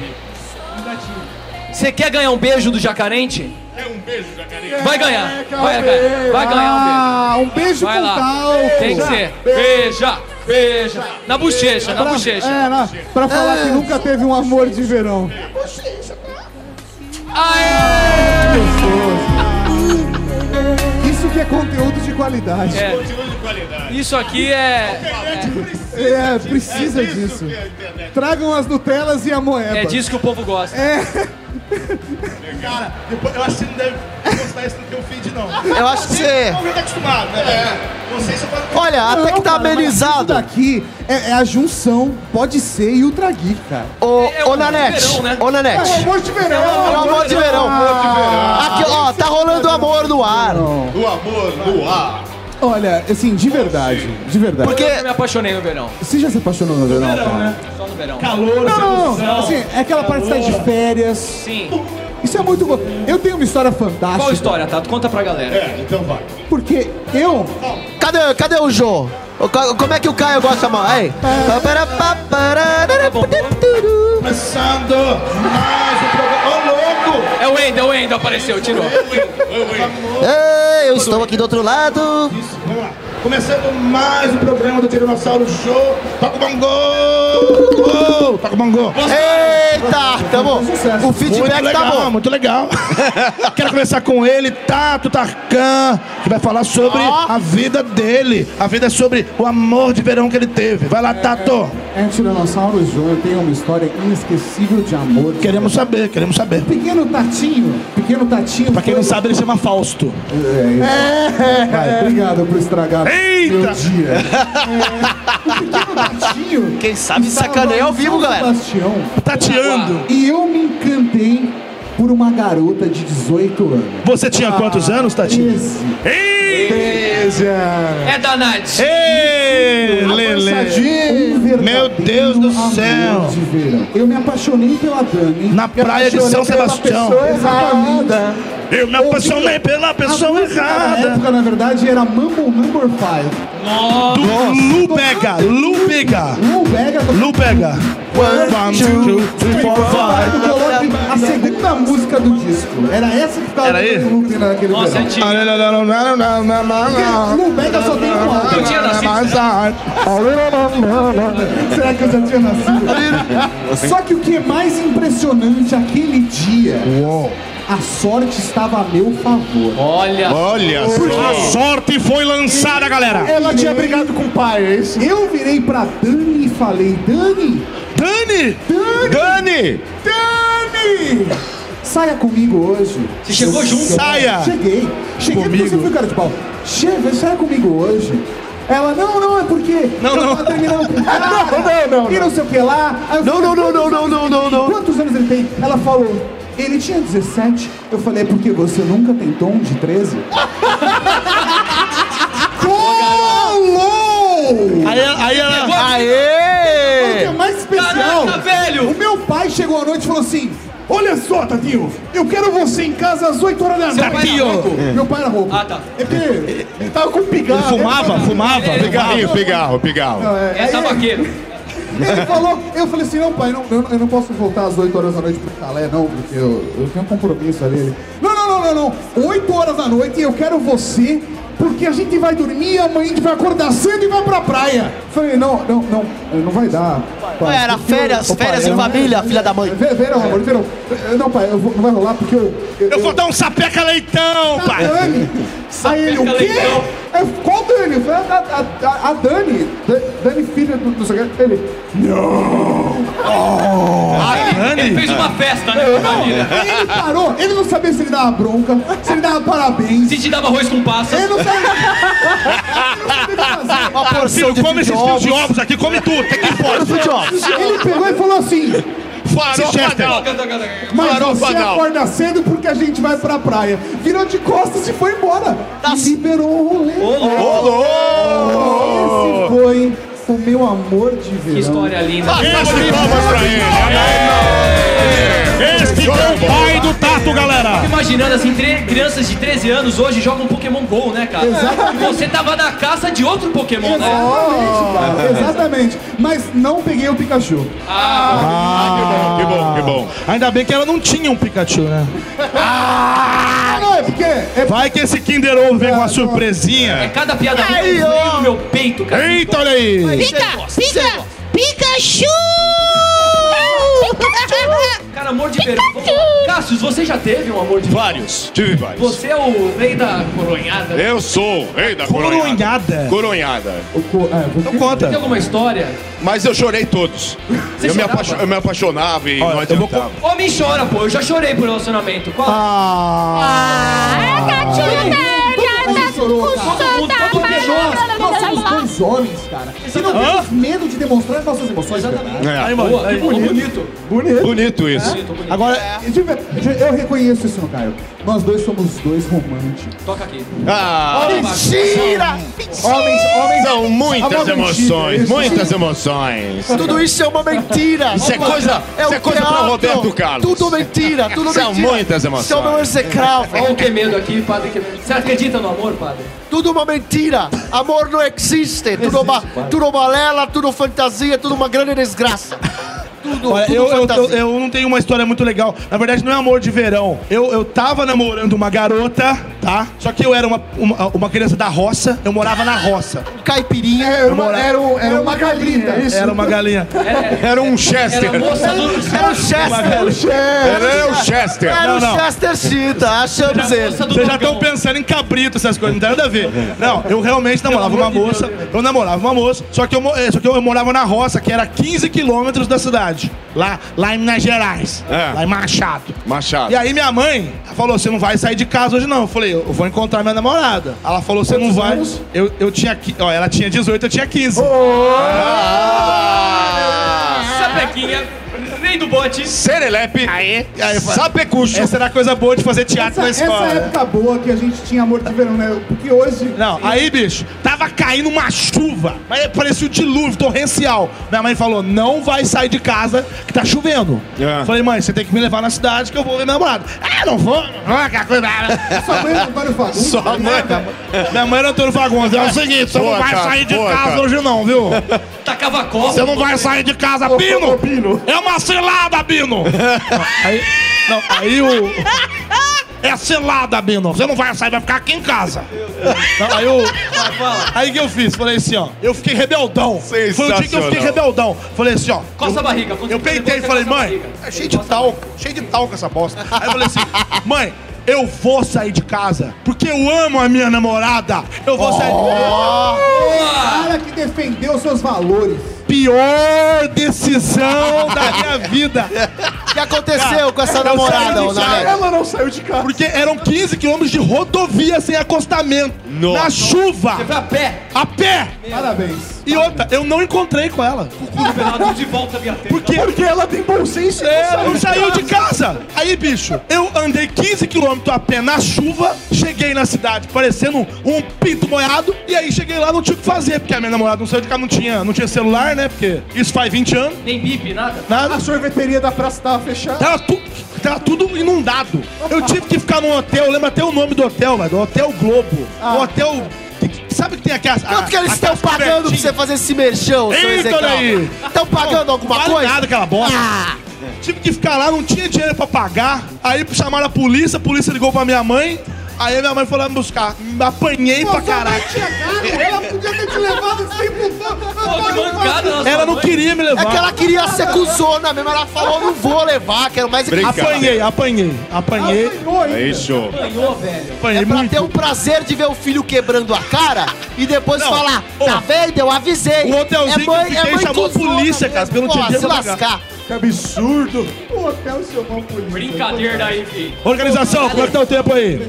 Speaker 17: Você quer ganhar um beijo do jacarente?
Speaker 3: É um beijo, jacaré.
Speaker 17: Vai ganhar. Vai ganhar. Vai ganhar um beijo.
Speaker 2: Ah, um beijo
Speaker 17: Vai
Speaker 2: com
Speaker 17: lá.
Speaker 2: tal.
Speaker 17: Tem que ser. Beija, beija. Na bochecha, na bochecha.
Speaker 2: É, na- pra falar que nunca teve um amor de verão. Isso que é conteúdo de qualidade.
Speaker 17: É. Isso aqui é.
Speaker 2: É, precisa disso. Tragam as Nutelas e a moeda.
Speaker 17: É disso que o povo gosta.
Speaker 5: Cara, depois- eu acho que você não deve postar isso no teu feed, não.
Speaker 6: Eu acho que você-
Speaker 5: Não, já tá acostumado, né?
Speaker 6: É.
Speaker 5: velho? Não sei se eu posso...
Speaker 6: Olha, até que tá amenizado.
Speaker 2: Aqui é, é a junção, pode ser e ultra geek, cara.
Speaker 6: Ô, ô Nanete, ô Nanete.
Speaker 2: É o amor de verão.
Speaker 6: É o amor de verão. Aqui, ó, tá rolando o amor no ar.
Speaker 3: O amor no ar.
Speaker 2: Olha, assim, de verdade, de verdade.
Speaker 17: Porque eu me apaixonei no verão.
Speaker 2: Você já se apaixonou no verão, cara?
Speaker 17: Só no verão.
Speaker 2: Calor, não, não, assim, é aquela parte de estar de férias.
Speaker 17: Sim.
Speaker 2: Isso é muito gostoso. Eu tenho uma história fantástica.
Speaker 17: Qual história, Tato? Conta pra galera.
Speaker 3: É, então vai.
Speaker 2: Porque eu.
Speaker 6: Cadê, cadê o Jô? O Ca- Como é que o Caio gosta mais? Aí.
Speaker 5: Começando mais um programa. Ô, louco!
Speaker 17: É o Wendel, o Wendel apareceu, tirou.
Speaker 6: Ei, eu estou aqui do outro lado.
Speaker 5: Vamos lá. Começando mais um programa do Tiranossauro Show. Toca o bongô! Toca o bongô!
Speaker 6: Eita, tá bom. O feedback
Speaker 5: muito legal,
Speaker 6: tá bom.
Speaker 5: Muito legal. Quero começar com ele, Tato Tarkan, que vai falar sobre a vida dele. A vida é sobre o amor de verão que ele teve. Vai lá, Tato.
Speaker 2: É Tiranossauro João, eu tenho uma história inesquecível de amor.
Speaker 5: Queremos saber, queremos saber.
Speaker 2: Pequeno Tatinho, pequeno Tatinho.
Speaker 5: Pra quem não sabe, ele chama Fausto.
Speaker 2: É, Vai, obrigado por estragar meu dia. É,
Speaker 6: Quem sabe
Speaker 2: sacaneia ao vivo, galera. Bastião,
Speaker 5: Tateando.
Speaker 2: E eu me encantei por uma garota de 18 anos.
Speaker 5: Você tinha quantos anos, Tatinho?
Speaker 2: 13.
Speaker 17: É danado.
Speaker 5: Ei,
Speaker 2: Lele.
Speaker 5: Meu Deus do céu.
Speaker 2: Eu me apaixonei pela Dani.
Speaker 5: Na
Speaker 2: me
Speaker 5: praia de
Speaker 2: apaixonei
Speaker 5: São
Speaker 2: pela
Speaker 5: Sebastião.
Speaker 2: pessoa Errada.
Speaker 5: Eu me apaixonei pela pessoa
Speaker 2: A música
Speaker 5: errada.
Speaker 2: Na época, na verdade, era Mambo Number 5.
Speaker 5: Do Lubega, Lubega.
Speaker 2: Lubega.
Speaker 5: Lubega.
Speaker 2: One, two, three, four, five. Do Coloque, a segunda música do disco. Era essa que ficava
Speaker 5: Era aí?
Speaker 2: no loop naquele
Speaker 5: Nossa,
Speaker 2: verão.
Speaker 5: antigo. Porque
Speaker 2: Lubega só tem um álbum.
Speaker 5: Eu tinha nascido,
Speaker 2: Será que eu já tinha nascido? Só que o que é mais impressionante aquele dia. A sorte estava a meu favor.
Speaker 17: Olha.
Speaker 3: Olha só.
Speaker 5: A sorte foi lançada, galera.
Speaker 2: Ela tinha brigado
Speaker 5: com o pai, é isso?
Speaker 2: Eu virei pra Dani e falei, Dani!
Speaker 5: Dani! Dani!
Speaker 2: Dani! Saia comigo hoje.
Speaker 17: Você chegou junto?
Speaker 5: Saia!
Speaker 2: Cheguei. Cheguei comigo. porque você foi cara de pau. Chega, saia comigo hoje. Ela, não, não, é porque.
Speaker 5: Não,
Speaker 2: eu
Speaker 5: não.
Speaker 2: tava terminando com o cara,
Speaker 5: Não, não, não,
Speaker 2: E não sei o que lá. Aí eu
Speaker 5: Não,
Speaker 2: falei,
Speaker 5: não, não,
Speaker 2: "Quantos anos
Speaker 5: não, não,
Speaker 2: ele
Speaker 5: não,
Speaker 2: tem?
Speaker 5: não, não.
Speaker 2: Quantos anos ele tem? Ela falou, ele tinha 17. Eu falei, é porque você nunca tentou um de 13? Colou!
Speaker 5: Aí, aí ela.
Speaker 2: Sabe o que é
Speaker 6: Aê!
Speaker 2: mais especial.
Speaker 17: Caraca, velho!
Speaker 2: O meu pai chegou à noite e falou assim: Olha só, Tadinho, eu quero você em casa às 8 horas da noite.
Speaker 17: Seu pai era louco?
Speaker 2: Meu pai era roubo.
Speaker 17: Ah, tá.
Speaker 2: É porque ele tava com pigarro.
Speaker 5: Ele fumava,
Speaker 2: Ele-
Speaker 5: fumava.
Speaker 3: Pigarro, pigarro,
Speaker 2: Não,
Speaker 3: pigarro.
Speaker 2: é,
Speaker 17: É
Speaker 2: aí
Speaker 17: tabaqueiro.
Speaker 2: ele, ele falou, eu falei assim, não pai, não, eu, eu não posso voltar às 8 horas da noite pro Calé, não, porque eu, eu tenho um compromisso ali. Ele, não, não, não, não, não, 8 horas da noite eu quero você, porque a gente vai dormir, amanhã a gente vai acordar cedo e vai pra praia. Eu Falei, não, não, não, eh, não vai dar. pai,
Speaker 6: Ué, era
Speaker 2: porque
Speaker 6: férias,
Speaker 2: ô,
Speaker 6: férias em
Speaker 2: era-
Speaker 6: família, filha da mãe.
Speaker 2: eh, Ver- Verão, amor, verão. Eh, Não, pai, eu vou- não vai rolar porque eu... eu-
Speaker 5: Eu vou dar um sapeca
Speaker 2: a
Speaker 5: leitão, pai.
Speaker 2: É Dani. Aí ele, o quê?
Speaker 17: legal.
Speaker 2: Aí eu, qual Dani? Eu falei, a, a- a- a Dani. Da- Dani, filha do, do Zagueiro. Ele,
Speaker 17: Ah, Ele fez uma festa, né? com a
Speaker 2: não,
Speaker 17: família.
Speaker 2: ele parou. Ele não sabia se ele dava bronca, se ele dava parabéns.
Speaker 17: Se te dava arroz com passa.
Speaker 2: Ele não sabia. Ele não sabia o que fazer.
Speaker 5: filho, come esses fios de ovos aqui, come tudo. Tem que pode.
Speaker 2: Fios de ovos. Ele pegou e falou assim.
Speaker 5: Farofa
Speaker 2: Chester,
Speaker 5: não.
Speaker 2: Mas
Speaker 5: Farofa
Speaker 2: você
Speaker 5: não.
Speaker 2: acorda cedo porque a gente vai pra praia. Virou de costas e foi embora. E liberou o rolê. Esse foi o meu amor de verão. Que
Speaker 4: né?
Speaker 19: história linda.
Speaker 5: Esse é o pai do Tato, galera.
Speaker 19: Fico imaginando assim, tre- crianças de 13 anos hoje jogam Pokémon GO, né, cara?
Speaker 2: Exatamente.
Speaker 19: Você tava na caça de outro Pokémon, né?
Speaker 2: Exatamente, cara. Exatamente. Mas não peguei o Pikachu.
Speaker 5: Ah, que bom, que bom, que bom. Ainda bem que ela não tinha um Pikachu, né?
Speaker 2: Ah, não, é porque... É...
Speaker 5: Vai que esse Kinder Ovo vem com uma surpresinha.
Speaker 19: É cada piada
Speaker 5: Aí,
Speaker 19: que eu
Speaker 5: ó.
Speaker 19: no meu peito, cara.
Speaker 5: Eita, olha aí.
Speaker 22: Pica, pica, Pikachu!
Speaker 19: Cara, amor de verão. Cássio, você já teve um amor de verão?
Speaker 3: Vários, tive vários.
Speaker 19: Você é o rei da coronhada.
Speaker 3: Eu sou o rei da coronhada. Coronhada.
Speaker 2: Então
Speaker 3: conta.
Speaker 19: Tem alguma história?
Speaker 3: Mas eu chorei todos.
Speaker 19: Você
Speaker 3: Eu me,
Speaker 19: chorava?
Speaker 3: apaixo- eu me apaixonava e não adiantava.
Speaker 19: Homem chora, pô. Eu já chorei por relacionamento. Qual?
Speaker 2: Ah,
Speaker 10: Nós somos
Speaker 2: dois homens, cara. E não temos medo de demonstrar as nossas emoções.
Speaker 3: É.
Speaker 2: cara.
Speaker 3: Aí, mano,
Speaker 2: Boa,
Speaker 3: aí,
Speaker 2: bonito. Bonito.
Speaker 3: Bonito isso.
Speaker 2: É? Agora, de ver- de- eu reconheço isso, Caio. Nós dois somos dois românticos.
Speaker 19: Toca aqui.
Speaker 3: Ah,
Speaker 6: Mentira!
Speaker 2: Homens, homens.
Speaker 3: São muitas
Speaker 2: Amor
Speaker 3: emoções,
Speaker 2: mentira,
Speaker 3: muitas emoções.
Speaker 6: Tudo isso é uma mentira.
Speaker 3: Isso é coisa- isso é
Speaker 6: um
Speaker 3: coisa pra
Speaker 6: teatro.
Speaker 3: Roberto Carlos.
Speaker 6: Tudo mentira, tudo mentira.
Speaker 3: São muitas emoções.
Speaker 6: São meu execrável.
Speaker 19: Olha o que medo aqui, padre. Que... Você acredita no amor, padre?
Speaker 6: Tudo uma mentira. Amor não existe. Tudo uma, tudo uma lela, tudo fantasia, tudo uma grande desgraça. Tudo,
Speaker 5: Olha,
Speaker 6: tudo
Speaker 5: eu, eu,
Speaker 6: fantasia.
Speaker 5: eu- eu não tenho uma história muito legal. Na verdade, não é amor de verão. Eu, eu tava namorando uma garota, tá? Só que eu era uma, uma, uma criança da roça, eu morava na roça.
Speaker 6: Caipirinha.
Speaker 5: É,
Speaker 2: Era uma, era um- era uma galinha. isso. É
Speaker 5: Era uma galinha.
Speaker 3: Era um Chester.
Speaker 19: Era a moça do...
Speaker 6: Era o Chester.
Speaker 2: um
Speaker 5: Era o Chester.
Speaker 3: Era o Chester.
Speaker 6: Era
Speaker 5: Não,
Speaker 6: o
Speaker 5: não.
Speaker 6: Chester Chita, achamos ele.
Speaker 5: Vocês já estão pensando em cabrito, essas coisas, não tem nada a ver. Não, eu realmente namorava uma moça, eu namorava uma moça, só que eu, mo- eh, só que eu morava na roça, que era 15 quilômetros da cidade. Lá, lá em Minas Gerais.
Speaker 3: É.
Speaker 5: Lá em Machado.
Speaker 3: Machado.
Speaker 5: E aí minha mãe falou, você não vai sair de casa hoje não. Eu falei, eu vou encontrar minha namorada. Ela falou, você não vai. Eu, eu tinha... qui- Ó, ela tinha 18, eu tinha 15.
Speaker 19: Ah! Sapequinha, rei do bote.
Speaker 3: Serelepe.
Speaker 5: Aí, aí eu falei,
Speaker 3: Sapecucho.
Speaker 5: Essa era a coisa boa de fazer teatro
Speaker 2: Essa,
Speaker 5: na
Speaker 2: essa
Speaker 5: escola. né?
Speaker 2: época boa que a gente tinha amor de verão, né? Porque hoje.
Speaker 5: Não, aí, bicho, tava caindo uma chuva. Mas parecia um dilúvio torrencial. Minha mãe falou: não vai sair de casa que tá chovendo.
Speaker 3: É.
Speaker 5: Falei, mãe, você tem que me levar na cidade que eu vou ver meu namorado. Ah, não vou, não vou, que coisa.
Speaker 2: Sua mãe era Antônio Fagundes. né,
Speaker 3: Só a mãe.
Speaker 5: Minha mãe era Antônio Fagundes. É o seguinte, você
Speaker 3: Boa,
Speaker 5: não vai
Speaker 3: cara,
Speaker 5: sair de
Speaker 3: boa,
Speaker 5: casa
Speaker 3: cara.
Speaker 5: hoje, não, viu?
Speaker 19: Tacava cola.
Speaker 5: Você não vai sair de casa, Bino! É uma cilada, Bino! aí, não, aí o. É cilada, Bino! Você não vai sair, vai ficar aqui em casa! Não, aí o. Aí o que eu fiz? Falei assim, ó. Eu fiquei rebeldão. Foi o dia que eu fiquei
Speaker 3: Sensacional.
Speaker 5: rebeldão. Falei assim, ó.
Speaker 19: Coça a barriga.
Speaker 5: Eu peitei e falei, mãe, é cheio de talco, cheio de talco essa bosta. Aí eu falei assim, mãe, eu vou sair de casa, porque eu amo a minha namorada. Eu vou sair de casa.
Speaker 2: Cara que defendeu seus valores.
Speaker 5: Pior decisão da minha vida.
Speaker 6: O que aconteceu com essa
Speaker 5: eu saí
Speaker 6: namorada,
Speaker 5: de
Speaker 6: ô
Speaker 5: casa.
Speaker 6: Nanete?
Speaker 2: Ela não saiu de casa.
Speaker 5: Porque eram 15 quilômetros de rodovia sem acostamento.
Speaker 3: Nossa.
Speaker 5: Na chuva.
Speaker 19: Você foi a pé.
Speaker 5: A pé.
Speaker 2: Parabéns.
Speaker 5: E outra, eu não encontrei com ela.
Speaker 19: Tudo pelado de volta É, à minha terra.
Speaker 5: Porque
Speaker 2: Porque ela tem bom senso.
Speaker 5: ela não saiu de casa. Aí, bicho, eu andei 15 quilômetros a pé na chuva, cheguei na cidade parecendo um, um pinto moiado, e aí cheguei lá, não tinha o que fazer, porque a minha namorada não saiu de casa, não tinha, não tinha celular, né? Porque isso faz 20 anos,
Speaker 19: Nem bip, nada.
Speaker 5: nada.
Speaker 2: A sorveteria da praça tava fechada.
Speaker 5: Tava, tu- tava tudo inundado. Eu tive que ficar num hotel, eu lembro até o nome do hotel, velho. Hotel Globo.
Speaker 2: Ah.
Speaker 5: Um hotel. Sabe que tem aqui as.
Speaker 6: É Quanto que eles estão pagando pra você fazer esse merchão, seu
Speaker 5: tá Eita, olha
Speaker 6: execrável?
Speaker 5: aí.
Speaker 6: Estão pagando alguma
Speaker 5: vale
Speaker 6: coisa?
Speaker 5: nada aquela bosta.
Speaker 12: Ah,
Speaker 5: Ah. Tive que ficar lá, não tinha dinheiro pra pagar. Aí chamaram a polícia, a polícia ligou pra minha mãe. Aí minha mãe foi lá me buscar. Me apanhei pra caralho.
Speaker 2: Ela podia ter te levado esse tempo
Speaker 19: Pô, que mancada na sua
Speaker 5: Ela não
Speaker 19: mãe.
Speaker 5: queria me levar.
Speaker 6: É que ela queria ser cuzona mesmo, ela falou, não vou levar, quero mais... é que-
Speaker 3: Brinca.
Speaker 5: Apanhei, apanhei, apanhei,
Speaker 3: É isso.
Speaker 19: Ganhou, velho.
Speaker 5: apanhei
Speaker 6: É pra
Speaker 5: muito.
Speaker 6: ter o prazer de ver o filho quebrando a cara e depois
Speaker 5: Não,
Speaker 6: falar,
Speaker 5: ô,
Speaker 6: tá vendo? Eu avisei. É
Speaker 5: o hotelzinho que eu fiquei
Speaker 6: cuzona
Speaker 5: chamou a polícia, cara, porque eu não
Speaker 6: mesmo.
Speaker 5: tinha
Speaker 6: né? Pô,
Speaker 5: dinheiro
Speaker 6: se
Speaker 5: pra pagar.
Speaker 6: lascar.
Speaker 5: Que absurdo!
Speaker 2: O hotel chamou a polícia.
Speaker 19: Brincadeira daí, filho.
Speaker 5: Organização, como é que tá o tempo aí?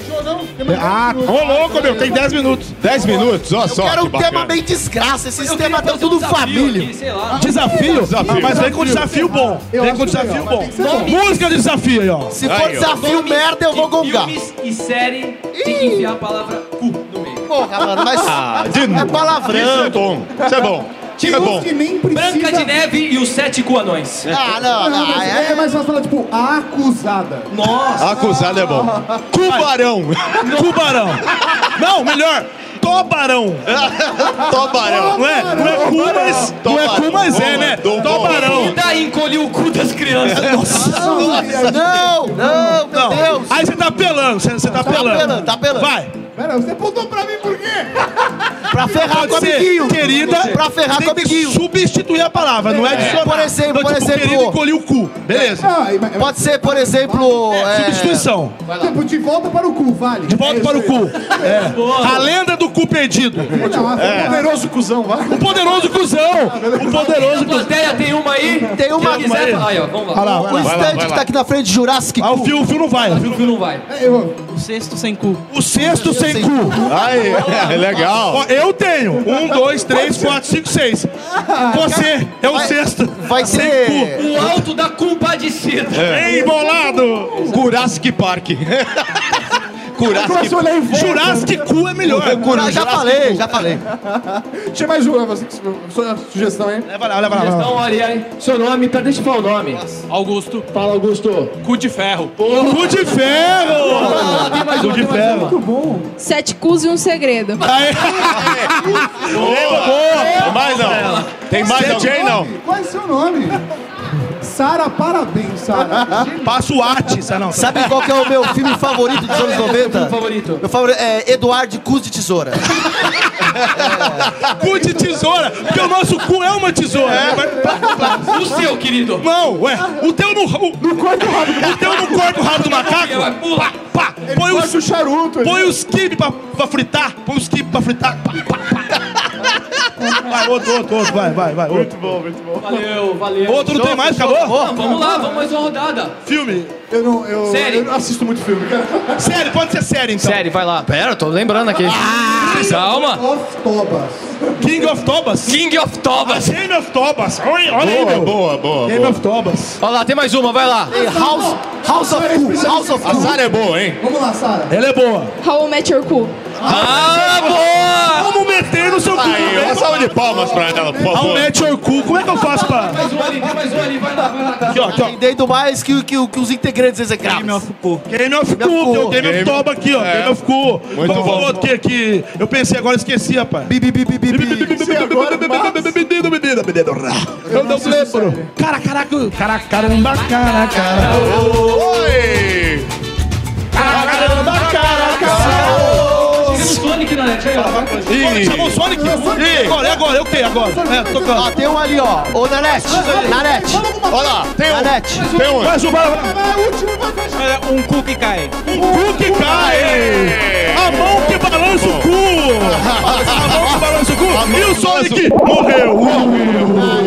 Speaker 5: Ah, ô louco, meu, tem 10 minutos. 10 minutos, ó só.
Speaker 6: Eu quero
Speaker 5: que
Speaker 6: um tema
Speaker 5: bacana.
Speaker 6: bem desgraça. Esses temas
Speaker 19: um
Speaker 6: estão
Speaker 5: um
Speaker 6: tudo família.
Speaker 5: Desafio?
Speaker 6: Desafio.
Speaker 5: Ah, Mas vem com desafio bom.
Speaker 6: Eu
Speaker 5: Vem
Speaker 6: acho
Speaker 5: com desafio
Speaker 6: legal, mas
Speaker 5: bom.
Speaker 6: tem que ser bom.
Speaker 5: Música de desafio aí, ó.
Speaker 6: Se for
Speaker 5: Aí, ó.
Speaker 6: desafio merda, eu vou gongar.
Speaker 17: Filmes e série tem que enfiar a palavra cu no meio.
Speaker 6: Porra, mano, mas.
Speaker 17: Ah,
Speaker 6: de é palavrão.
Speaker 17: Isso é bom, isso é bom, isso é bom.
Speaker 8: Branca de Neve e os Sete Cuanões.
Speaker 6: Ah, não, não,
Speaker 2: mas
Speaker 6: é-
Speaker 2: é mais fácil falar, tipo, acusada.
Speaker 8: Nossa.
Speaker 3: Acusado é bom.
Speaker 5: Cubarão. Cubarão. Não, melhor. Tobarão.
Speaker 3: Tobarão.
Speaker 5: Não é, não é cu, mas, não é, cu, mas é né? Tobarão. É,
Speaker 8: E daí encolheu o cu das crianças.
Speaker 2: é,
Speaker 6: Não, não, meu Deus.
Speaker 5: Aí você tá apelando, você você tá apelando.
Speaker 6: apelando, tá apelando.
Speaker 5: Vai.
Speaker 2: é,
Speaker 5: Então
Speaker 2: Pera, você apontou pra mim por quê?
Speaker 6: Pra ferrar
Speaker 5: Pode
Speaker 6: com o
Speaker 5: ser
Speaker 6: amiguinho.
Speaker 5: Querida,
Speaker 6: Pra ferrar
Speaker 5: tem
Speaker 6: com o
Speaker 5: que
Speaker 6: amiguinho.
Speaker 5: Substituir a palavra, não é
Speaker 6: É.
Speaker 5: adicionar.
Speaker 6: Por exemplo,
Speaker 5: Então,
Speaker 6: por
Speaker 5: tipo,
Speaker 6: exemplo.
Speaker 5: Querida encolheu o cu. Beleza.
Speaker 2: é,
Speaker 6: Pode ser, por exemplo. é,
Speaker 5: Substituição.
Speaker 2: Tipo, de volta para o cu, vale.
Speaker 5: De volta para o cu. É. A lenda do cu perdido. É.
Speaker 2: O é um poderoso cuzão, vai.
Speaker 5: O poderoso cuzão. O poderoso cuzão.
Speaker 17: Plateia tem uma aí?
Speaker 6: Tem uma
Speaker 17: Quem quiser
Speaker 5: aí.
Speaker 17: falar aí, ó. Vamos lá.
Speaker 5: Vai lá,
Speaker 6: O
Speaker 5: vai lá, vai
Speaker 6: estande que
Speaker 5: lá.
Speaker 6: tá aqui na frente, Jurassic.
Speaker 5: Ah, o fio, o fio não vai. O fio-
Speaker 17: O filme não vai.
Speaker 2: O
Speaker 17: Um sexto sem cu.
Speaker 5: O sexto sem cu.
Speaker 3: Aí, é legal.
Speaker 5: Ó, eu tenho. Um, dois, três, quatro, cinco, seis. Você é o
Speaker 6: Vai-
Speaker 5: sexto.
Speaker 6: Vai
Speaker 5: sem
Speaker 6: ser.
Speaker 5: cu.
Speaker 17: O alto da compadecida.
Speaker 5: É. Embolado.
Speaker 3: Jurassic Park. Jurassic
Speaker 2: olhei em volta.
Speaker 5: Jurassic cu é melhor.
Speaker 6: Já, já falei, já falei.
Speaker 2: Tinha mais uma você, sua sugestão, hein?
Speaker 5: Leva lá, leva lá. leva lá.
Speaker 19: Então, olha aí.
Speaker 17: Seu nome, tá, deixa eu falar o nome.
Speaker 19: Augusto,
Speaker 17: Fala, Augusto.
Speaker 19: cu de ferro.
Speaker 5: Cu de ferro.
Speaker 17: Tem mais
Speaker 5: Cu
Speaker 17: uma,
Speaker 5: de
Speaker 17: tem mais
Speaker 5: ferro.
Speaker 17: uma.
Speaker 12: Sete cus e um segredo.
Speaker 3: Tem mais não. Tem mais alguém não?
Speaker 2: Qual é seu nome? Sara, parabéns, Sara.
Speaker 5: Passa o arte. Sa- ah, Não,
Speaker 6: Sabe qual que é o meu filme favorito dos
Speaker 5: é
Speaker 6: anos 90?
Speaker 17: Favorito.
Speaker 6: Meu favorito é Eduardo Cus de Tesoura.
Speaker 5: cu de tesoura. Porque o nosso cu é uma tesoura.
Speaker 17: O seu, querido.
Speaker 5: Não, ué. O teu no, o, no corpo rápido. O teu no corpo rápido do macaco.
Speaker 17: Vai, pula.
Speaker 5: Pá, põe os,
Speaker 2: Corta o charuto. ele-
Speaker 5: põe os quibes pra, pra fritar. Põe os quibes pra fritar. Pá, pá, pá. Vai, outro, outro, outro. Vai, vai, vai. Outro,
Speaker 17: Valeu, valeu.
Speaker 5: outro não tem mais, acabou?
Speaker 17: Não, vamos lá, vamos mais uma rodada.
Speaker 5: Filme.
Speaker 2: Eu não, eu,
Speaker 17: Série.
Speaker 2: eu não assisto muito filme, cara.
Speaker 5: Sério, pode ser sério então. Ah!
Speaker 19: Sério, vai lá. Pera, eu tô lembrando aqui. Calma.
Speaker 2: Off Tobas.
Speaker 5: King of Tobas.
Speaker 19: King of Tobas.
Speaker 5: Game of Tobas. Olha, olha aí,
Speaker 3: Boa,
Speaker 5: meu.
Speaker 3: boa, boa.
Speaker 5: Game
Speaker 3: boa.
Speaker 5: of Tobas.
Speaker 19: Olha lá, tem mais uma, vai lá.
Speaker 6: Tem House, House of Cus, House of
Speaker 3: A
Speaker 6: Cus.
Speaker 3: Sara é boa, hein?
Speaker 2: Vamos lá, Sara.
Speaker 5: Ela é boa.
Speaker 12: How I Met Your Cu.
Speaker 19: Ah, boa!
Speaker 5: Vamos meter no seu cu.
Speaker 3: Aí, uma salva de palmas pra ela, por
Speaker 5: Ao
Speaker 3: favor.
Speaker 5: mete o cu. Como é que eu faço pra...
Speaker 17: Mais uma ali, tem mais uma ali, vai lá, vai lá.
Speaker 5: Aqui, ó, aqui, ó.
Speaker 6: Entendo mais que, que, que os integrantes execrados.
Speaker 5: Game of
Speaker 6: Game of
Speaker 5: Cu, tem o
Speaker 6: Cu.
Speaker 5: Game of
Speaker 3: Game-
Speaker 5: Toba aqui, ó.
Speaker 3: É.
Speaker 5: Game of Cu.
Speaker 3: Muito
Speaker 5: Vamos
Speaker 3: bom.
Speaker 5: outro aqui, aqui. Eu pensei agora, esqueci, rapaz.
Speaker 6: Bi, bi, bi, bi, bi, bi.
Speaker 5: Eu não lembro.
Speaker 6: é-
Speaker 5: Cara, caraca, caraca, caramba, cara, cara.
Speaker 3: Oi!
Speaker 5: Caramba, cara, cara.
Speaker 17: Tem um Sonic na net aí, ó.
Speaker 5: Ih, Chamou o Sonic? Ih, agora, é agora, é o quê? Agora? É,
Speaker 6: Ó,
Speaker 5: tocando.
Speaker 6: tem um ali, ó. Ô, Nanete. Nanete.
Speaker 3: Olha lá, tem um.
Speaker 6: Nanete.
Speaker 3: Tem um.
Speaker 5: Vai, Zubar, vai.
Speaker 19: Um cu que cai.
Speaker 5: Um cu que cai. A mão que balança o cu. A mão que balança o cu.
Speaker 3: mão
Speaker 5: E o
Speaker 3: que
Speaker 5: Sonic
Speaker 3: balança
Speaker 5: morreu.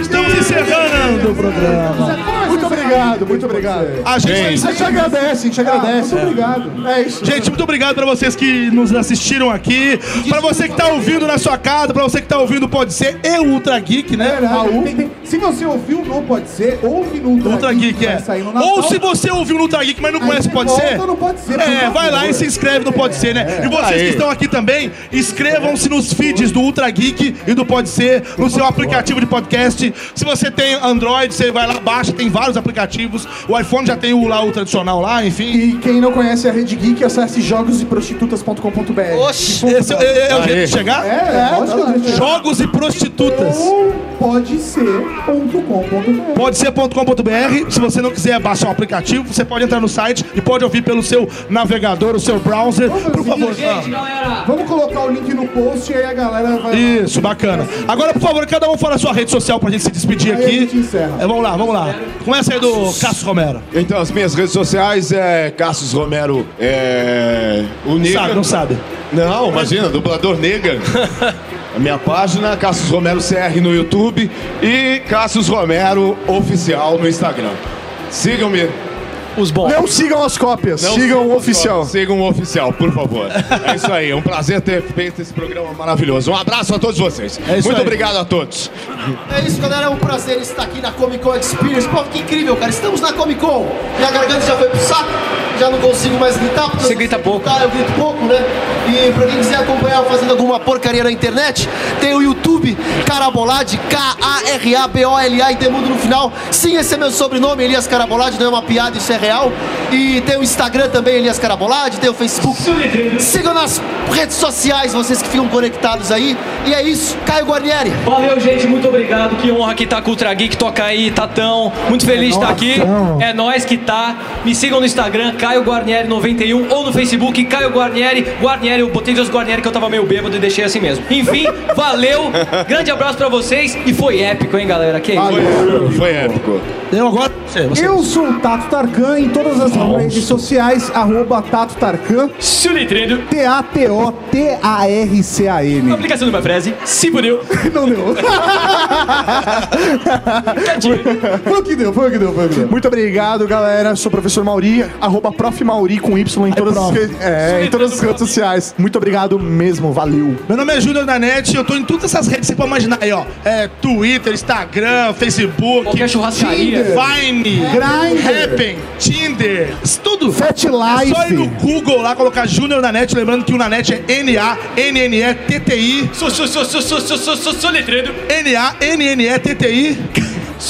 Speaker 5: Estamos encerrando o programa.
Speaker 2: Muito obrigado, muito obrigado.
Speaker 5: A gente vai
Speaker 3: Gente.
Speaker 2: A gente agradece, a gente agradece. muito obrigado. É isso.
Speaker 5: Gente, muito obrigado pra vocês que nos assistiram aqui, pra você que tá ouvindo na sua casa, pra você que tá ouvindo pode ser e Ultra Geek,
Speaker 2: É
Speaker 5: né?
Speaker 2: verdade.
Speaker 5: Raul.
Speaker 2: Tem- tem- Se você ouviu, não pode ser. Ouve no Ultra,
Speaker 5: Ultra Geek é.
Speaker 2: vai sair no Natal.
Speaker 5: Ou se você ouviu no Ultra Geek, mas não
Speaker 2: Aí
Speaker 5: conhece,
Speaker 2: você
Speaker 5: pode
Speaker 2: volta
Speaker 5: ser?
Speaker 2: no Pode Ser, por
Speaker 5: É,
Speaker 2: favor. É.
Speaker 5: vai lá e se inscreve no Pode Ser, né? E vocês que
Speaker 3: Aí.
Speaker 5: estão aqui também, inscrevam-se nos feeds do Ultra Geek e do Pode Ser, no seu aplicativo de podcast. Se você tem Android, você vai lá, baixa, tem vários aplicativos. O iPhone já tem o lá, o tradicional lá, enfim.
Speaker 2: E quem não conhece a Rede Geek, acesse jogoseprostitutas.com.br.
Speaker 6: Oxi.
Speaker 5: Esse é, é- é o jeito de chegar?
Speaker 2: É, é, lógico que a gente-
Speaker 5: Jogos e prostitutas.
Speaker 2: Ou pode ser.com.br.
Speaker 5: Pode ser.com.br. Se você não quiser baixar um aplicativo, você pode entrar no site e pode ouvir pelo seu navegador, o seu browser. Por favor.
Speaker 17: Gente, galera.
Speaker 2: Vamos colocar o link no post Ah. e aí a galera vai.
Speaker 5: Isso, bacana. Agora, por favor, cada um fala a sua rede social pra gente se despedir
Speaker 2: Aí a
Speaker 5: aqui.
Speaker 2: gente encerra.
Speaker 5: É, vamos lá, vamos lá. Começa aí, Querido Cássio Romero.
Speaker 3: Então, as minhas redes sociais é Cassius Romero. É. O Negan.
Speaker 5: sabe, não sabe.
Speaker 3: Não, imagina, dublador Negan. A minha página, Cassius Romero CR no YouTube e Cassius Romero Oficial no Instagram. Sigam-me.
Speaker 8: Os bons.
Speaker 9: Não sigam as cópias,
Speaker 3: Não
Speaker 9: sigam o
Speaker 3: as
Speaker 9: oficial.
Speaker 3: cópias, Sigam o oficial, por favor. É isso aí, é um prazer ter feito esse programa maravilhoso. Um abraço a todos vocês.
Speaker 6: É isso
Speaker 3: Muito
Speaker 6: aí.
Speaker 3: obrigado a todos.
Speaker 6: É isso, galera. É um prazer estar aqui na Comic Con Experience. Pô, que incrível, cara. Estamos na Comic Con. Minha garganta já foi pro saco. Já não consigo mais gritar. Você grita pouco. Tá, eu grito pouco, né? E pra quem quiser acompanhar eu fazendo alguma porcaria na internet, tem o YouTube Carabolade, K-A-R-A-B-O-L-A e tem mundo no final. Sim, esse é meu sobrenome, Elias Carabolade. Não é uma piada, isso é real. E tem o Instagram também, Elias Carabolade. Tem o Facebook. Sigam nas redes sociais, vocês que ficam conectados aí. E é isso. Caio Guarnieri.
Speaker 8: Valeu, gente, muito obrigado. Que honra que tá com o Ultra Geek, toca aí, Tatão. Muito feliz de estar aqui. É nós que tá. Me sigam no Instagram, Caio Guarnieri91 ou no Facebook, Caio Guarnieri. Guarnieri, eu botei Deus Guarnieri que eu tava meio bêbado e deixei assim mesmo. Enfim, valeu. Grande abraço pra vocês e foi épico, hein, galera? Que isso?
Speaker 3: Foi épico.
Speaker 5: Eu agora.
Speaker 2: Eu sou o Tato Tarkan em todas as redes sociais, arroba Tato Tarkan. T-A-T-O-T-A-R-C-A-N.
Speaker 8: Aplicação do meu frase, se fudeu.
Speaker 2: Não deu.
Speaker 9: Foi o que deu, foi o que deu, foi o que deu. Muito obrigado, galera. Sou o professor Mauri, arroba prof Mauri com Y em todas, as,
Speaker 2: prof.
Speaker 9: redes- é, em todas as redes sociais. Muito obrigado mesmo, valeu.
Speaker 5: Meu nome é Júnior da Net, eu tô em todas essas redes que você pode imaginar aí, ó. É Twitter, Instagram, Facebook,
Speaker 8: Qualquer churrascaria.
Speaker 5: Tinder, Vine,
Speaker 2: Grindr.
Speaker 5: Happn, Tinder, isso tudo.
Speaker 2: Fat
Speaker 5: É só ir
Speaker 2: Life.
Speaker 5: no Google lá, colocar Júnior na net, lembrando que o na net é N-A-N-N-E-T-T-I.
Speaker 8: Sou, sou, sou, sou, sou, sou, sou, sou, sou letreiro.
Speaker 5: N-A-N-N-E-T-T-I.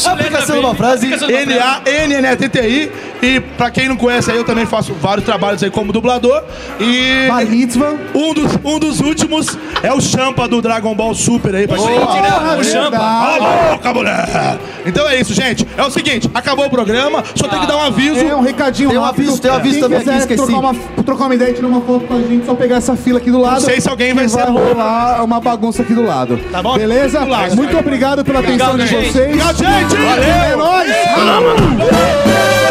Speaker 8: Aplicação de uma frase. Aplicação de uma frase.
Speaker 5: N-A-N-N-E-T-T-I. E pra quem não conhece aí, eu também faço vários trabalhos aí como dublador. E.
Speaker 2: Bar Mitzvah.
Speaker 5: Um dos, um dos últimos é o Champa do Dragon Ball Super aí pra quem-
Speaker 8: Gente, né?
Speaker 5: Porra,
Speaker 8: O Champa.
Speaker 5: Cala a boca, mulher! Então é isso, gente. É o seguinte, acabou o programa, só tem que dar um aviso.
Speaker 2: É um recadinho
Speaker 5: Tem um
Speaker 2: rápido.
Speaker 5: aviso, tem um aviso
Speaker 2: Quem
Speaker 5: também aqui,
Speaker 2: quiser
Speaker 5: esqueci.
Speaker 2: Trocar uma, trocar uma ideia e tirar uma foto com a gente, só pegar essa fila aqui do lado.
Speaker 5: Não sei se alguém vai
Speaker 2: que
Speaker 5: ser louco.
Speaker 2: rolar uma bagunça aqui do lado.
Speaker 5: Tá bom?
Speaker 2: Beleza?
Speaker 5: Do lado.
Speaker 2: Muito obrigado pela
Speaker 5: Obrigado,
Speaker 2: atenção de
Speaker 5: gente.
Speaker 2: vocês.
Speaker 5: Obrigado, gente.
Speaker 2: É
Speaker 5: Valeu.
Speaker 2: nóis!
Speaker 5: Valeu.